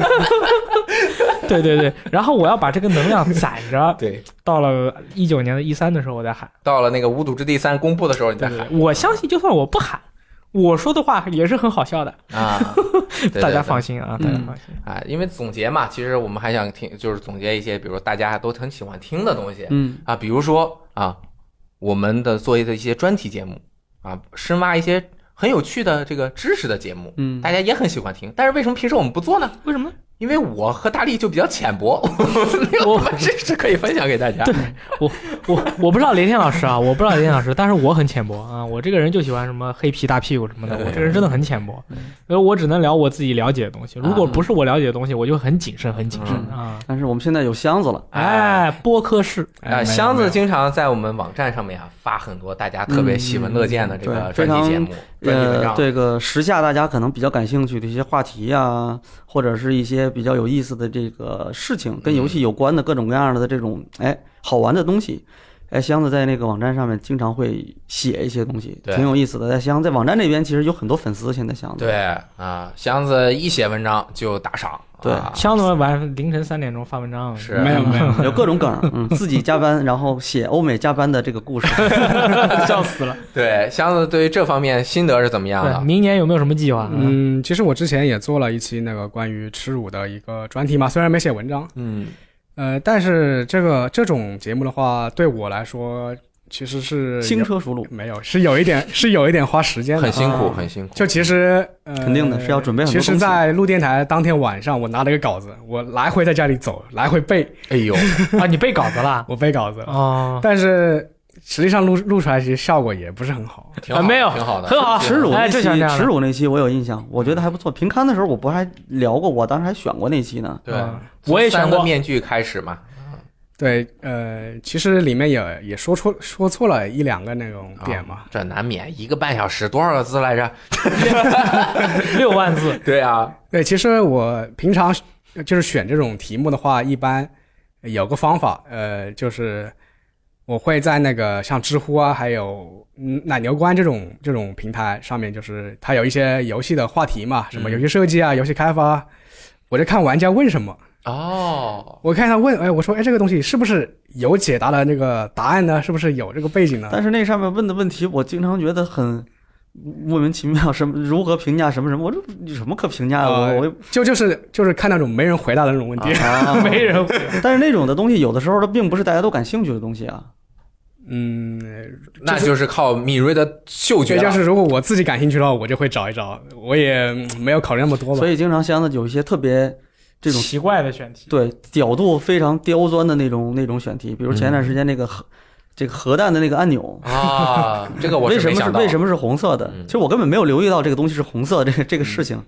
S1: 对对对，然后我要把这个能量攒着，
S2: 对，
S1: 到了一九年的一三的时候我再喊，
S2: 到了那个《无主之地三》公布的时候，你再
S1: 对
S2: 喊
S1: 对，对，我相信就算我不喊。我说的话也是很好笑的，
S2: 啊，对对
S1: 大家
S2: 对
S1: 放心啊，
S3: 嗯
S1: 大家放心。
S2: 啊，因为总结嘛，其实我们还想听，就是总结一些，比如大家都很喜欢听的东西
S3: 嗯
S2: 啊，比如说啊，我们的做的一些专题节目啊，深挖一些很有趣的这个知识的节目，
S3: 嗯
S2: 大家也很喜欢听。但是为什么平时我们不做呢？
S1: 为什么呢？
S2: 因为我和大力就比较浅薄， (laughs) 没有什么知识可以分享给大家。
S1: 对我我不知道雷天老师啊，我不知道雷天老师，但是我很浅薄啊，我这个人就喜欢什么黑皮大屁股什么的，我这个人真的很浅薄，
S2: 嗯
S1: 所以我只能聊我自己了解的东西。如果不是我了解的东西，我就很谨慎，很谨慎
S3: 嗯
S1: 啊。
S3: 但是我们现在有箱子了，
S1: 哎，播客室，
S2: 啊，
S4: 没有
S2: 箱
S4: 没有
S2: 子经常在我们网站上面啊发很多大家特别喜闻乐见的这个
S3: 嗯对
S2: 专题节目、专题文
S3: 呃
S2: 章，。
S3: 这个时下大家可能比较感兴趣的一些话题呀、或者是一些比较有意思的这个事情，跟游戏
S2: 嗯
S3: 有关的各种各样的这种哎好玩的东西。哎，箱子在那个网站上面经常会写一些东西，
S2: 对
S3: 挺有意思的。在箱在网站那边其实有很多粉丝，现在箱子
S2: 对啊，箱子一写文章就打赏，
S3: 对
S2: 啊
S1: 箱子晚凌晨三点钟发文章， (laughs)
S2: 是
S4: 没有没有，
S3: 有各种梗儿，嗯，自己加班，然后写欧美加班的这个
S2: (laughs)
S3: 故事。
S1: 笑死了。
S2: 对，箱子对于这方面心得是怎么样
S1: 对，
S2: 的？
S1: 明年有没有什么计划？
S4: 嗯，其实我之前也做了一期那个关于吃乳的一个专题嘛，虽然没写文章，
S2: 嗯
S4: 呃，但是这个这种节目的话，对我来说其实是
S3: 轻
S4: 有
S3: 车熟
S2: (laughs)
S3: 路，
S4: 没有是有一点是有一点花时间的
S2: 很，辛苦，
S3: 啊
S2: 很辛苦。
S4: 就其实呃
S3: 肯定的是要准备很多
S4: 其实，
S3: 东西
S4: 在录电台当天晚上，我拿了一个稿子，我来回在家里走，来回背，
S1: (laughs)
S2: 哎呦，
S1: 啊，你背稿子了？
S4: 我背稿子，
S1: 哦，
S4: 但是实际上录录出来其实效果也不是很好。
S2: 挺好，
S1: 啊没有
S2: 挺好的，
S1: 很好
S2: 挺
S3: 耻辱
S1: 哎
S3: 那
S1: 就
S3: 期，
S1: 想这样的
S3: 耻辱那期我有印象，我觉得还不错。评刊的时候我不还聊过，我当时还选过那期呢。
S2: 对
S1: 嗯，我也
S2: 从
S1: 选
S2: 三个
S1: 过。
S2: 面具开始嘛，
S4: 对，呃，其实里面也也说错说错了一两个那种点嘛，
S2: 啊，这难免一个半小时多少个字来
S3: (laughs)
S2: 着？
S1: 六万
S2: (laughs)
S1: 字，
S2: 对啊，
S4: 对，其实我平常呃就是选这种题目的话，一般有个方法，呃，就是我会在那个像知乎啊，还有嗯奶牛关这种这种平台上面，就是它有一些游戏的话题嘛，什么
S2: 嗯
S4: 游戏设计啊、游戏开发啊，我就看玩家问什么，
S2: 哦，
S4: 我看他问，哎，我说，哎，这个东西是不是有解答的那个答案呢？是不是有这个背景呢？
S3: 但是那上面问的问题，我经常觉得很莫名其妙，什么如何评价什么什么，我这有什么可评价的？
S4: 啊
S3: 我我也
S4: 就就是就是看那种没人回答的那种问题，
S2: (laughs)
S3: 啊
S1: 没人会。
S3: 但是那种的东西，有的时候它并不是大家都感兴趣的东西啊。
S4: 嗯，
S2: 那就是靠敏锐的嗅觉
S4: 这
S2: 了，
S4: 就是如果我自己感兴趣的话，我就会找一找，我也嗯没有考虑那么多吧
S3: 所。以经常箱子有一些特别这
S1: (laughs)
S3: 种
S1: 奇怪的选题，
S3: 对角度非常刁钻的那种那种选题，比如前段时间那个核、这个核弹的那个按钮。
S2: 啊，这个我
S3: 为
S2: 是
S3: 什
S2: 没
S3: 么是
S2: 想到，
S3: 为什么是红色的？
S2: 嗯
S3: 其实我根本没有留意到这个东西是红色的这个这个事情。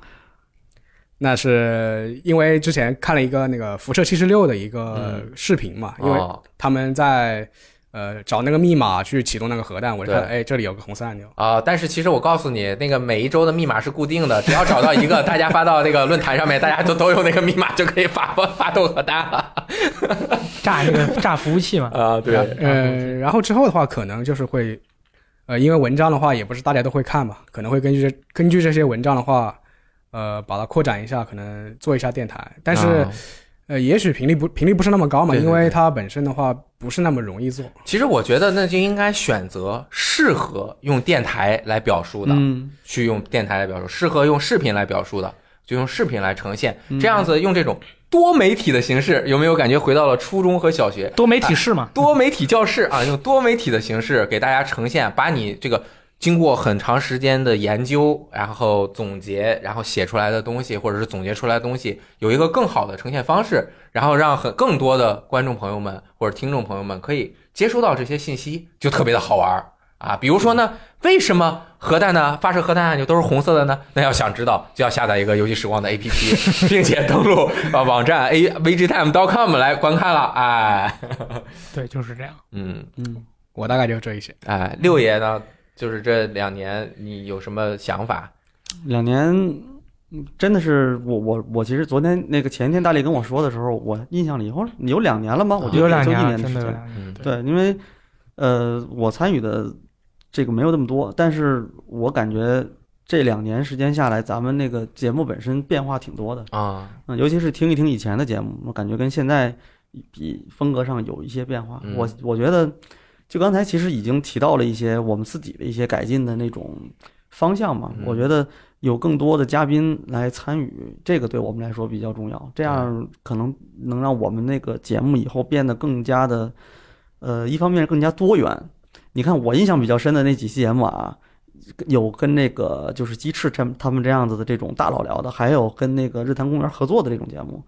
S4: 那是因为之前看了一个那个辐射七十六的一个视频嘛，因为
S2: 哦
S4: 他们在呃找那个密码去启动那个核弹，我就看
S2: 对
S4: 哎这里有个红色按钮，
S2: 啊、但是其实我告诉你，那个每一周的密码是固定的，只要找到一个，大家发到那个论坛上面，大家都都用那个密码就可以发发动核弹了。
S1: 炸那个炸服务器嘛。
S2: 啊，
S1: 对
S4: 呃，然后之后的话可能就是会，呃，因为文章的话也不是大家都会看嘛，可能会根据这根据这些文章的话，呃，把它扩展一下，可能做一下电台，但是。
S2: 啊
S4: 呃，也许频率不频率不是那么高嘛，
S2: 对对
S4: 因
S2: 对
S4: 为它本身的话不是那么容易做。
S2: 其实我觉得那就应该选择适合用电台来表述的，
S3: 嗯，
S2: 去用电台来表述；适合用视频来表述的，就用视频来呈现。这样子用这种多媒体的形式，有没有感觉回到了初中和小学？
S1: 多媒体室嘛，
S2: 多媒体教室啊， (laughs) 用多媒体的形式给大家呈现，把你这个经过很长时间的研究，然后总结，然后写出来的东西，或者是总结出来的东西，有一个更好的呈现方式，然后让很更多的观众朋友们或者听众朋友们可以接收到这些信息，就特别的好玩儿啊。比如说呢，为什么核弹呢发射核弹按钮都是红色的呢？那要想知道，就要下载一个游戏时光的 APP，并且登录啊网站 a vgtime.com 来观看了，哎，
S1: 对，就是这样。
S2: 嗯。
S4: 我大概就这一些。
S2: 哎，六爷呢，就是这两年你有什么想法？
S3: 两年嗯真的是我我我其实昨天那个前天大力跟我说的时候，我印象里以后你有两年了吗？我觉得
S1: 有两
S3: 就一
S1: 年了，
S3: 年
S1: 真
S3: 时
S1: 的有
S3: 间。
S1: 两年。
S2: 嗯，
S3: 对，因为呃，我参与的这个没有那么多，但是我感觉这两年时间下来，咱们那个节目本身变化挺多的，
S2: 啊，
S3: 嗯，尤其是听一听以前的节目，我感觉跟现在比风格上有一些变化。
S2: 嗯
S3: 我我觉得，就刚才其实已经提到了一些我们自己的一些改进的那种方向嘛
S2: 嗯。
S3: 我觉得有更多的嘉宾来参与，这个对我们来说比较重要。这样可能能让我们那个节目以后变得更加的，呃，一方面更加多元。你看我印象比较深的那几期节目啊，有跟那个就是鸡翅他们他们这样子的这种大佬聊的，还有跟那个日坛公园合作的这种节目。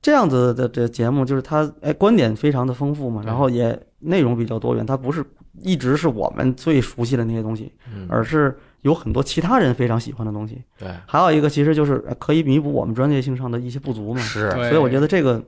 S3: 这样子的这节目就是它，哎，观点非常的丰富嘛，
S2: 对
S3: 然后也内容比较多元，它不是一直是我们最熟悉的那些东西，
S2: 嗯，
S3: 而是有很多其他人非常喜欢的东西。
S2: 对，
S3: 还有一个其实就是呃可以弥补我们专业性上的一些不足嘛，
S2: 是，
S4: 对
S3: 所以我觉得这个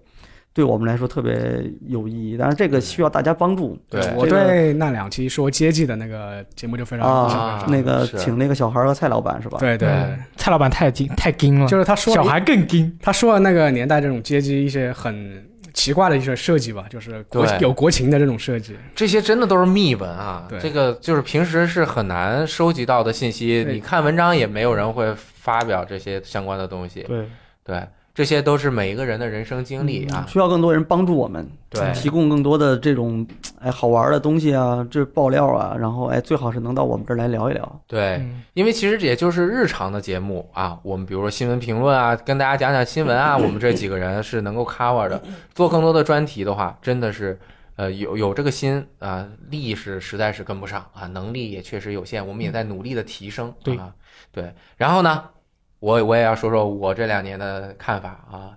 S3: 对我们来说特别有意义。当然，这个需要大家帮助。
S2: 对
S4: 我
S3: 这个
S4: 对那两期说阶级的那个节目就非常印象
S3: 啊
S4: 深刻，
S3: 那个
S2: 是
S3: 请那个小孩儿和蔡老板是吧？
S4: 对对
S1: 嗯蔡老板太精太精了
S4: 对，，就是他说
S1: 小孩更精。
S4: 他说了那个年代这种阶级一些很奇怪的一些设计吧，就是国
S2: 对
S4: 有国情的这种设计，
S2: 这些真的都是秘闻啊，
S4: 对
S2: 这个就是平时是很难收集到的信息，
S4: 对
S2: 你看文章也没有人会发表这些相关的东西，
S1: 对，
S2: 对，这些都是每一个人的人生经历啊，
S3: 需要更多人帮助我们，
S2: 对
S3: 提供更多的这种哎好玩的东西啊，这爆料啊，然后哎最好是能到我们这儿来聊一聊。
S2: 对，
S1: 嗯
S2: 因为其实也就是日常的节目啊，我们比如说新闻评论啊，跟大家讲讲新闻啊，我们这几个人是能够 cover 的。做更多的专题的话，真的是，呃，有有这个心啊，力是实在是跟不上啊，能力也确实有限，我们也在努力的提升。
S1: 对
S2: 啊，对。然后呢，我我也要说说我这两年的看法啊。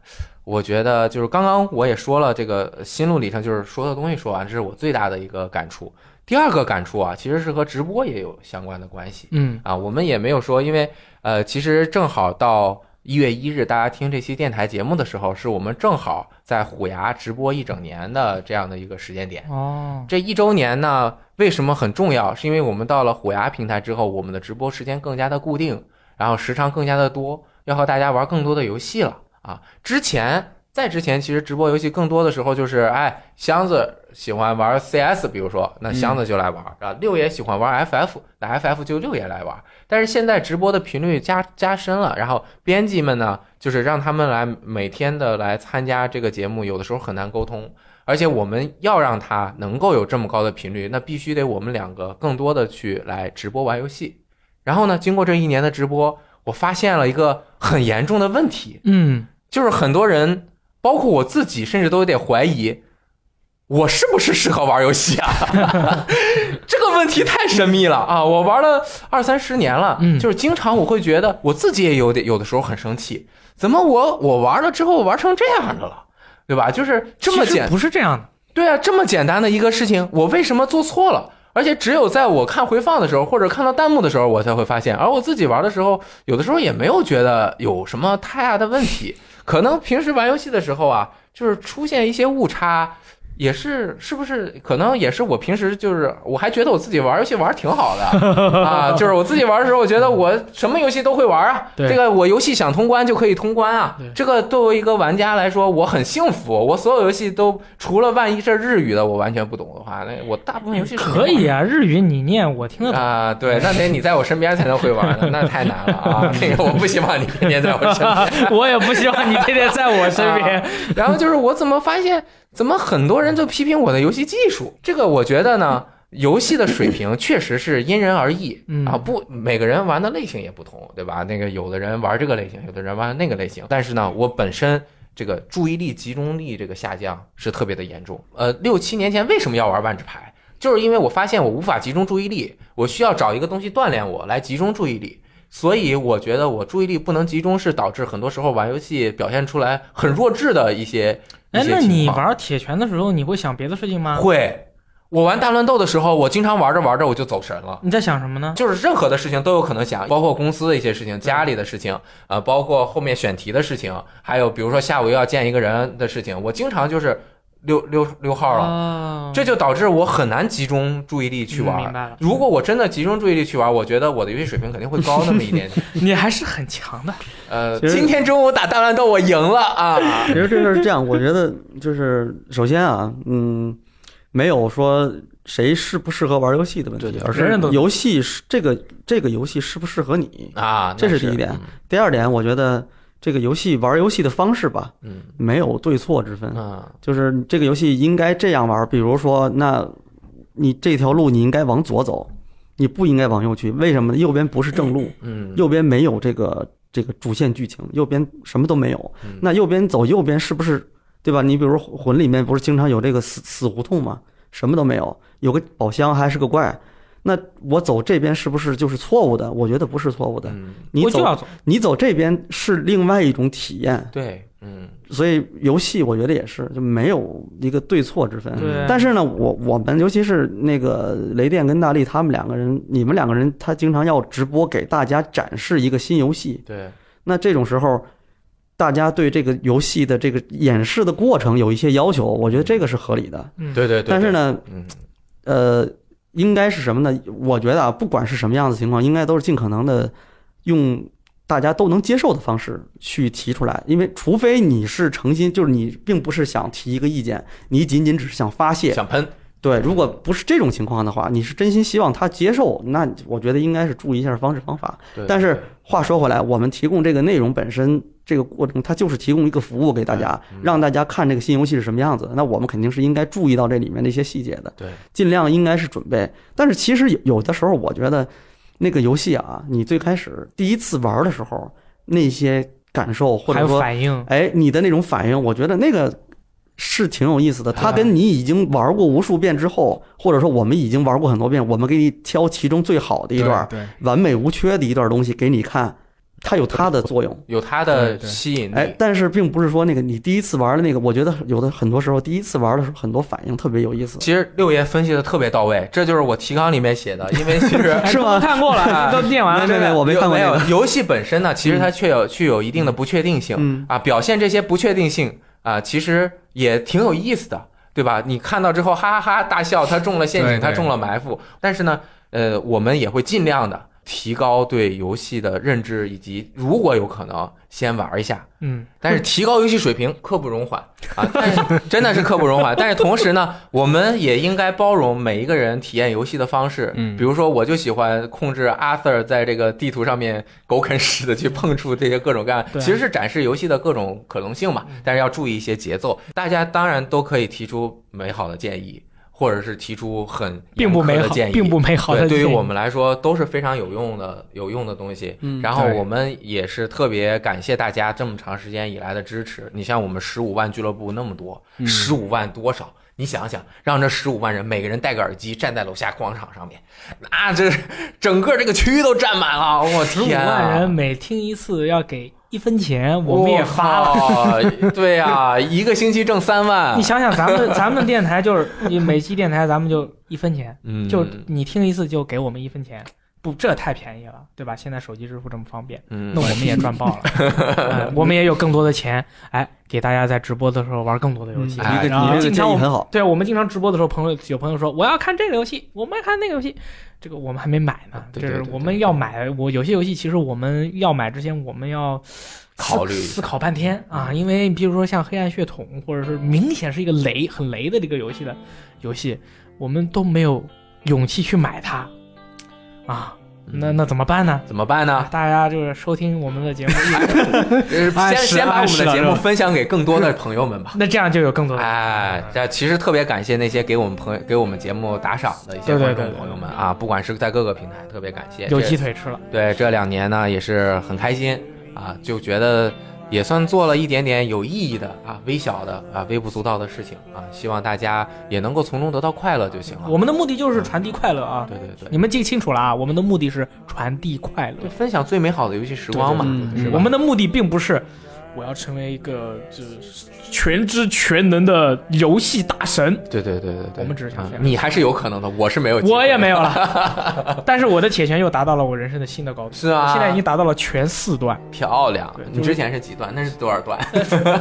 S2: 我觉得就是刚刚我也说了，这个心路历程就是说的东西说完，这是我最大的一个感触。第二个感触啊，其实是和直播也有相关的关系。
S1: 嗯，
S2: 啊，我们也没有说，因为呃，其实正好到一月一日，大家听这期电台节目的时候，是我们正好在虎牙直播一整年的这样的一个时间点。
S1: 哦，
S2: 这一周年呢，为什么很重要？是因为我们到了虎牙平台之后，我们的直播时间更加的固定，然后时长更加的多，要和大家玩更多的游戏了啊！之前在之前，其实直播游戏更多的时候就是，哎，箱子喜欢玩 CS，比如说，那箱子就来玩、啊；六爷喜欢玩 FF，那 FF 就六爷来玩。但是现在直播的频率加加深了，然后编辑们呢，就是让他们来每天的来参加这个节目，有的时候很难沟通。而且我们要让它能够有这么高的频率，那必须得我们两个更多的去来直播玩游戏。然后呢，经过这一年的直播，我发现了一个很严重的问题，
S1: 嗯，
S2: 就是很多人，包括我自己，甚至都有点怀疑，我是不是适合玩游戏啊？这个问题太神秘了啊！我玩了二三十年了，
S1: 嗯
S2: 就是经常我会觉得我自己也有点有的时候很生气，怎么我我玩了之后玩成这样的了，对吧？就是这么
S1: 其实
S2: 简
S1: 不是这样的，
S2: 对啊，这么简单的一个事情，我为什么做错了？而且只有在我看回放的时候，或者看到弹幕的时候，我才会发现。而我自己玩的时候，有的时候也没有觉得有什么太大的问题。可能平时玩游戏的时候啊，就是出现一些误差，也是是不是？可能也是我平时就是，我还觉得我自己玩游戏玩得挺
S1: (laughs)
S2: 好的啊，就是我自己玩的时候，我觉得我什么游戏都会玩啊。
S1: 对
S2: 这个我游戏想通关就可以通关啊
S1: 对。
S2: 这个作为一个玩家来说，我很幸福。我所有游戏都除了万一这日语的我完全不懂的话，那我大部分游戏是没玩
S1: 可以啊，日语你念我听得懂。
S2: (laughs) 啊，对，那得你在我身边才能会玩呢，那太难了啊！那个我不希望你天天在啊我
S1: (laughs)
S2: 身边。
S1: 我也不希望你天天在我身边。
S2: 然后就是我怎么发现，怎么很多人就批评我的游戏技术？这个我觉得呢，游戏的水平 (laughs) 确实是因人而异
S1: 嗯
S2: 啊，不每个人玩的类型也不同，对吧？那个有的人玩这个类型，有的人玩那个类型。但是呢，我本身这个注意力集中力这个下降是特别的严重。呃，六七年前为什么要玩万智牌？就是因为我发现我无法集中注意力，我需要找一个东西锻炼我来集中注意力。所以我觉得我注意力不能集中，是导致很多时候玩游戏表现出来很弱智的一些。
S1: 哎
S2: 一，些
S1: 那
S2: 情
S1: 你
S2: 况
S1: 玩铁拳的时候，你会想别的事情吗？
S2: 会？我玩大乱斗的时候，我经常玩着玩着我就走神了。
S1: 你在想什么呢？
S2: 就是任何的事情都有可能想，包括公司的一些事情、家里的事情，呃，包括后面选题的事情，还有比如说下午又要见一个人的事情，我经常就是溜溜溜号了，
S1: 哦，
S2: 啊这就导致我很难集中注意力去
S1: 嗯明
S2: 玩。
S1: 白了，
S2: 如果我真的集中注意力去玩，我觉得我的游戏水平肯定会高那么一点
S3: (laughs)
S2: 点。
S1: 你还是很强的。
S2: 呃，
S3: 其实
S2: 今天中午打大乱斗我赢了啊！
S3: 其实这事儿是这样，我觉得就是首先啊，嗯，没有说谁适不适合玩游戏的问题，
S1: 人
S3: 而是
S1: 人都
S3: 游戏是这个这个游戏适不适合你。
S2: 啊，
S3: (laughs) 这
S2: 那
S3: 是
S2: 是
S3: 第一点
S2: 嗯
S3: 第二点，我觉得这个游戏玩游戏的方式吧，
S2: 嗯
S3: 没有对错之分，
S2: 嗯
S3: 就是你这个游戏应该这样玩。比如说，那你这条路你应该往左走，你不应该往右去，为什么呢？右边不是正路，
S2: 嗯，
S3: 右边没有这个这个主线剧情，右边什么都没有
S2: 嗯。
S3: 那右边走右边是不是对吧？你比如魂里面不是经常有这个死死胡同吗？什么都没有，有个宝箱还是个怪。那我走这边是不是就是错误的？我觉得不是错误的。
S2: 嗯
S3: 你
S1: 我就
S3: 走
S1: 要走，
S3: 你走这边是另外一种体验，
S2: 对，嗯
S3: 所以游戏我觉得也是，就没有一个对错之分。
S1: 对，
S3: 但是呢，我我们尤其是那个雷电跟大力他们两个人，你们两个人他经常要直播给大家展示一个新游戏，
S2: 对，
S3: 那这种时候，大家对这个游戏的这个演示的过程有一些要求，我觉得这个是合理的。
S1: 嗯
S2: 对对对。
S3: 但是，呢，
S2: 嗯，
S3: 呃，应该是什么呢？我觉得啊，不管是什么样的情况，应该都是尽可能的用大家都能接受的方式去提出来，因为除非你是诚心，就是你并不是想提一个意见，你仅仅只是想发泄。
S2: 想喷，
S3: 对，如果不是这种情况的话，你是真心希望他接受，那我觉得应该是注意一下方式方法。
S2: 对
S3: 但是话说回来，我们提供这个内容本身，这个过程它就是提供一个服务给大家，
S1: 哎嗯
S3: 让大家看这个新游戏是什么样子。那我们肯定是应该注意到这里面的一些细节的，
S2: 对，
S3: 尽量应该是准备。但是其实有有的时候，我觉得那个游戏啊，你最开始第一次玩的时候，那些感受或
S1: 还
S3: 者
S1: 有
S3: 说，
S1: 反
S2: (laughs)
S1: 应，
S3: 哎，你的那种反应，我觉得那个。是挺有意思的，它
S2: 嗯
S3: 跟你已经玩过无数遍之后，或者说我们已经玩过很多遍，我们给你挑其中最好的一段，
S4: 对，
S3: 完美无缺的一段东西给你看，它有它的作用。
S2: 有它的
S4: 对对
S2: 吸引力，
S3: 哎，但是并不是说那个你第一次玩的那个，我觉得有的很多时候第一次玩的时候很多反应特别有意思，
S2: 其实六爷分析的特别到位，这就是我提纲里面写的，因为其实
S3: (laughs)
S1: 哎
S3: 是
S1: 都
S3: 吗
S1: 看过
S2: (laughs)
S1: 了，啊都念完了，
S3: 没没没哎我没看过
S2: 没
S3: 那
S2: 有
S3: 个
S2: 游戏本身呢，其实它确有具有一定的不确定性，
S3: 嗯
S2: 啊，表现这些不确定性啊，其实也挺有意思的，对吧？你看到之后哈哈哈大笑，他中了陷
S4: 对
S2: 阱，
S4: 对
S2: 他中了埋伏，但是呢，呃，我们也会尽量的提高对游戏的认知，以及如果有可能，先玩一下。
S1: 嗯，
S2: 但是提高游戏水平刻不容缓啊！但是 (laughs) 真的是刻不容缓。但是同时呢，我们也应该包容每一个人体验游戏的方式。
S4: 嗯
S2: 比如说，我就喜欢控制阿 Sir 在这个地图上面狗啃似的去碰触这些各种各样，
S1: 对啊嗯
S2: 其实是展示游戏的各种可能性嘛。但是要注意一些节奏。大家当然都可以提出美好的建议，或者是提出很严
S1: 并不
S2: 苛
S1: 美
S2: 的
S1: 好
S2: 建议，，
S1: 并不美好的
S2: 对，对于
S1: 建议
S2: 我们来说都是非常有用的、有用的东西。
S3: 嗯
S2: 然后
S4: 对
S2: 我们也是特别感谢大家这么长时间以来的支持。你像我们十五万俱乐部那么多，
S4: 嗯
S2: 十五万多少？你想想，让这十五万人每个人戴个耳机站在楼下广场上面，那这整个这个区域都占满了。我
S1: 十五
S2: 天啊！
S1: 万人每听一次要给一分钱，我们也发了。
S2: 了，
S1: (laughs)
S2: 对呀、一个星期挣三万
S1: 你，想想，咱们咱们电台就是你每期电台，咱们就一分钱，
S2: 嗯
S1: 就你听一次就给我们一分钱，不，这太便宜了，对吧？现在手机支付这么方便，
S2: 嗯
S1: 那我们也赚爆了，
S2: (laughs)
S1: 哎我们也有更多的钱，哎，给大家在直播的时候玩更多的游戏。
S2: 嗯哎
S3: 你这
S1: 然后
S3: 个你这个
S1: 经
S3: 建
S1: 常
S3: 议
S1: 我们
S3: 很好，
S1: 对我们经常直播的时候，朋友有朋友说我要看这个游戏，我们要看那个游戏，这个我们还没买呢。
S2: 对
S1: 就
S2: 对
S1: 是
S2: 对对
S1: 我们要买，我有些游戏其实我们要买之前，我们要思
S2: 考虑一下嗯
S1: 思考半天啊，因为比如说像《黑暗血统》，或者是明显是一个雷很雷的这个游戏的游戏，我们都没有勇气去买它啊。
S2: 嗯
S1: 那那怎么办呢？
S2: 怎么
S1: (laughs)
S2: 办呢？
S1: 大家就是收听我们的
S2: (laughs)
S1: 节目，
S2: 呃
S4: 暗
S1: 哎
S2: 先
S4: 示
S2: 先把我
S4: 暗
S2: 们
S4: 示
S2: 的
S4: 了
S2: 节
S4: 这
S2: 目
S4: 种
S2: 分享给更多的朋友们吧。
S1: 那这样就有更多的
S2: 哎，这其实特别感谢那些给我们朋友、给我们节目打赏的一些
S1: 对对
S2: 观
S1: 对
S2: 众
S1: 对
S2: 朋友们啊，不管是在各个平台，特别感谢。
S1: 有
S2: 这
S1: 鸡腿吃了。
S2: 对这两年呢，也是很开心啊，就觉得也算做了一点点有意义的啊、微小的啊、微不足道的事情啊，希望大家也能够从中得到快乐就行了。
S1: 我们的目的就是传递快乐啊。
S2: 对对
S1: 你
S2: 对，
S1: 们记清楚了啊！我们的目的是传递快乐
S2: 就，分享最美好的游戏时光嘛，
S3: 对对对
S2: 是
S3: 嗯
S2: 吧
S1: 我们的目的并不是我要成为一个就是全知全能的游戏大神，
S2: 对对对对
S1: 我
S2: 对，
S1: 们只是想这样
S2: 嗯你还是有可能的，我是没有机会的，
S1: 我也没有了。
S2: (laughs)
S1: 但是我的铁拳又达到了我人生的新的高度，
S2: 是啊
S1: 我现在已经达到了全四段、
S2: 漂亮
S1: 对。就是
S2: 你之前是几段？那是多
S1: (laughs)
S2: 少段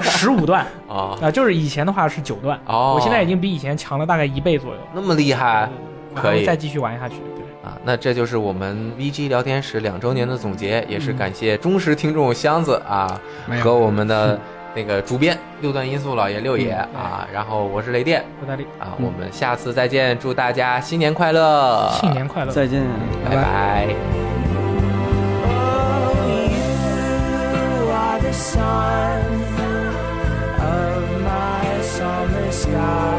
S1: 十五段
S2: 啊？
S1: 啊，就是以前的话是九段，
S2: 哦，
S1: 我现在已经比以前强了大概一倍左右，
S2: 那么厉害。
S1: 我
S2: 可
S1: 还
S2: 以
S1: 会再继续玩下去。对
S2: 啊，那这就是我们 VG 聊天室两周年的总结，也
S1: 嗯
S2: 是感谢忠实听众箱子啊
S1: 哎
S4: 没有
S2: 和我们的那个主编六段音速老爷六爷啊，
S1: 嗯
S2: 然后我是雷电
S1: 郭大力，
S2: 啊，我们下次再见，祝大家新年快乐，
S1: 新年快乐！
S3: 嗯再见。
S2: 拜拜。
S6: You are the sun of my summer sky.